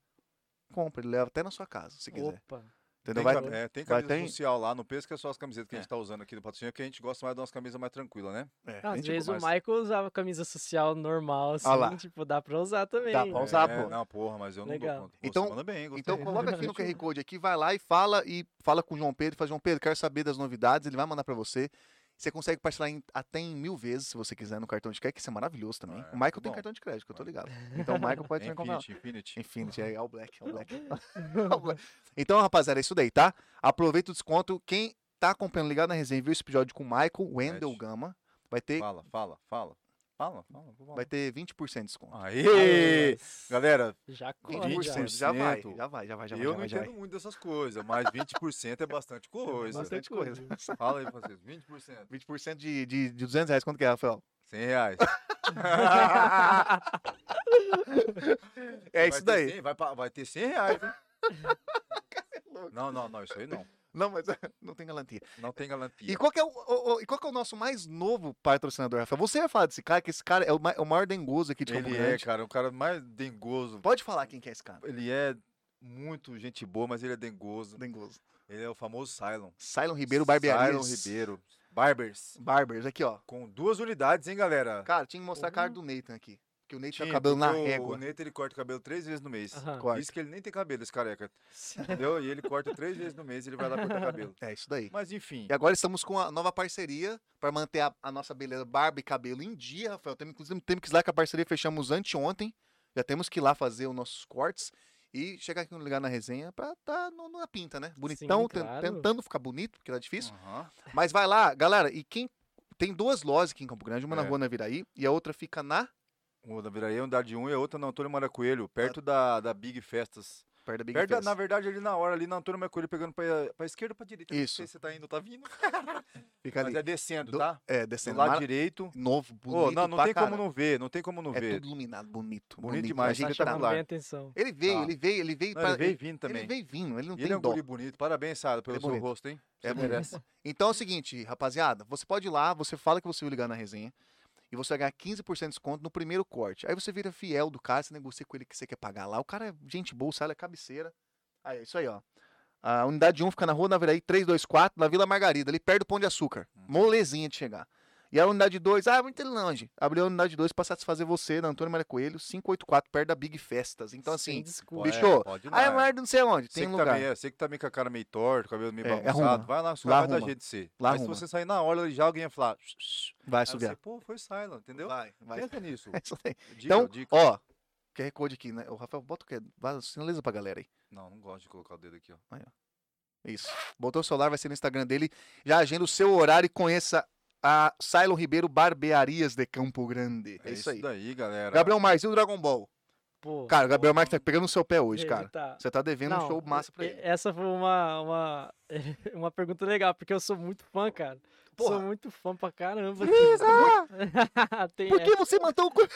Compra, ele leva até na sua casa, se quiser.
Opa.
Entendeu?
tem,
Vai,
cam- é, tem
vai
camisa
ter-
social lá, não pensa que é só as camisetas que a
É.
gente tá usando aqui do patrocínio, que a gente gosta mais de umas camisas mais tranquilas, né?
é, a
Às
gente
vezes o
conversa.
Michael usava camisa social normal, assim,
Ah lá.
tipo, dá pra usar também.
Dá pra
né?
usar,
É,
pô.
Não, porra, mas eu não
Legal.
dou conta. Pô,
Então-
você manda bem, gostei.
Então coloca aqui no QR Code aqui, vai lá e fala e fala com o João Pedro, fala, João Pedro, quero saber das novidades, ele vai mandar pra você. Você consegue parcelar em- até em mil vezes, se você quiser, no cartão de crédito, que isso é maravilhoso também. o
Ah, é,
Michael
muito
tem
bom.
cartão de crédito, que eu tô
Ah.
ligado. Então o Michael pode também comprar. lá.
Infinity, Infinity.
Infinity, é All Black, All Black. All Black. Então, rapaziada, é isso daí, tá? Aproveita o desconto. Quem tá acompanhando ligado na resenha, viu esse episódio com o Michael, Wendel
Verdade.
Gama, vai ter,
Fala, fala, fala. Fala, fala. fala.
vai ter 20% de desconto.
Aê! Galera,
É. Já corre, já.
20%, já vai, já vai,
20%.
já vai, já vai, já
eu não
vai, já vai.
entendo muito dessas coisas, mas 20% é bastante coisa.
Bastante coisa.
Fala aí, Francisco, 20%.
20% de, de, de 200 reais, quanto que é, Rafael?
100 reais.
É
Vai
É isso
ter
daí. é
100, vai, pa- vai ter 100 reais, hein? Não, não, não, isso aí não.
Não, mas não tem garantia.
Não tem
E
galantia.
qual, que é o, o- o- e qual que é o nosso mais novo patrocinador, Rafael? Você vai falar desse cara, que esse cara é o, ma- é o maior dengoso aqui de Campo
Ele é,
Grande.
cara, o cara mais dengoso.
Pode falar quem que é esse cara,
Ele é muito gente boa, mas ele é dengoso.
dengoso.
Ele é o famoso Cylon.
Cylon Ribeiro Barbearia.
Cylon Ribeiro. Barbers.
Barbers, aqui, ó.
Com duas unidades, hein, galera?
Cara, tinha que mostrar a cara do Nathan aqui. Que o Nathan tá
Tá. Uhum. Tinha,
com o cabelo na
porque o-
régua.
O Neto, ele corta o cabelo três vezes no mês.
Aham.
Corta.
Isso que ele nem tem cabelo, esse careca. Entendeu? E ele corta três vezes no mês, ele vai lá cortar cabelo.
É isso daí.
Mas enfim,
E agora estamos com a nova parceria para manter a, a nossa beleza barba e cabelo em dia, Rafael. Temos, inclusive, temos que ir lá com a parceria, fechamos anteontem. Já temos que ir lá fazer os nossos cortes e chegar aqui no lugar na resenha pra tá no- na pinta, né? Bonitão, ten-
claro.
tentando ficar bonito, porque tá difícil.
aham,
Mas vai lá, galera. E quem. Tem duas lojas aqui em Campo Grande, uma na
É.
rua Naviraí e a outra fica na.
uma da Viraí é unidade 1 e a outra na Antônio Mara Coelho, perto da, da Big Festas.
Perto da Ah. Big
perto da-
Fest.
na verdade, ali na hora, ali na Antônio Mara Coelho, pegando pra, pra esquerda ou pra direita. eu
Isso.
Não sei se você tá indo, tá vindo.
Fica
Mas
ali.
é descendo,
Do-
tá?
É,
Do
descendo
lado
Mara-
direito.
Novo, bonito.
Ô, não, não
pra
tem
caralho.
como não ver, não tem como não
É
ver.
tudo iluminado, bonito.
Bonito demais,
tá
gente,
Tá
espetacular.
espetacular.
bem atenção.
Ele veio,
Tá.
ele veio, ele veio
Não,
pra-
ele veio vindo também.
Ele veio vindo, ele não
E
tem
ele é um
dó.
guri bonito. Parabéns, Sara, pelo
Ele é
seu
bonito.
rosto, hein?
É
Você
bonito.
merece.
Então é o seguinte, rapaziada, você pode ir lá, você fala que você vai ligar na resenha e você vai ganhar 15% de desconto no primeiro corte. Aí você vira fiel do cara, você negocia com ele que você quer pagar lá. O cara é gente boa, sai da cabeceira. Aí, é isso aí, ó. A unidade 1 fica na rua Naviraí 324, na Vila Margarida, ali perto do Pão de Açúcar.
Hum.
Molezinha de chegar. E a unidade 2, ah, muito longe. Abriu a unidade 2 pra satisfazer você, na Antônio Maria Coelho, 584, perto da Big Festas. Então,
Sem
assim,
desculpa.
bicho,
pode ir
aí é
lá.
maior do não sei onde,
Você
tem
que
lugar.
Tá meio, você que tá meio com a cara meio torta, o cabelo meio
É,
bagunçado,
arruma.
vai lá, os
Lá
caras vai dar
arruma.
jeito de ser.
Lá
Mas
arruma.
se você sair na hora, já alguém ia falar... "Shh, shh".
Vai,
Aí você,
subir.
pô, foi Silent, assim, entendeu?
Vai, vai.
Pensa nisso.
É isso daí.
Dica,
Então,
dica.
ó, QR Code aqui, né? O Rafael, bota o QR, vai, sinaliza pra galera aí.
Não, não gosto de colocar o dedo aqui, ó.
Isso. Botou o celular, vai ser no Instagram dele. Já agenda o seu horário e conheça a Silon Ribeiro Barbearias de Campo Grande. É, isso aí.
daí, galera.
Gabriel Marques e o Dragon Ball.
Pô,
Cara, o Gabriel
Pô,
Marques tá pegando o seu pé hoje,
ele
cara.
tá-
Você tá devendo um
Não, é,
show massa pra
e-
ele.
Essa foi uma, uma, uma pergunta legal, porque eu sou muito fã, cara.
Porra.
Sou muito fã pra caramba. Frisa! Tem
Por que você matou o. cu-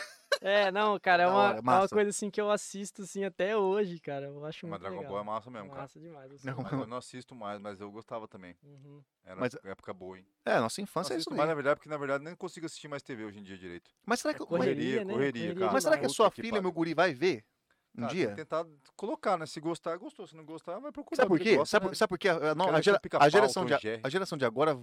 É, não, cara, é
Da
uma,
hora,
é uma
massa.
coisa assim que eu assisto assim até hoje, cara. Eu acho
Mas
muito
Dragon
legal.
Ball é massa mesmo, cara.
Massa demais. assim.
Não.
Mas eu não assisto mais, mas eu gostava também.
Uhum.
Era
Mas-
época boa, hein?
É, nossa
Não
infância é isso
assisto
daí.
mais, na verdade, porque na verdade nem consigo assistir mais TV hoje em dia direito.
Mas será que,
É correria,
Correria,
né?
correria,
Correria
cara.
mas será que a
Puta
sua
que
filha, meu
pariu.
guri, vai ver um
Cara, tem que
dia?
tentar colocar, né? Se gostar, gostou. Se não gostar, vai procurar.
Sabe por
porque
quê?
gosta,
sabe,
né?
por, sabe por quê? A, não,
Cara,
a,
que é
gera-
pica-pau,
a geração de, a,
Tom Jerry.
a geração de agora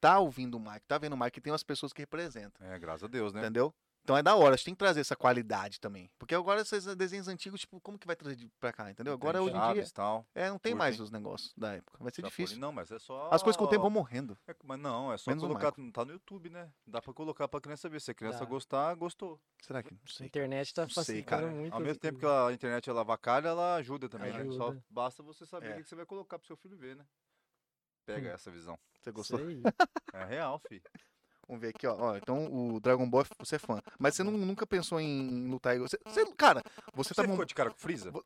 tá ouvindo o Mike, tá vendo o Mike, e tem umas pessoas que representam,
É, graças a Deus, né?
entendeu? Então é da hora, a gente tem que trazer essa qualidade também. Porque agora esses desenhos antigos, tipo, como que vai trazer de- pra cá, entendeu? Agora,
Tem
hoje em
Chaves,
dia,
tal,
é, não tem
curto,
mais
hein?
os negócios da época. Vai ser
Chapolin.
difícil.
Não, mas é só.
As coisas com o tempo vão morrendo.
É, mas não, é só
Menos o
colocar. Tá no YouTube, né? Dá pra colocar pra criança ver. Se a criança
Dá.
gostar, gostou.
Será que? Não sei.
internet tá
Não sei,
facilitando
cara.
muito. assim.
Ao mesmo
as
tempo que
coisas.
a internet ela avacalha, ela ajuda também, né? Só
Ajuda.
basta você saber
É.
o que que você vai colocar pro seu filho ver, né?
Hum.
Pega essa visão.
Você
Isso
gostou?
aí.
É real, fi.
Vamos ver aqui, ó. Ó, Então o Dragon Ball, você é fã. Mas você nu- nunca pensou em lutar igual. Você, você- cara, você,
Você
tá.
ficou
Mon...
de cara com Freeza?
Vou-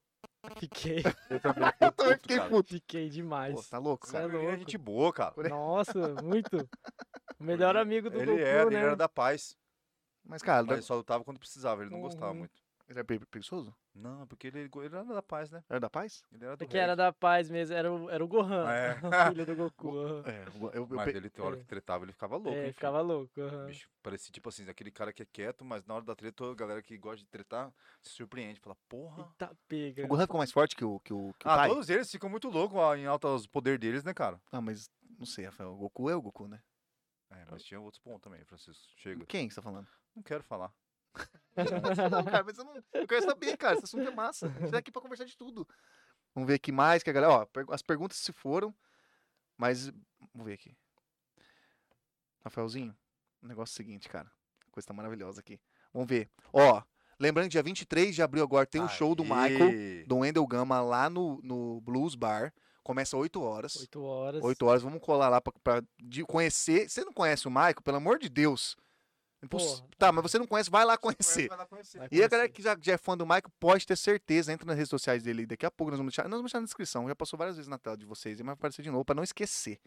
Fiquei,
Eu também.
Eu também fiquei
cara.
puto.
fiquei demais.
Pô, tá louco,
Você é
cara?
Ele é
louco.
gente boa, cara.
Nossa, muito. O melhor amigo do
Ele
Goku,
era,
né?
ele era da paz.
Mas, cara,
Mas ele só lutava quando precisava, ele não gostava
Uhum.
muito.
ele é pre- preguiçoso?
Não, porque ele, ele era da paz, né?
Era da paz?
Ele era do
Porque era
rei.
da paz mesmo, era o, era o Gohan,
É.
o filho do Goku. aham.
É, eu, eu,
Mas
pe-
ele, tem hora
é.
que tretava, ele ficava louco.
é,
hein, filho?
ficava louco. aham.
Bicho, parecia tipo assim, aquele cara que é quieto, mas na hora da treta, a galera que gosta de tretar se surpreende. Fala, porra.
Eita pega.
O Gohan ficou mais forte que o, que o, que tá o
Ah,
Tai?
todos eles ficam muito loucos ó, em alto os poder deles, né, cara?
Ah, mas não sei, Rafael. O Goku é o Goku, né?
É, mas tinha outros pontos também, Francisco. Chega.
Quem que você tá falando?
Não quero falar.
não, cara, mas eu não. Eu quero saber, cara. Esse assunto é massa. A gente tá aqui pra conversar de tudo. Vamos ver aqui mais que a galera. Ó, per- as perguntas se foram, mas. Vamos ver aqui. Rafaelzinho, o negócio é o seguinte, cara. Coisa tá maravilhosa aqui. Vamos ver. Ó, lembrando, dia 23 de abril agora tem o show do Michael,
Aê!
do Wendel Gama, lá no, no Blues Bar. Começa 8 horas.
8 horas.
8 horas, vamos colar lá pra, pra de conhecer. Você não conhece o Maico, pelo amor de Deus. Imposs-
Porra.
Tá, mas você não conhece, vai lá conhecer.
Vai lá conhecer.
Vai
E a galera
conhecer.
que já, já é fã do Maico pode ter certeza, entra nas redes sociais dele daqui a pouco, nós vamos deixar, nós vamos deixar na descrição, já passou várias vezes na tela de vocês, mas vai aparecer de novo pra não esquecer.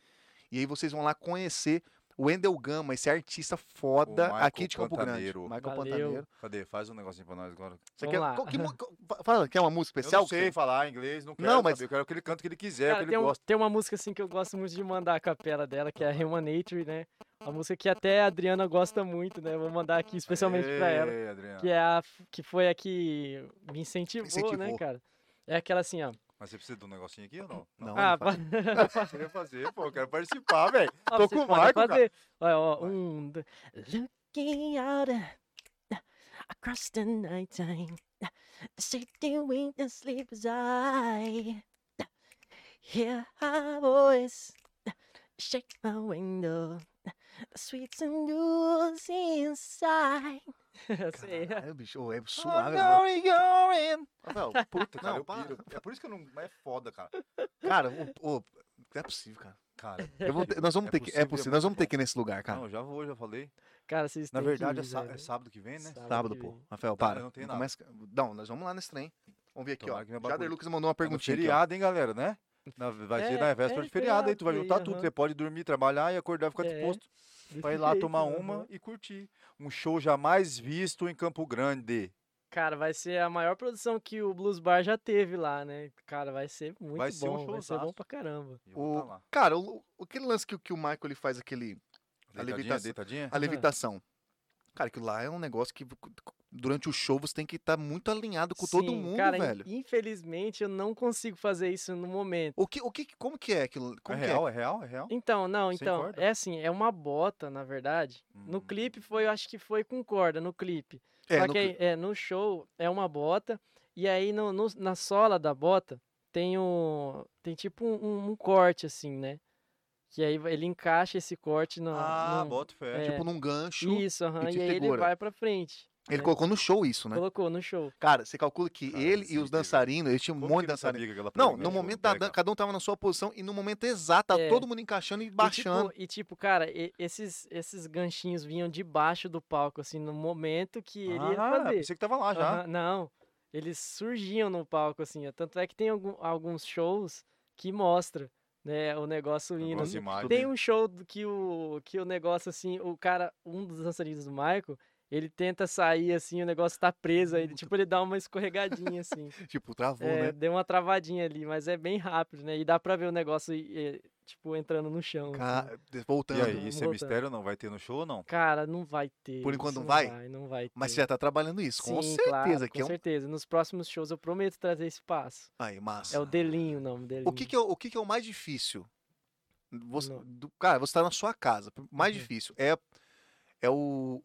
E aí vocês vão lá conhecer o Endel Gama, esse artista foda
Michael
aqui de Campo Grande.
Pantaneiro.
Michael
Valeu.
Pantaneiro.
Cadê? Faz um negocinho pra nós agora.
Você
Vamos
quer,
lá.
qual que mu- qual- fala, quer uma música
Eu
especial?
não sei falar inglês, não quero
Não, mas-
saber, Eu quero que ele cante o que ele
é
quiser, o
Cara,
que
tem,
ele
um-
gosta.
tem uma música assim que eu gosto muito de mandar a capela dela, que é a Remanator, né? Uma música que até a Adriana gosta muito, né? Vou mandar aqui especialmente pra ela.
Ei, Adriana.
Que, é a, que foi a que me incentivou, né,
Incentivou.
cara? É aquela assim, ó.
Mas você precisa de um negocinho aqui ou não?
Não,
ah,
não faz.
pa-
Eu queria fazer, pô, eu quero participar, velho.
Ah,
Tô
você
com o
pode
Marco, cara.
fazer. Olha, ó,
Vai.
um, dois. Looking out uh, across the night time, uh, the city wind and sleeps I uh, hear her voice uh, shake my window, uh, the sweet and news inside.
Assim.
né?
Caralho, bicho, ô, é
Ah,
suave.
não, you're in.
Rafael,
Puta, cara,
Não,
eu
para.
piro. É por isso que eu não. É foda, cara.
cara, ô, ô, não é possível, cara.
Cara,
Eu vou ter- nós vamos
É
ter que. É
possível,
possível,
é
nós vamos
muito
ter que ir nesse lugar, cara.
não, já vou, já falei.
Cara, vocês
Na
têm que
verdade, é,
ir,
sá-
velho.
é sábado que vem, né?
Sábado
Sábado,
que
pô.
vem.
Rafael,
Tá,
para.
não tem
Não
nada.
começa- Não, nós vamos lá nesse trem. Vamos ver aqui,
Tomara
ó.
que não é
Jader
bagulho.
Lucas mandou uma
É no
perguntinha. aqui, ó.
feriado, hein, galera, né? Na- vai ser na
É,
véspera
é
de feriado, aí tu vai
feriado,
juntar
aí,
tudo.
aham.
Você pode dormir, trabalhar e acordar, ficar
É,
disposto.
Desse
Vai lá
jeito,
tomar
aham.
uma e curtir. Um show jamais visto em Campo Grande.
Cara, vai ser a maior produção que o Blues Bar já teve lá, né? Cara, vai ser muito
Vai ser um
bom, vai ser bom
showzaço.
pra caramba.
E eu vou
O...
tá lá.
Cara, o... o- aquele lance que, o- que o Michael ele faz aquele. A
Deitadinha,
levitação-
deitadinha?
A levitação. Cara, aquilo lá é um negócio que durante o show você tem que estar muito alinhado com todo
Sim,
mundo,
cara, in-
velho.
Infelizmente, eu não não consigo fazer isso no momento.
O que, o que, como que é aquilo?
É
Como que
real, é real, é real?
Então, não,
Sem
então,
corda?
é assim, é uma bota, na verdade. No
Hum.
clipe foi, eu acho que foi com corda, no clipe.
é?
Só
no
que aí,
cli-
é, no show é uma bota, e aí no, no- na sola da bota tem o. Tem tipo um, um- um corte, assim, né? Que aí vai- ele encaixa esse corte no.
Ah,
no-
bota fé.
é,
Tipo num gancho.
Isso, aham,
te
e aí ele
segura.
vai pra frente.
Ele
né?
colocou no show isso, né?
Colocou no show. tipo,
Cara, você calcula que
Cara,
ele e
isso é
os
incrível.
dançarinos, eles tinham um
Como
monte
que
de
não
dançarino.
sabia que aquela
Não,
porra
no
mexeu?
momento da
Pega.
dan- cada um tava na sua posição e no momento exato, tava
É.
todo mundo encaixando e baixando.
E, tipo, e tipo, cara, e- esses, esses ganchinhos vinham debaixo do palco, assim, no momento que ele ia
ah,
fazer.
pensei que tava lá já.
Aham, não, eles surgiam no palco, assim. ó, Tanto é que tem algum- alguns shows que mostra, né, o negócio indo.
Algumas
assim.
imagens.
Tem um show do que o, que o negócio, assim, o cara, um dos um dançarinos do Michael, Ele tenta sair, assim, o negócio tá preso. aí Ele, tipo, ele dá uma escorregadinha, assim.
Tipo, travou,
É,
né?
deu uma travadinha ali, mas é bem rápido, né? E dá pra ver o negócio, eh, tipo, entrando no chão. assim.
Ca-
E
Voltando.
aí, isso é
voltando.
mistério ou não? Vai ter no show ou não?
Cara, não vai ter.
Por enquanto
isso
não vai?
Não vai
Mas você
ter.
já tá trabalhando isso, com
Sim,
certeza.
claro,
que é
com
um...
certeza. Nos próximos shows eu prometo trazer esse passo.
Aí, massa.
É o Delinho o nome, Delinho.
O que que é, o o que que é o mais difícil? Você-
No-
do- cara, você tá na sua casa. O mais
Uhum.
difícil é, é o...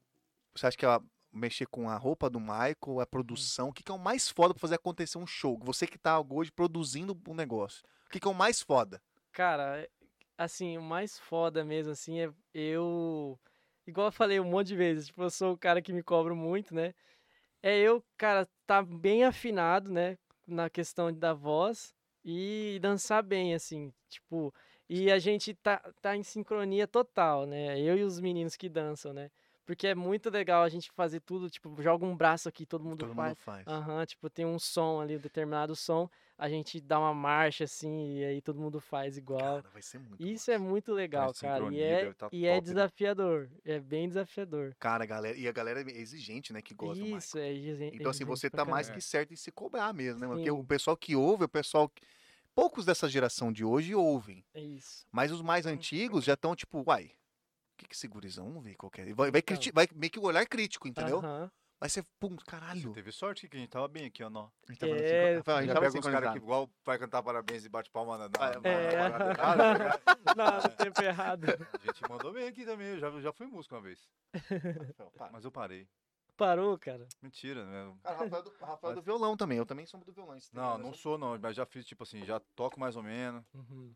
Você acha que é mexer com a roupa do
Uhum.
Michael, a produção? O que que é o mais foda pra fazer acontecer um show? Você que tá hoje produzindo um negócio. O que que é o mais foda?
Cara, é- assim, o mais foda mesmo, assim, é eu. Igual eu falei um monte de vezes, tipo, eu sou o cara que me cobro muito, né? É eu, cara, tá bem afinado, né? Na questão da voz e dançar bem, assim, tipo. E a gente tá, tá em sincronia total, né? Eu e os meninos que dançam, né? Porque é muito legal a gente fazer tudo, tipo, joga um braço aqui, todo mundo
Todo
faz.
mundo faz.
Aham, tipo, tem um som ali, um determinado som, a gente dá uma marcha assim, e aí todo mundo faz igual.
Cara, vai ser muito
Isso é
massa.
muito legal, cara. E
sincronia
é,
deve tá
e é
top, né?
desafiador. É bem desafiador.
Cara, a galera... E a galera é exigente, né? Que gosta do Michael.
Isso, é exigente.
Então, assim, você tá mais que certo em se cobrar mesmo, né? mano? Porque o
Sim.
pessoal que ouve, o pessoal. que- Poucos dessa geração de hoje ouvem.
É isso.
Mas os
Uhum.
mais antigos já estão tipo, uai, o que que esse gurizão? Vamos ver qual que é. Vai, vai,
Então.
criti- vai meio que o olhar crítico, entendeu?
Aham.
Vai ser, pum,
Você
caralho. tá
teve sorte que a gente tava bem aqui, ó, não.
A gente tava
É,
sincro- assim a gente
Já
tava
pega uns caras que
sincronizado.
igual vai cantar parabéns e bate palma na, na,
Vai,
na,
vai,
É.
Tá na parada errada, tá ligado?
Não, no tempo errado.
A gente mandou bem aqui também, eu já, já fui músico uma vez. Mas eu parei.
Parou, cara.
Mentira, né?
Cara, Rafael é do, Rafael do violão também. Eu também sou do violão. né? isso tem
Não,
razão.
não sou não, mas já fiz tipo assim, já toco mais ou menos,
Uhum.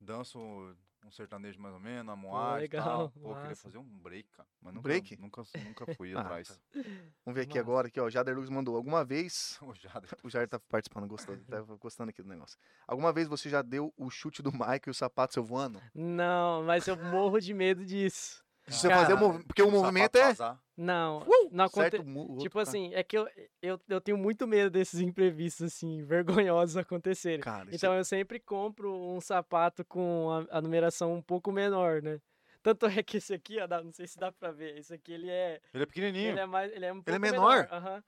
danço um sertanejo mais ou menos, uma moagem e
legal,
tal. Pô, eu queria
massa.
fazer um break, cara. Mas
Um
nunca,
break?
Nunca, nunca fui
Ah,
atrás.
tá.
Vamos ver aqui
Massa.
agora, aqui, ó. O Jader Lucas mandou. Alguma vez.
Ô, Jader.
O Jader tá participando, gostando, tá gostando aqui do negócio. Alguma vez você já deu o chute do Michael e o sapato seu voando?
Não, mas eu morro de medo disso.
Se você
Cara,
fazer o mov- Porque o
sapato
movimento é.
vazar.
Não, não
certo,
aconteceu.
mu- o outro
Tipo
tá-
assim, é que eu, eu, eu tenho muito medo desses imprevistos, assim, vergonhosos acontecerem.
Cara, isso é
Então eu sempre compro um sapato com a, a numeração um pouco menor, né? Tanto é que esse aqui, ó, dá- não sei se dá pra ver, esse aqui ele é,
Ele é pequenininho.
ele é mais, ele é um pouco
Ele é menor?
aham.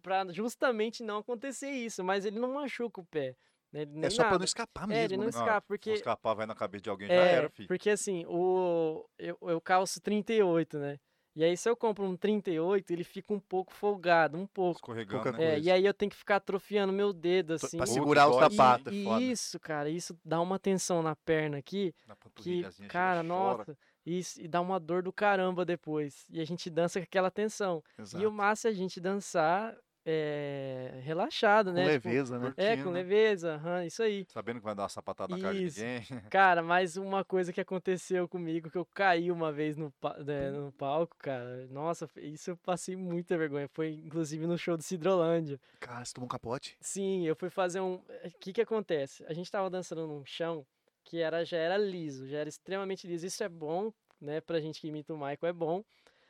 Pra justamente não acontecer isso, mas ele não machuca o pé, né? Ele
é,
nem
só pra
nada.
não escapar
É, ele
mesmo,
não
né?
Não,
escapa,
Se
porque
escapar, vai na cabeça de alguém, já
é,
era, filho.
porque assim, o eu, eu calço 38, né? E aí se eu compro um 38, ele fica um pouco folgado, um pouco.
Escorregando,
pouca
né?
É, e aí eu tenho que ficar atrofiando meu dedo
Tô-
assim.
Pra
Outro
segurar o
dói.
E-
sapato. é
E,
foda.
isso, cara, isso dá uma tensão na perna aqui
Na
que,
assim
panturrilhazinha, chega,
cara,
chora.
nossa, isso, e dá uma dor do caramba depois. E a gente dança com aquela tensão. E o
Exato.
massa é a gente dançar é, relaxado,
Com
né? Tipo,
leveza, né?
é, com
curtindo.
leveza, aham, isso aí.
Sabendo que vai dar uma sapatada na cara de
Isso.
ninguém.
Cara, mas uma coisa que aconteceu comigo, que eu caí uma vez no, pa- né, no palco, cara, nossa, f- isso eu passei muita vergonha. Foi inclusive no show do Cidrolândia.
Cara, você tomou um capote?
Sim, eu fui fazer um. O que que acontece? A gente tava dançando num chão que era, já era liso, já era extremamente liso. Isso é bom, né? Pra gente que imita o Michael, é bom.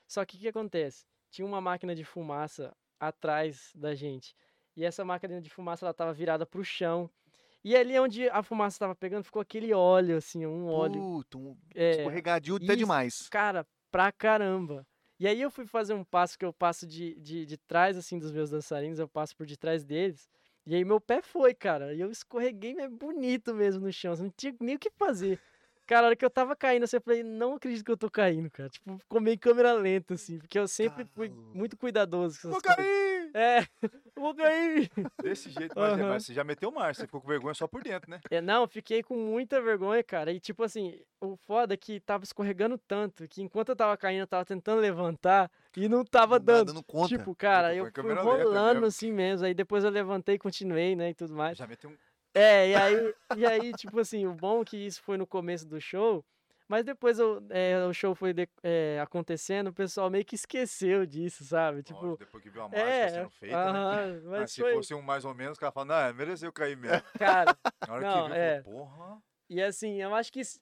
Só que o que que acontece? Tinha uma máquina de fumaça atrás da gente. E essa máquina de fumaça, ela tava virada pro chão. E ali onde a fumaça tava pegando, ficou aquele óleo, assim, um óleo.
Puta, um
É,
escorregadio até
isso.
demais.
cara, pra caramba. E aí eu fui fazer um passo que eu passo de, de, de trás, assim, dos meus dançarinos, eu passo por detrás deles. E aí meu pé foi, cara. E eu escorreguei, mas bonito mesmo no chão. assim, Não tinha nem o que fazer. Cara, a hora que eu tava caindo, assim, eu falei, não acredito que eu tô caindo, cara. Tipo, ficou meio câmera lenta, assim, porque eu sempre fui
Caramba.
muito cuidadoso com
Vou
essas coisas.
cair!
É, vou cair!
Desse jeito, mas, é,
Aham.
mas você já meteu o mar, você ficou com vergonha só por dentro, né?
É, não, fiquei com muita vergonha, cara. E tipo assim, o foda é que tava escorregando tanto que enquanto eu tava caindo, eu tava tentando levantar e não tava
Não dá
dando.
dando conta.
Tipo, cara,
Nunca
eu
foi
fui
câmera lenta
rolando
mesmo.
assim mesmo. Aí depois eu levantei e continuei, né? E tudo mais.
Já meteu um.
É, e aí, e aí, tipo assim, o bom é que isso foi no começo do show. Mas depois eu, é, o show foi de- é, acontecendo, o pessoal meio que esqueceu disso, sabe?
Lógico,
Tipo,
depois que viu a mágica
é,
sendo feita, né?
aham,
Ah,
mas
se
foi,
fosse um mais ou menos, o cara fala, não, é, mereceu cair mesmo.
cara.
Na hora
Não,
que viu,
é.
falou, porra.
E assim, eu acho que. s-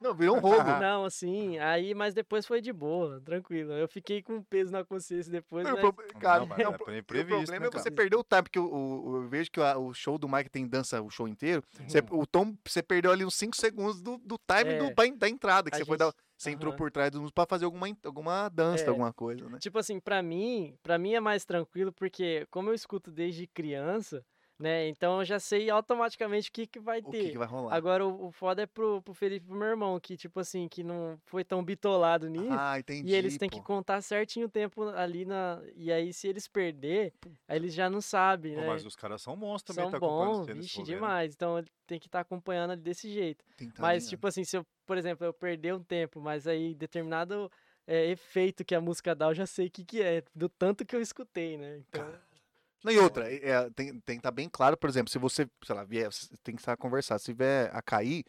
Não, virou um roubo.
Não, assim, aí, mas depois foi de boa, tranquilo. Eu fiquei com um peso na consciência depois,
Não,
mas um
o pro- um Cara,
Não, mas é
não, o pro-
pre-
o
previsto,
problema
né,
é você
cara?
perder o time, porque o- o- eu vejo que a- o show do Mike tem dança o show inteiro. Você- o Tom, você perdeu ali uns 5 segundos do, do time
É.
do- pra en- da entrada, que
A
você foi
gente-
dar- Você entrou
aham.
por trás dos músicos pra fazer alguma, en- alguma dança,
É.
alguma coisa, né?
Tipo assim, pra mim, para mim é mais tranquilo porque como eu escuto desde criança, né? Então eu já sei automaticamente o que que vai
O
ter.
que, que vai rolar?
Agora o, o foda é pro, pro Felipe, e pro meu irmão, que tipo assim, que não foi tão bitolado nisso.
ah, entendi.
é E eles têm que
pô.
contar certinho o tempo ali na. E aí, se eles perder, aí eles já não sabem,
Pô,
né?
mas os caras são bons também,
São
tá acompanhando
bons,
os tênis,
vixe,
vou ver, né?
demais. Então ele tem que estar acompanhando ali desse jeito.
Tem que tá
Mas,
alinhando.
tipo assim, se eu, por exemplo, eu perder um tempo, mas aí determinado é, efeito que a música dá, eu já sei o que, que é, do tanto que eu escutei, né? Então,
Não, e outra, é, é, tem, tem que estar bem claro, por exemplo, se você, sei lá, vier, você tem que estar a conversar, se vier a cair,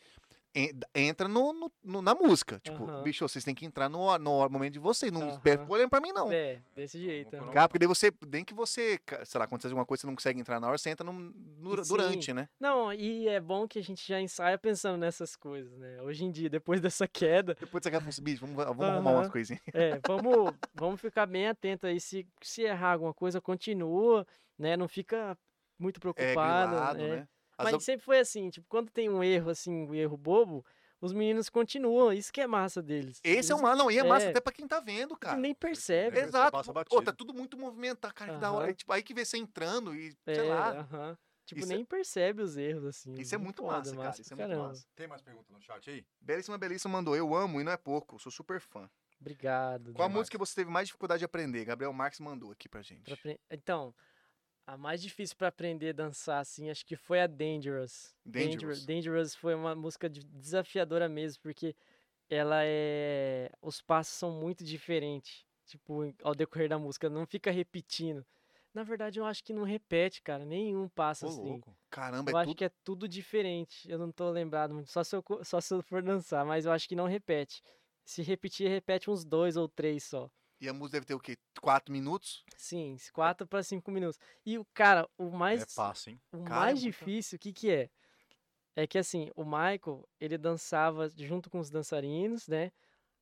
en- entra no, no- no- na música. Tipo,
Aham.
bicho, vocês têm que entrar no, no momento de vocês, não
Aham.
fica olhando pra mim, não.
é, desse
Então,
jeito.
vamos
aham.
Cara, porque daí você, nem que você, ca- sei lá, acontece alguma coisa, você não consegue entrar na hora, você entra no, no-
Sim.
durante, né?
Não, e é bom que a gente já ensaia pensando nessas coisas, né? Hoje em dia, depois dessa queda,
Depois você acaba com os bichos, vamos, vamos arrumar umas
Aham.
coisinhas.
É, vamos, vamos ficar bem atento aí. Se, se errar alguma coisa, continua, né? Não fica muito
É,
preocupado.
grilado,
né?
né? As
Mas
al-
sempre foi assim, tipo, quando tem um erro, assim, um erro bobo, os meninos continuam. Isso que é massa deles.
Esse é
Eles
um mal, não, e é massa
É.
até pra quem tá vendo, cara. É,
nem é percebem.
Você
Exato. pô,
passa batido.
tá tudo muito movimentado, cara, que da
Aham.
hora. Aí, tipo, aí que vê você entrando e,
É,
sei lá.
aham. Tipo,
Isso é-
nem percebe os erros, assim.
Isso é muito massa, cara,
pra
isso é muito
caramba.
massa.
Tem mais perguntas no chat aí?
Belíssima Belíssima mandou, eu amo e não é pouco, sou super fã.
Obrigado.
Qual a
Dudu.
música que você teve mais dificuldade de aprender? Gabriel Marques mandou aqui pra gente.
Pra apre- Então, a mais difícil pra aprender a dançar, assim, acho que foi a Dangerous.
Dangerous.
Dangerous foi uma música de- desafiadora mesmo, porque ela é. Os passos são muito diferentes, tipo, em- ao decorrer da música, não fica repetindo. Na verdade, eu acho que não repete, cara, nenhum passo
Ô,
assim.
louco. Caramba,
Eu
é
acho
tudo.
que é tudo diferente. Eu não tô lembrado muito. Só se, eu, co- só se eu for dançar, mas eu acho que não repete. Se repetir, repete uns dois ou três só.
E a música deve ter o quê? Quatro minutos? Um
Sim,
É
4 para 5 minutos. E o cara, o mais
É passo, hein?
o
cara, é
mais
muita-
difícil, o que que é? É que assim, o Michael, ele dançava junto com os dançarinos, né?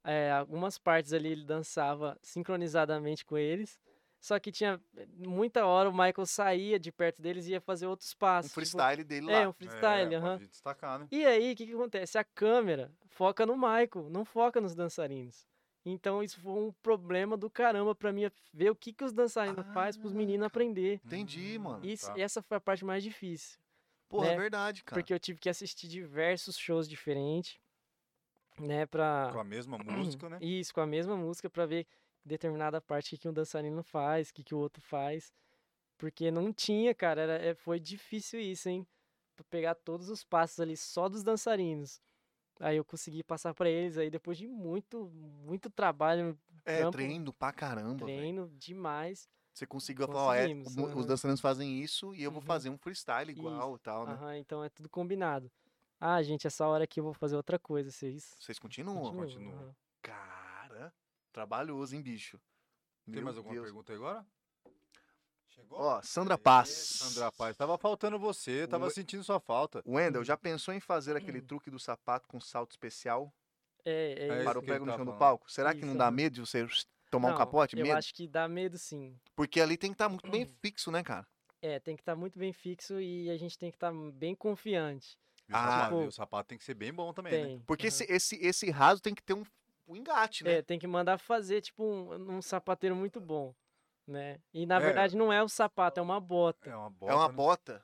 É, algumas partes ali ele dançava sincronizadamente com eles. Só que tinha eh, muita hora o Michael saía de perto deles e ia fazer outros
Um
passos. tipo-
freestyle dele lá.
é, um freestyle,
é,
aham.
pode destacar, né?
E aí, o que, que acontece? A câmera foca no Michael, não foca nos dançarinos. Então, isso foi um problema do caramba pra mim ver o que, que os dançarinos fazem pros meninos aprender.
Entendi, mano.
Hum, Isso,
tá.
Essa foi a parte mais difícil.
Porra, é
né?
verdade, cara.
Porque eu tive que assistir diversos shows diferentes, né? Pra.
Com a mesma música, né?
Uhum. Isso, com a mesma música, pra ver determinada parte que, que um dançarino faz, que, que o outro faz. Porque não tinha, cara. Era, é- foi difícil isso, hein? Pra pegar todos os passos ali só dos dançarinos. Aí eu consegui passar pra eles aí depois de muito, muito trabalho,
É,
trampo-
treino pra caramba, velho.
treino demais.
Você conseguiu falar, ó, é, o
Conseguimos,
mu- os
aham.
dançarinos fazem isso e eu vou
Uhum.
fazer um freestyle
Isso,
igual e tal, né?
Aham, então é tudo combinado. Ah, gente, essa hora aqui eu vou fazer outra coisa, vocês
Vocês continuam?
continuam,
continua.
aham.
Cara, trabalhoso, hein, bicho?
Tem
Meu
mais alguma
Deus.
pergunta aí agora? Chegou?
Ó, Sandra
Aê,
Paz.
Sandra Paz, Hum. tava faltando você, tava
Oi.
sentindo sua falta.
Wendel, já pensou em
Hum.
fazer aquele truque do sapato com salto especial
É, é
É
isso.
para o
que ele
pego no
tava
chão do
falando.
palco? Será que
Isso,
não dá
aham.
medo de você tomar um
Não,
capote?
Eu
Medo?
acho Hum. que dá medo sim.
Porque ali tem que estar muito bem fixo, né, cara?
É, tem que estar muito bem fixo e a gente tem que estar bem confiante.
E o,
Ah,
sapato,
tipo-
e o sapato tem que ser bem bom também, né?
Tem. aham.
Porque esse, esse, esse raso tem que ter um, um engate, né?
É, tem que mandar fazer, tipo, um, um sapateiro muito bom, né? E na
É.
verdade não é o sapato, é uma bota.
É uma bota.
É uma
né?
bota.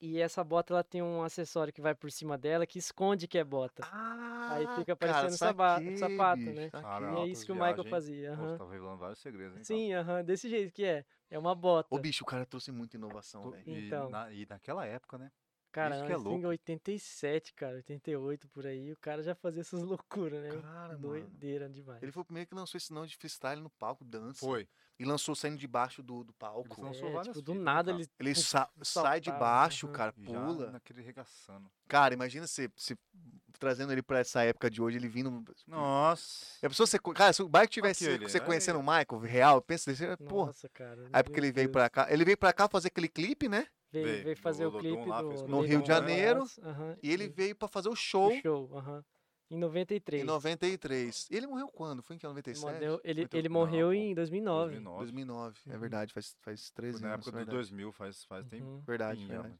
E essa bota, ela tem um acessório que vai por cima dela que esconde que é bota.
Ah,
fica
cara,
parecendo saba-
saquei,
sapato,
bicho,
né?
saquei.
e
Cara,
é
Ah, altas
isso que o
viagens,
Michael
hein?
fazia.
Pô, Você
aham.
tá revelando vários segredos, hein?
Sim, aham, desse jeito que é. É uma bota.
Ô, bicho, o cara trouxe muita inovação,
cara?
velho.
Tu- E,
Então.
na- e naquela época, né?
cara,
isso que
nós
é
tem
louco.
87, cara, 88 por aí, o cara já fazia essas loucuras, né?
Cara, mano.
Doideira demais.
Ele foi o primeiro que lançou esse nome de freestyle no palco, dança.
Foi.
E lançou saindo debaixo do, do palco.
Ele lançou
É,
várias
tipo, do
fitas, né,
nada
cara?
ele
Ele
puf,
sa- sai de
saltava,
baixo,
aham. né?
cara,
E já
pula.
naquele regaçando.
Cara, imagina se, se trazendo ele pra essa época de hoje, ele vindo.
Nossa.
É pessoa você. co- Cara, se o Mike tivesse
Aqui ele,
você
né?
conhecendo o Michael real, pensa, desse- porra.
Nossa, cara.
É
Aí porque ele veio pra cá. Ele veio pra cá fazer aquele clipe, né?
Veio,
Veio,
veio fazer
do
o
Olodum
clipe
lá,
do
fez com
No
Leblon
Rio de
House,
Janeiro,
aham,
E ele
e
veio pra fazer o
o
show
show, aham, em
em
93.
93. Ele morreu quando? Foi em que? 97?
Morreu- ele,
Muito-
ele
não,
morreu
pô,
em 2009.
2009.
2009. É
Uhum.
verdade, faz, faz 13
Foi
anos.
na época do
é verdade.
2000, faz, faz tempo.
Uhum.
Verdade,
Sim, é,
verdade.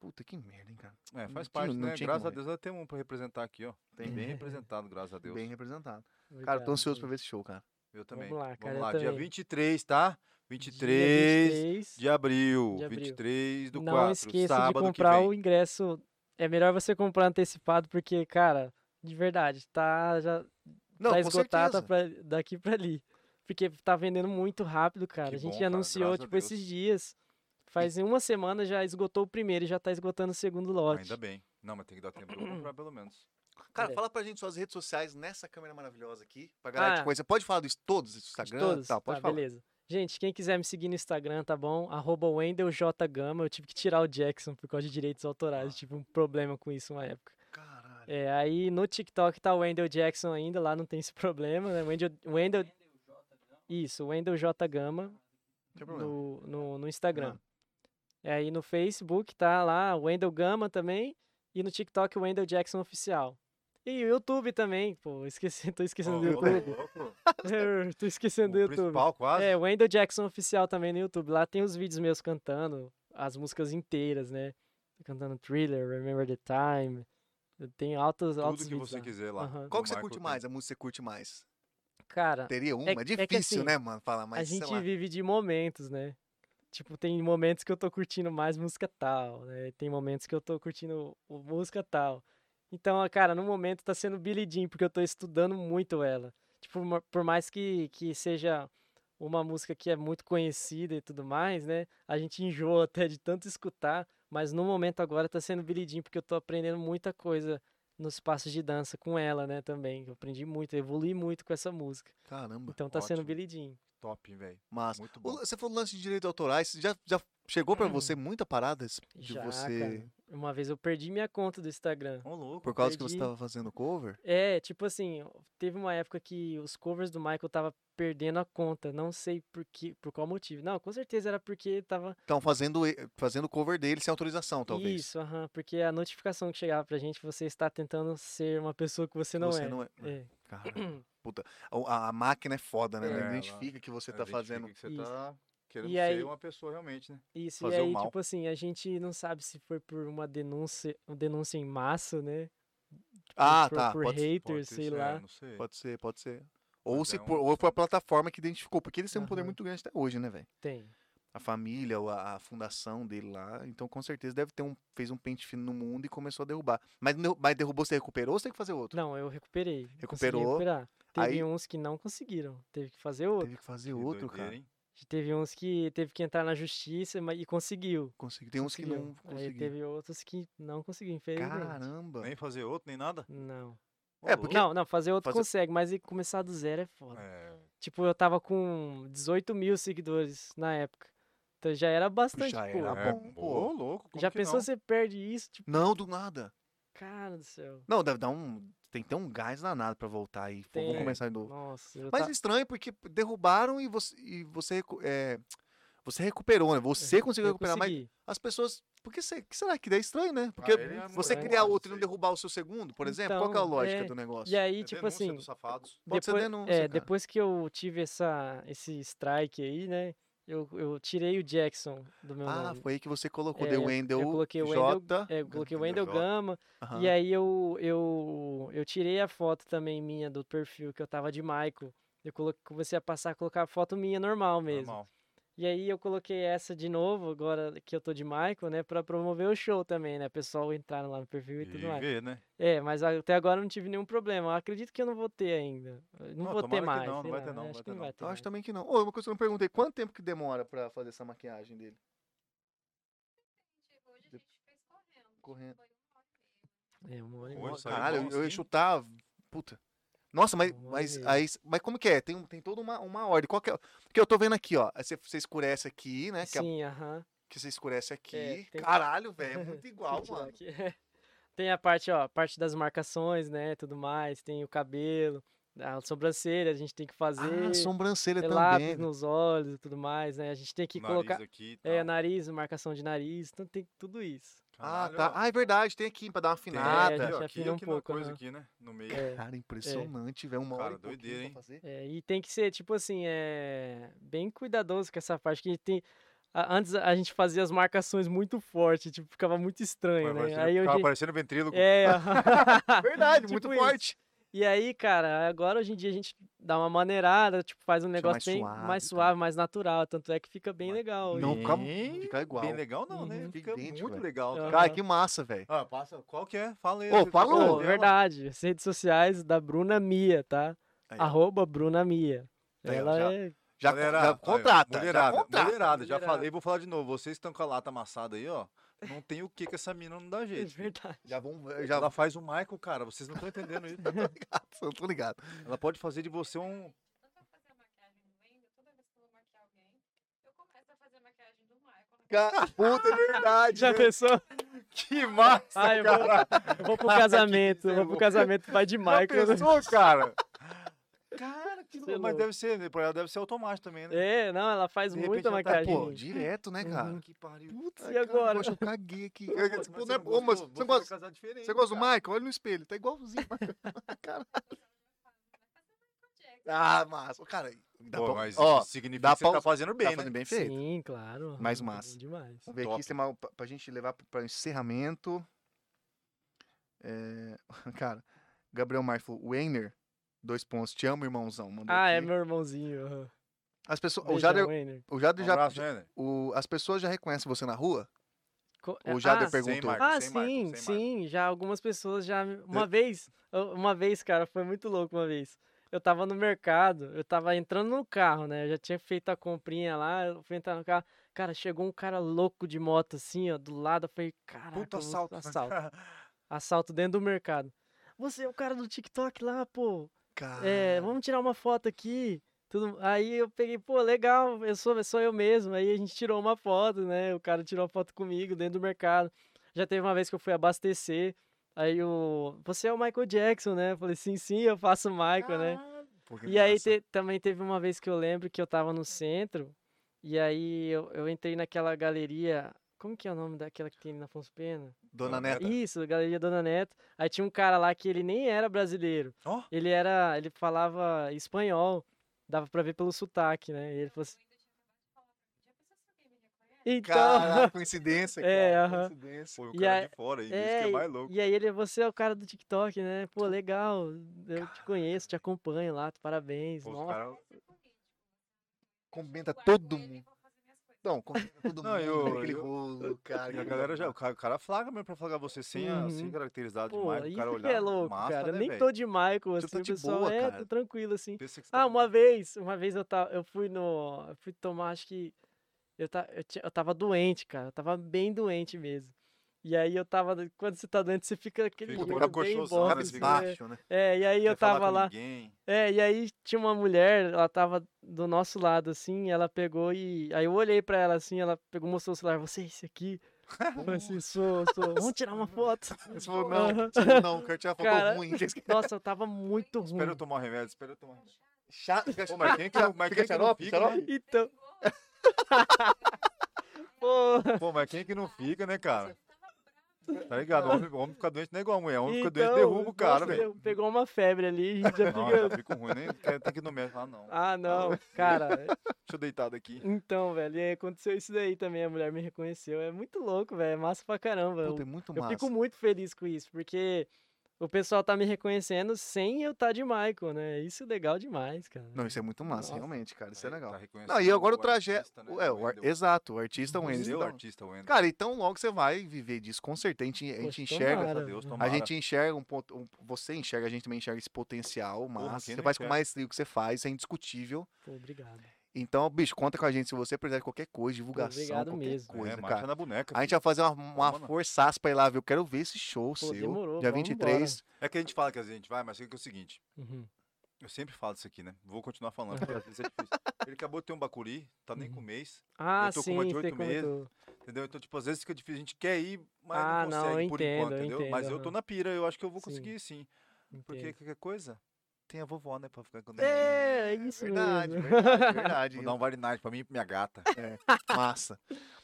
Puta, que merda, hein, cara.
É,
Não
faz
tinha-
parte,
não
né?
tinha
Graças
como
a Deus nós temos um pra representar aqui, ó. Tem bem representado, graças a Deus.
Bem representado. Cara, tô
Obrigado,
ansioso pra
gente.
ver esse show, cara.
Eu também.
lá, cara, eu
dia
também.
23, tá?
Dia
23 de abril.
de abril.
23 do
Não
4,
esqueça
sábado
de comprar
que vem.
o ingresso. É melhor você comprar antecipado, porque, cara, de verdade, tá já
Não,
tá
com
esgotado tá
certeza.
pra- daqui pra ali. Porque tá vendendo muito rápido, cara.
Que
a gente
bom, cara,
anunciou,
graças a
tipo,
Deus.
esses dias. Faz uma semana já esgotou o primeiro e já tá esgotando o segundo lote.
Ainda bem. Não, mas tem que dar tempo pra eu comprar pelo menos.
Cara,
É.
fala pra gente suas redes sociais nessa câmera maravilhosa aqui, pra galera
Ah.
te conhecer. Pode falar dos todos, Instagram
todos.
e tal, pode
tá,
falar.
beleza. Gente, quem quiser me seguir no Instagram, tá bom? Arroba Wendel J. Gama. Eu tive que tirar o Jackson por causa de direitos autorais.
Ah.
Eu Tive um problema com isso uma época.
Caralho.
É, aí no TikTok tá o Wendel Jackson ainda, lá não tem esse problema, né? Wendel, Wendel... Isso, Wendel J. Gama
Não tem problema. Ah.
no, no, no Instagram. É, aí no Facebook tá lá Wendel Gama também e no TikTok Wendel Jackson Oficial. E o YouTube também, pô, esqueci, tô esquecendo
Ô,
do YouTube.
louco,
Eu tô
o
esquecendo do YouTube.
principal quase.
É, Wendel Jackson Oficial também no YouTube. Lá tem os vídeos meus cantando as músicas inteiras, né? Cantando Thriller, Remember the Time. Tem altos, altos
tudo que
vídeos
você
lá.
quiser lá.
Aham.
do
Qual que você
Michael
curte
tem.
mais? A música que você curte mais?
Cara,
Teria uma?
é
É,
que
difícil,
assim,
né, mano, falar, mas
a
sei
gente
lá.
vive de momentos, né? Tipo, tem momentos que eu tô curtindo mais música tal, né? Tem momentos que eu tô curtindo o- música tal. Então, ah, cara, no momento tá sendo Billie Jean, porque eu tô estudando muito ela. Tipo, ma- por mais que, que seja uma música que é muito conhecida e tudo mais, né? A gente enjoa até de tanto escutar, mas no momento agora tá sendo Billie Jean, porque eu tô aprendendo muita coisa nos passos de dança com ela, né, também. Eu aprendi muito, eu evoluí muito com essa música.
Caramba,
Então tá sendo
Ótimo.
Billie Jean.
Top, velho.
massa.
Muito
O-
bom.
Você falou do lance de direitos autorais, já, já chegou pra você muita parada de
Uhum. Já,
você...
cara. Uma vez eu perdi minha conta do Instagram.
Ô, louco.
Por causa que você
perdi.
tava fazendo cover?
É, tipo assim, teve uma época que os covers do Michael tava perdendo a conta, não sei por que, por qual motivo. Não, com certeza era porque tava
Estão fazendo, e- fazendo cover dele sem autorização, talvez.
isso, aham, porque a notificação que chegava pra gente, você está tentando ser uma pessoa que você não
Você
é.
não é.
É,
Cara, puta. A, a máquina é foda, né?
É,
Ela
ela-
identifica que você
Ela
tá
identifica
fazendo.
Que você
Isso.
tá querendo
E
ser
aí-
uma pessoa realmente, né?
Isso,
Fazer
e
o
aí,
mal.
tipo assim, a gente não sabe se foi por uma denúncia, uma denúncia em massa, né? Tipo,
Ah,
por,
tá,
por
pode-
hater,
Pode ter
sei
isso, é,
lá.
não sei.
Pode ser, pode ser. Ou,
Mas
se
é um-
por- ou foi a plataforma que identificou, porque eles têm um poder
Aham.
muito grande até hoje, né, velho?
Tem.
A família, ou a, a fundação dele lá. Então, com certeza, deve ter um. Fez um pente fino no mundo e começou a derrubar. Mas, não- mas derrubou, você recuperou ou você tem que fazer outro?
Não, eu recuperei. consegui
Recuperou,
recuperar. Teve
aí-
uns que não conseguiram, teve que fazer outro.
Teve que fazer
Que
outro,
doideira,
cara.
hein?
Teve uns que teve que entrar na justiça ma- e conseguiu.
Consegui. Tem uns que não
conseguiu. Aí
conseguiram.
teve outros que não conseguiu, infelizmente.
Caramba.
Nem fazer outro, nem nada.
Não.
Ô,
É, porque-
Não, não, fazer outro
Fazer-
consegue, mas e começar do zero é
louco.
foda.
É,
Tipo, eu tava com 18 mil seguidores na época. Então já era bastante,
Já
pô.
era
é,
bom,
ô,
pô.
louco. como
já
que
pensou
não?
você perde isso? Tipo,
Não, do nada.
cara do céu.
Não, deve dar um. Tem que ter um gás danado pra voltar aí. Pô, Vamos
Tem.
começar de novo.
Nossa, eu
Mas
ta-
estranho, porque derrubaram e você, e você, recu- é, você recuperou, né? Você conseguiu
eu
recuperar, mas
consegui.
as pessoas. Por que, cê- que será que é estranho, né? Porque
ele é
você
muito
criar
bom,
outro e não
sei.
derrubar o seu segundo, por exemplo, qual que é a
Então,
lógica
é,
do negócio?
E aí,
É
tipo
denúncia
assim,
dos safados.
Pode ser
depois,
denúncia,
é,
cara.
depois que eu tive essa, esse strike aí, né? Eu, eu tirei o Jackson do meu
Ah,
nome.
foi aí que você colocou
É,
The
eu- eu
Wendell
coloquei o Wendell-
J.
É, eu coloquei o
Wendel
Wendel
J.
Gama.
aham.
E aí eu, eu, eu tirei a foto também minha do perfil, que eu tava de Michael. Eu colo- comecei a passar a colocar a foto minha normal mesmo.
Normal.
E aí eu coloquei essa de novo, agora que eu tô de Michael, né? Pra promover o show também, né? O pessoal entraram lá no perfil e
E
tudo mais.
ver, né?
É, mas a- até agora eu não tive nenhum problema. Eu acredito que eu não vou ter ainda. Eu Não
Não,
vou ter
tomara que
mais.
não, não
sei
vai
lá,
ter não,
eu
não
Acho
vai
que
ter
não vai ter
não.
Eu
mais.
Então, acho também que não. Ô, uma coisa que eu não perguntei, quanto tempo que demora pra fazer essa maquiagem dele?
Hoje a
De-
gente Tipo, fez correndo.
correndo.
Foi uma hora e
tá
meia.
É, uma hora e
Hoje
meia.
Nossa,
saiu
Caralho,
bom
eu, eu ia
assim?
chutar. Puta. Nossa, mas,
Uma hora e
mas
meia.
aí. Mas como que é? Tem, um- tem toda uma, uma ordem. Qual que é? Porque eu tô vendo aqui, ó. aí Você, você escurece aqui, né? Que, a-
Sim, aham.
que você escurece aqui.
tem-
Caralho, velho. É muito igual,
Tirar
mano.
aqui. Tem a parte, ó, parte das marcações, né, tudo mais, tem o cabelo, A sobrancelha a gente tem que fazer.
Ah, sobrancelha
é,
também. né?
lápis nos olhos e tudo mais, né? A gente tem que
Nariz
colocar.
aqui e
É,
tal.
nariz, marcação de nariz, então tem tudo isso.
Ah,
Caralho,
tá.
ó.
Ah, é verdade, tem aqui pra dar uma
Tem
nada.
afinada.
Aqui, ó,
já
aqui,
afinou um
aqui na
pouco,
coisa
aham.
aqui, né? No meio.
É.
Cara, impressionante, velho. Uma
Cara,
hora e pouquinho
doideira,
pra
hein?
fazer.
É, e tem que ser, tipo assim, é bem cuidadoso com essa parte, que tem. a- Antes a gente fazia as marcações muito forte, tipo, ficava muito estranho,
Vai
né?
parecendo-
Aí hoje.
Ficava parecendo ventríloco.
É, aham.
Verdade,
Tipo
muito
isso.
forte.
E aí, cara, agora hoje em dia a gente dá uma maneirada, tipo, faz um negócio
mais
bem
suave,
mais
tá?
suave, mais natural, tanto é que fica bem
Mas
legal.
Não
e-
fica,
Bem-
fica igual.
Bem legal não, né?
Uhum.
Fica
Idêntico,
muito
velho.
legal.
Aham.
Cara, que massa, velho.
Ah, passa. Qual que é? Fala aí.
Ô,
você
fala
falou
o-
Pô,
dela.
verdade, as redes sociais da Bruna Mia, tá?
Aí, ó.
Arroba Bruna Mia.
Aí, ó,
Ela
já-
é.
Já,
Galera,
já
aí, ó,
contrata. já
Mulherada,
contrata.
mulherada. Já
Mulherada.
falei, vou falar de novo. Vocês que estão com a lata amassada aí, ó. Não tem o que que essa mina não dá
É
jeito. filho.
verdade.
Já vão. Já
Ela faz o Michael, cara. Vocês não estão entendendo isso.
Eu tô ligado.
Ela pode fazer de você um.
Tanto eu fazer a maquiagem do Wendel, toda vez que eu vou maquiar alguém, eu começo a fazer a maquiagem do Michael. né?
Cara, puta, é verdade.
Já
né?
pensou?
Que massa,
Ah, eu vou,
cara!
eu vou pro casamento, eu vou pro
louco.
casamento, vai de
Já
Michael. né?
pensou, cara? Cara,
Cê
que louco.
é
Mas
louco.
deve ser, né? Pra ela deve ser automático também, né?
É, não, ela faz
De repente
muita
ela tá,
maquiagem.
Pô, direto, né, cara?
Que pariu.
Putz,
É, Uhum. e agora?
Poxa, eu caguei aqui.
Pô,
Pô,
mas
não é bom, mas
gostou?
você
Você vai
gosta,
casar diferente,
você gosta do
cara.
Michael? Olha no espelho, tá igualzinho. cara.
Jack,
Ah, massa. Cara, dá
Pô,
pra-
mas
ó,
isso significa
dá
que você
pra-
tá fazendo bem,
tá
né?
fazendo bem feito.
Sim, claro.
Mais
é bom
massa.
Demais.
Vamos ver
Top.
aqui se tem uma, pra, pra gente levar pra, pra encerramento. É, cara, Gabriel Mar falou, Weiner, dois pontos, te amo, irmãozão. mandou
Ah, é
aqui.
meu irmãozinho. aham.
As pessoas, o
Beijão,
Jader,
Wender.
o Jader
Um
já,
abraço, né, né?
o- as pessoas já reconhecem você na rua?
Co-
O
ah,
Jader
sem
perguntou.
marca.
Ah,
sem
sim,
Michael, sem
sim. Já algumas pessoas já. me- Uma vez, eu- uma vez, cara, foi muito louco uma vez. Eu tava no mercado, eu tava entrando no carro, né? Eu já tinha feito a comprinha lá, eu fui entrar no carro. Cara, chegou um cara louco de moto, assim, ó, do lado. Eu falei, caraca,
Puta
eu vou-
assalto.
assalto. Assalto dentro do mercado. Você é o cara do TikTok lá, pô.
Cara,
É, vamos tirar uma foto aqui. Tudo... Aí eu peguei, pô, legal, eu sou, sou eu mesmo. Aí a gente tirou uma foto, né? O cara tirou uma foto comigo dentro do mercado. Já teve uma vez que eu fui abastecer. Aí o. Você é o Michael Jackson, né? Eu falei, sim, sim, eu faço o Michael, né?
Pô,
Ah,
que
E aí
massa.
te- também teve uma vez que eu lembro que eu tava no centro, e aí eu, eu entrei naquela galeria. Como que é o nome daquela que tem na Afonso Pena?
Dona
Dona
Neta.
Isso, Galeria Dona Neto. Aí tinha um cara lá que ele nem era brasileiro.
Ó.
Ele era, ele falava espanhol. Dava pra ver pelo sotaque, né? E ele falou assim, então,
Cara, coincidência,
É,
cara,
aham.
coincidência.
Foi o
e
cara
aí-
de fora aí, isso
é,
que é mais louco.
e aí ele, você é o cara do TikTok, né? Pô, legal, eu te conheço, te acompanho lá, parabéns.
Pô, os
nossa, é
cara-
Comenta
guardo
todo
ele e
mundo. Então,
vou fazer minhas
Não,
coisas.
comenta todo
Não,
mundo,
eu-
aquele
eu-
rolo, cara. é
E a
aquele
galera já, é o
negócio.
cara, o cara flaga mesmo pra flagar você sem, a,
Uhum.
sem caracterizado
Pô,
tá demais. O
isso
cara
que
olhar.
é louco,
massa,
cara.
né,
Nem
velho?
tô de Michael,
Você
assim,
tá
o
de
pessoal
boa,
é
cara.
tô tranquilo, assim.
Pensa que você tá
Ah,
de
uma vez, uma vez eu, ta, eu fui no. Eu fui tomar, acho que. Eu, ta, eu, ti- eu tava doente, cara. Eu tava bem doente mesmo. E aí eu tava. Quando você tá doente, você fica aquele
Fica
olho bem
cocochosão,
bosta,
né?
assim, né?
Fica-
Baixo, né?
É, e aí eu
quer falar
tava
com
lá.
Ninguém.
É, e aí tinha uma mulher, ela tava do nosso lado, assim, ela pegou e. Aí eu olhei pra ela assim, ela pegou, mostrou o celular, você, é esse aqui? Eu falei assim, sou, sou. Vamos tirar uma foto.
Você falou, não,
Aham.
você
tipo,
falou, não, o cara tinha falou
Cara,
ruim.
Nossa, eu tava muito ruim.
Espera eu tomar um remédio, espera eu tomar um remédio.
Chato.
Ô, mas quem que não- mas
Fica
quem que não
xarope,
fica,
xarope?
né?
Então. Pô,
Pô, mas quem que não fica, né, cara? Tá ligado? O homem, o homem fica doente não é igual a mulher. O homem fica doente
então,
derruba o cara,
nossa,
velho.
deu- Pegou uma febre ali, a gente já
Não,
fica.
já fico ruim, nem quer- tem que ir no médico. Ah, não. Deixa
Ah, não, cara.
eu deitar daqui.
Então, velho, e aí aconteceu isso daí também. A mulher me reconheceu. É muito louco, velho. É massa pra caramba.
Puta,
o
é muito
Eu
massa.
fico muito feliz com isso, porque o pessoal tá me reconhecendo sem eu estar de Michael, né? Isso é legal demais, cara.
Não, isso é muito massa,
Nossa.
realmente, cara. Isso é
Aí,
legal.
tá
não, e agora o
reconhecendo
trajeto.
artista, né,
É, o ar-
Wendel.
exato, o artista
Uhum.
Wendel.
Museu
então-
artista Wendel.
Cara, então logo você vai viver disso, com certeza. A gente, a gente
Poxa,
enxerga.
tomara,
a Deus,
né?
tomara.
A gente enxerga um ponto. um- você enxerga, a gente também enxerga esse potencial, mas
quem
você
não
faz com
enxerga?
maestria o que você faz, é indiscutível.
Pô, obrigado.
Então, bicho, conta com a gente se você precisar de qualquer coisa, divulgação,
obrigado
qualquer
mesmo.
coisa,
é, marcha
cara.
na boneca.
A gente
filho.
vai fazer uma, uma
mano.
forçaça pra ir lá, viu? Quero ver esse show seu.
demorou,
dia
vambora.
23.
É que a gente fala que a gente vai, mas é que é o seguinte.
Uhum.
Eu sempre falo isso aqui, né? Vou continuar falando, porque às vezes é difícil. Ele acabou de ter um bacuri, tá nem
Uhum.
com um mês,
Ah,
tô com
sim,
uma de
você
oito meses,
comentou.
entendeu? Então, tipo, às vezes fica difícil. A gente quer ir, mas
Ah,
não
não,
consegue
eu
por
entendo,
enquanto,
eu
entendeu?
entendo,
mas eu tô
aham.
na pira, eu acho que eu vou
Sim.
conseguir sim. Porque
Entendo.
qualquer coisa, tem a vovó, né, pra ficar com
É, é isso
Verdade,
mesmo.
verdade, verdade.
Vou dar um vale night pra mim e pra minha gata. Ah,
Massa.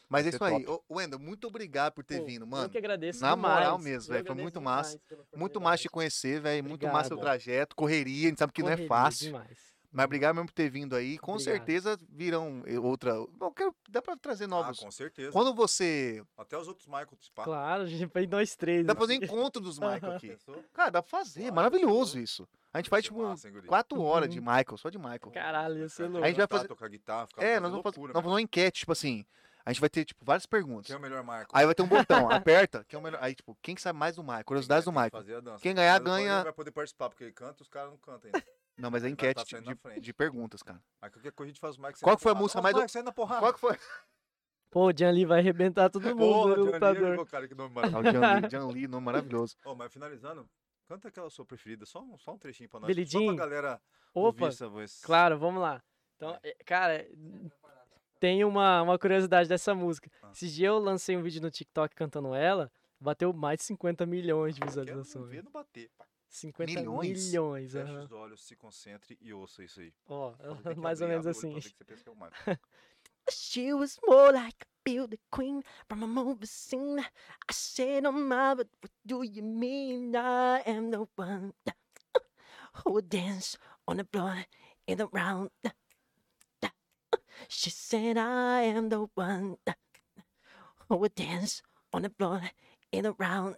Mas é
ser
isso aí. Ô, Wendel, muito obrigado por ter
Pô,
vindo,
Eu
mano.
que agradeço
na
demais.
moral mesmo,
Eu
velho, foi
agradeço
muito
demais
massa.
pela
Muito massa
oportunidade.
te conhecer, velho. Muito massa seu
Obrigado.
trajeto. Correria, a gente sabe que não é
Correria
fácil.
demais.
Mas obrigado mesmo por ter vindo aí. Com
Obrigado.
certeza virão eh, outra. Bom, quero- dá pra trazer
Ah,
novos.
com certeza.
Quando você.
Até os outros Michael se pá.
Claro, gente, foi nós três.
Dá
né?
pra fazer encontro dos Michael aqui.
Pensou?
Cara, dá pra fazer.
Claro,
Maravilhoso
claro.
isso. A gente faz,
Que
tipo,
massa, Uhum. hein, guri?
quatro horas de Michael, só de Michael.
Caralho, ia ser louco.
A gente vai
Cantar,
fazer-
tocar guitarra, ficar
É,
fazendo
nós vamos fazer,
loucura,
nós vamos fazer uma enquete, tipo assim. A gente vai ter, tipo, várias
meu. Quem é
perguntas.
o melhor Michael?
Aí vai ter um botão, aperta, que é o melhor. Aí, tipo, quem que sabe mais do Michael? Curiosidades do
Tem é que
Michael.
fazer a dança.
Quem ganhar,
Mas o Paulinho
ganha-
vai poder participar, porque ele canta e os caras não cantam ainda.
Não, mas é
Vai
enquete
tá
de,
saindo na
de-
frente.
de perguntas, cara.
Aí qualquer coisa a gente faz o Michael
Qual
saindo
que foi a
na porrada.
música
Ó,
mais-
o Michael saindo na porrada.
Qual que foi?
Pô, o Lee vai arrebentar todo mundo tá
Porra,
no
Johnny
computador.
Lee, cara, que nome maravilhoso.
Ah, o Jan Lee, Jan Lee, nome maravilhoso.
Ó, mas finalizando, canta aquela sua preferida, só um, só um trechinho pra nós. Só
Belidinho.
pra galera
Opa,
ouvir essa voz.
claro, vamos lá. Então, é, cara, tem uma, uma curiosidade dessa música.
Ah.
Esse dia eu lancei um vídeo no TikTok cantando ela, bateu mais de 50 milhões de
Quero não
visualizações.
ver, não bater. Pá.
50
Milhões?
milhões,
Feche
aham.
os olhos, se concentre e ouça isso aí.
ó,
Quando tem que
mais ou
abrir,
menos
abre o olho
assim.
pra ver que você pensa que é o Michael.
She was more like a beauty queen from a movie scene. I said, oh my, but what do you mean? I am the one uh, who would dance on the floor in the round. uh." She said, I am the one uh, who would dance on the floor in the round.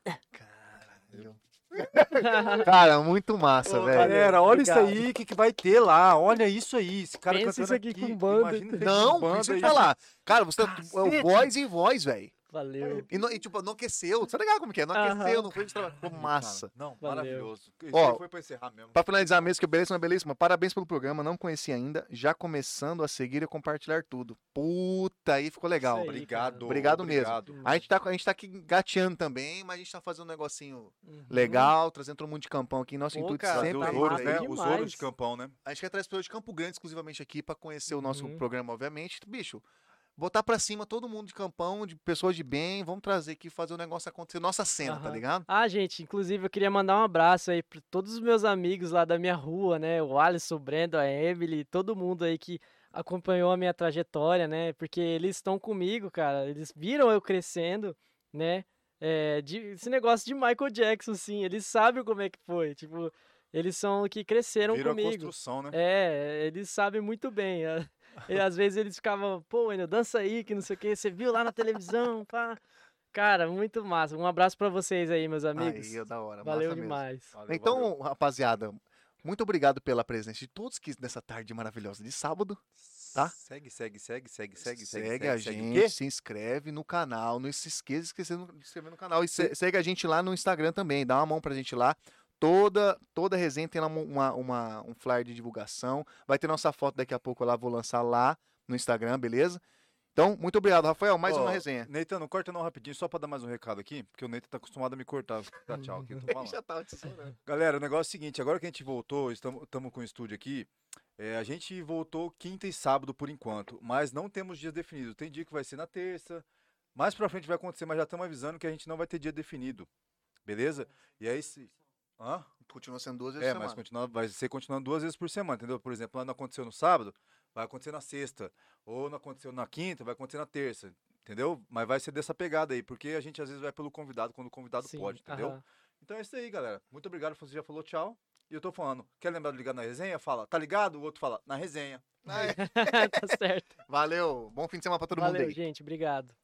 assim.
Cara, muito massa,
Ô,
velho.
Galera, olha isso
Obrigado.
aí, o que, que vai ter lá? Olha isso aí, esse cara
Pensa
cantando
isso aqui com banda,
imagina ter
Não,
banda
preciso
aí.
falar. Cara, você tá é
Cacete.
o voz em voz, velho.
Valeu.
E, não- e, tipo, não aqueceu. Tá ligado como que é? Não
Aham.
aqueceu, não foi de trabalho. Ficou
Cara,
massa.
Não,
Valeu.
maravilhoso. Isso
Ó,
aí foi pra encerrar mesmo.
Pra finalizar mesmo, que beleza, uma belíssima. Parabéns pelo programa, não conheci ainda. Já começando a seguir e compartilhar tudo. Puta, aí ficou legal.
Isso aí.
Obrigado.
Obrigado mesmo.
obrigado.
Uhum.
A gente, tá, a gente tá aqui gateando também, mas a gente tá fazendo um negocinho legal, trazendo todo mundo de campão aqui. Nosso
Uhum. Pô,
intuito
cara,
Trazer
sempre
tá
os
é
ouros,
isso
né?
aí.
massa
Os
demais.
ouros de campão, né?
A gente quer trazer pessoas de Campo Grande exclusivamente aqui pra conhecer o nosso
Uhum.
programa, obviamente. Bicho, botar pra cima todo mundo de campão, de pessoas de bem, vamos trazer aqui, fazer o negócio acontecer. Nossa cena, tá
Aham.
ligado?
Ah, gente, inclusive eu queria mandar um abraço aí para todos os meus amigos lá da minha rua, né? O Alisson, o Brendo, a Emily, todo mundo aí que acompanhou a minha trajetória, né? Porque eles estão comigo, cara. Eles viram eu crescendo, né? É, de- esse negócio de Michael Jackson, assim, eles sabem como é que foi. Tipo, eles são que cresceram
Virou a
comigo.
construção, né?
É, eles sabem muito bem. a- E às vezes eles ficavam, pô, Enel, dança aí, que não sei o que, você viu lá na televisão, pá. Cara, muito massa. Um abraço pra vocês aí, meus amigos.
Aí, é da hora.
Valeu
massa mesmo.
demais.
Valeu,
então,
valeu.
rapaziada, muito obrigado pela presença de todos que nessa tarde maravilhosa de sábado. tá?
Segue, segue, segue, segue, segue,
Segue,
segue.
a
o
gente,
quê?
se inscreve no canal, não se esqueça de esquecer no- de se inscrever no canal e se- segue a gente lá no Instagram também, dá uma mão pra gente lá. Toda toda resenha tem lá uma, uma- uma- um flyer de divulgação, vai ter nossa foto daqui a pouco lá, vou lançar lá no Instagram, beleza? Então, muito obrigado, Rafael, mais
Ó,
uma resenha.
Neita, não corta não rapidinho, só pra dar mais um recado aqui, porque o Neita tá acostumado a me cortar. Tá, tchau, aqui eu tô falando.
tava
Galera, o negócio é o seguinte, agora que a gente voltou, estamos com o estúdio aqui, é, a gente voltou quinta e sábado por enquanto, mas não temos dias definidos. Tem dia que vai ser na terça, mais pra frente vai acontecer, mas já estamos avisando que a gente não vai ter dia definido, beleza? E é aí... Se... Hã?
Continua sendo duas vezes
É,
por
mas
semana.
continua, vai ser continuando duas vezes por semana, entendeu? Por exemplo, lá não aconteceu no sábado, vai acontecer na sexta. Ou não aconteceu na quinta, vai acontecer na terça. Entendeu? Mas vai ser dessa pegada aí, porque a gente às vezes vai pelo convidado quando o convidado
Sim,
pode, entendeu?
aham.
Então é isso aí, galera. Muito obrigado, você já falou tchau. E eu tô falando, quer lembrar de ligar na resenha? Fala, tá ligado? O outro fala, na resenha.
Ah, é.
tá certo.
Valeu, bom fim de semana pra todo mundo
Valeu,
aí.
gente. Obrigado.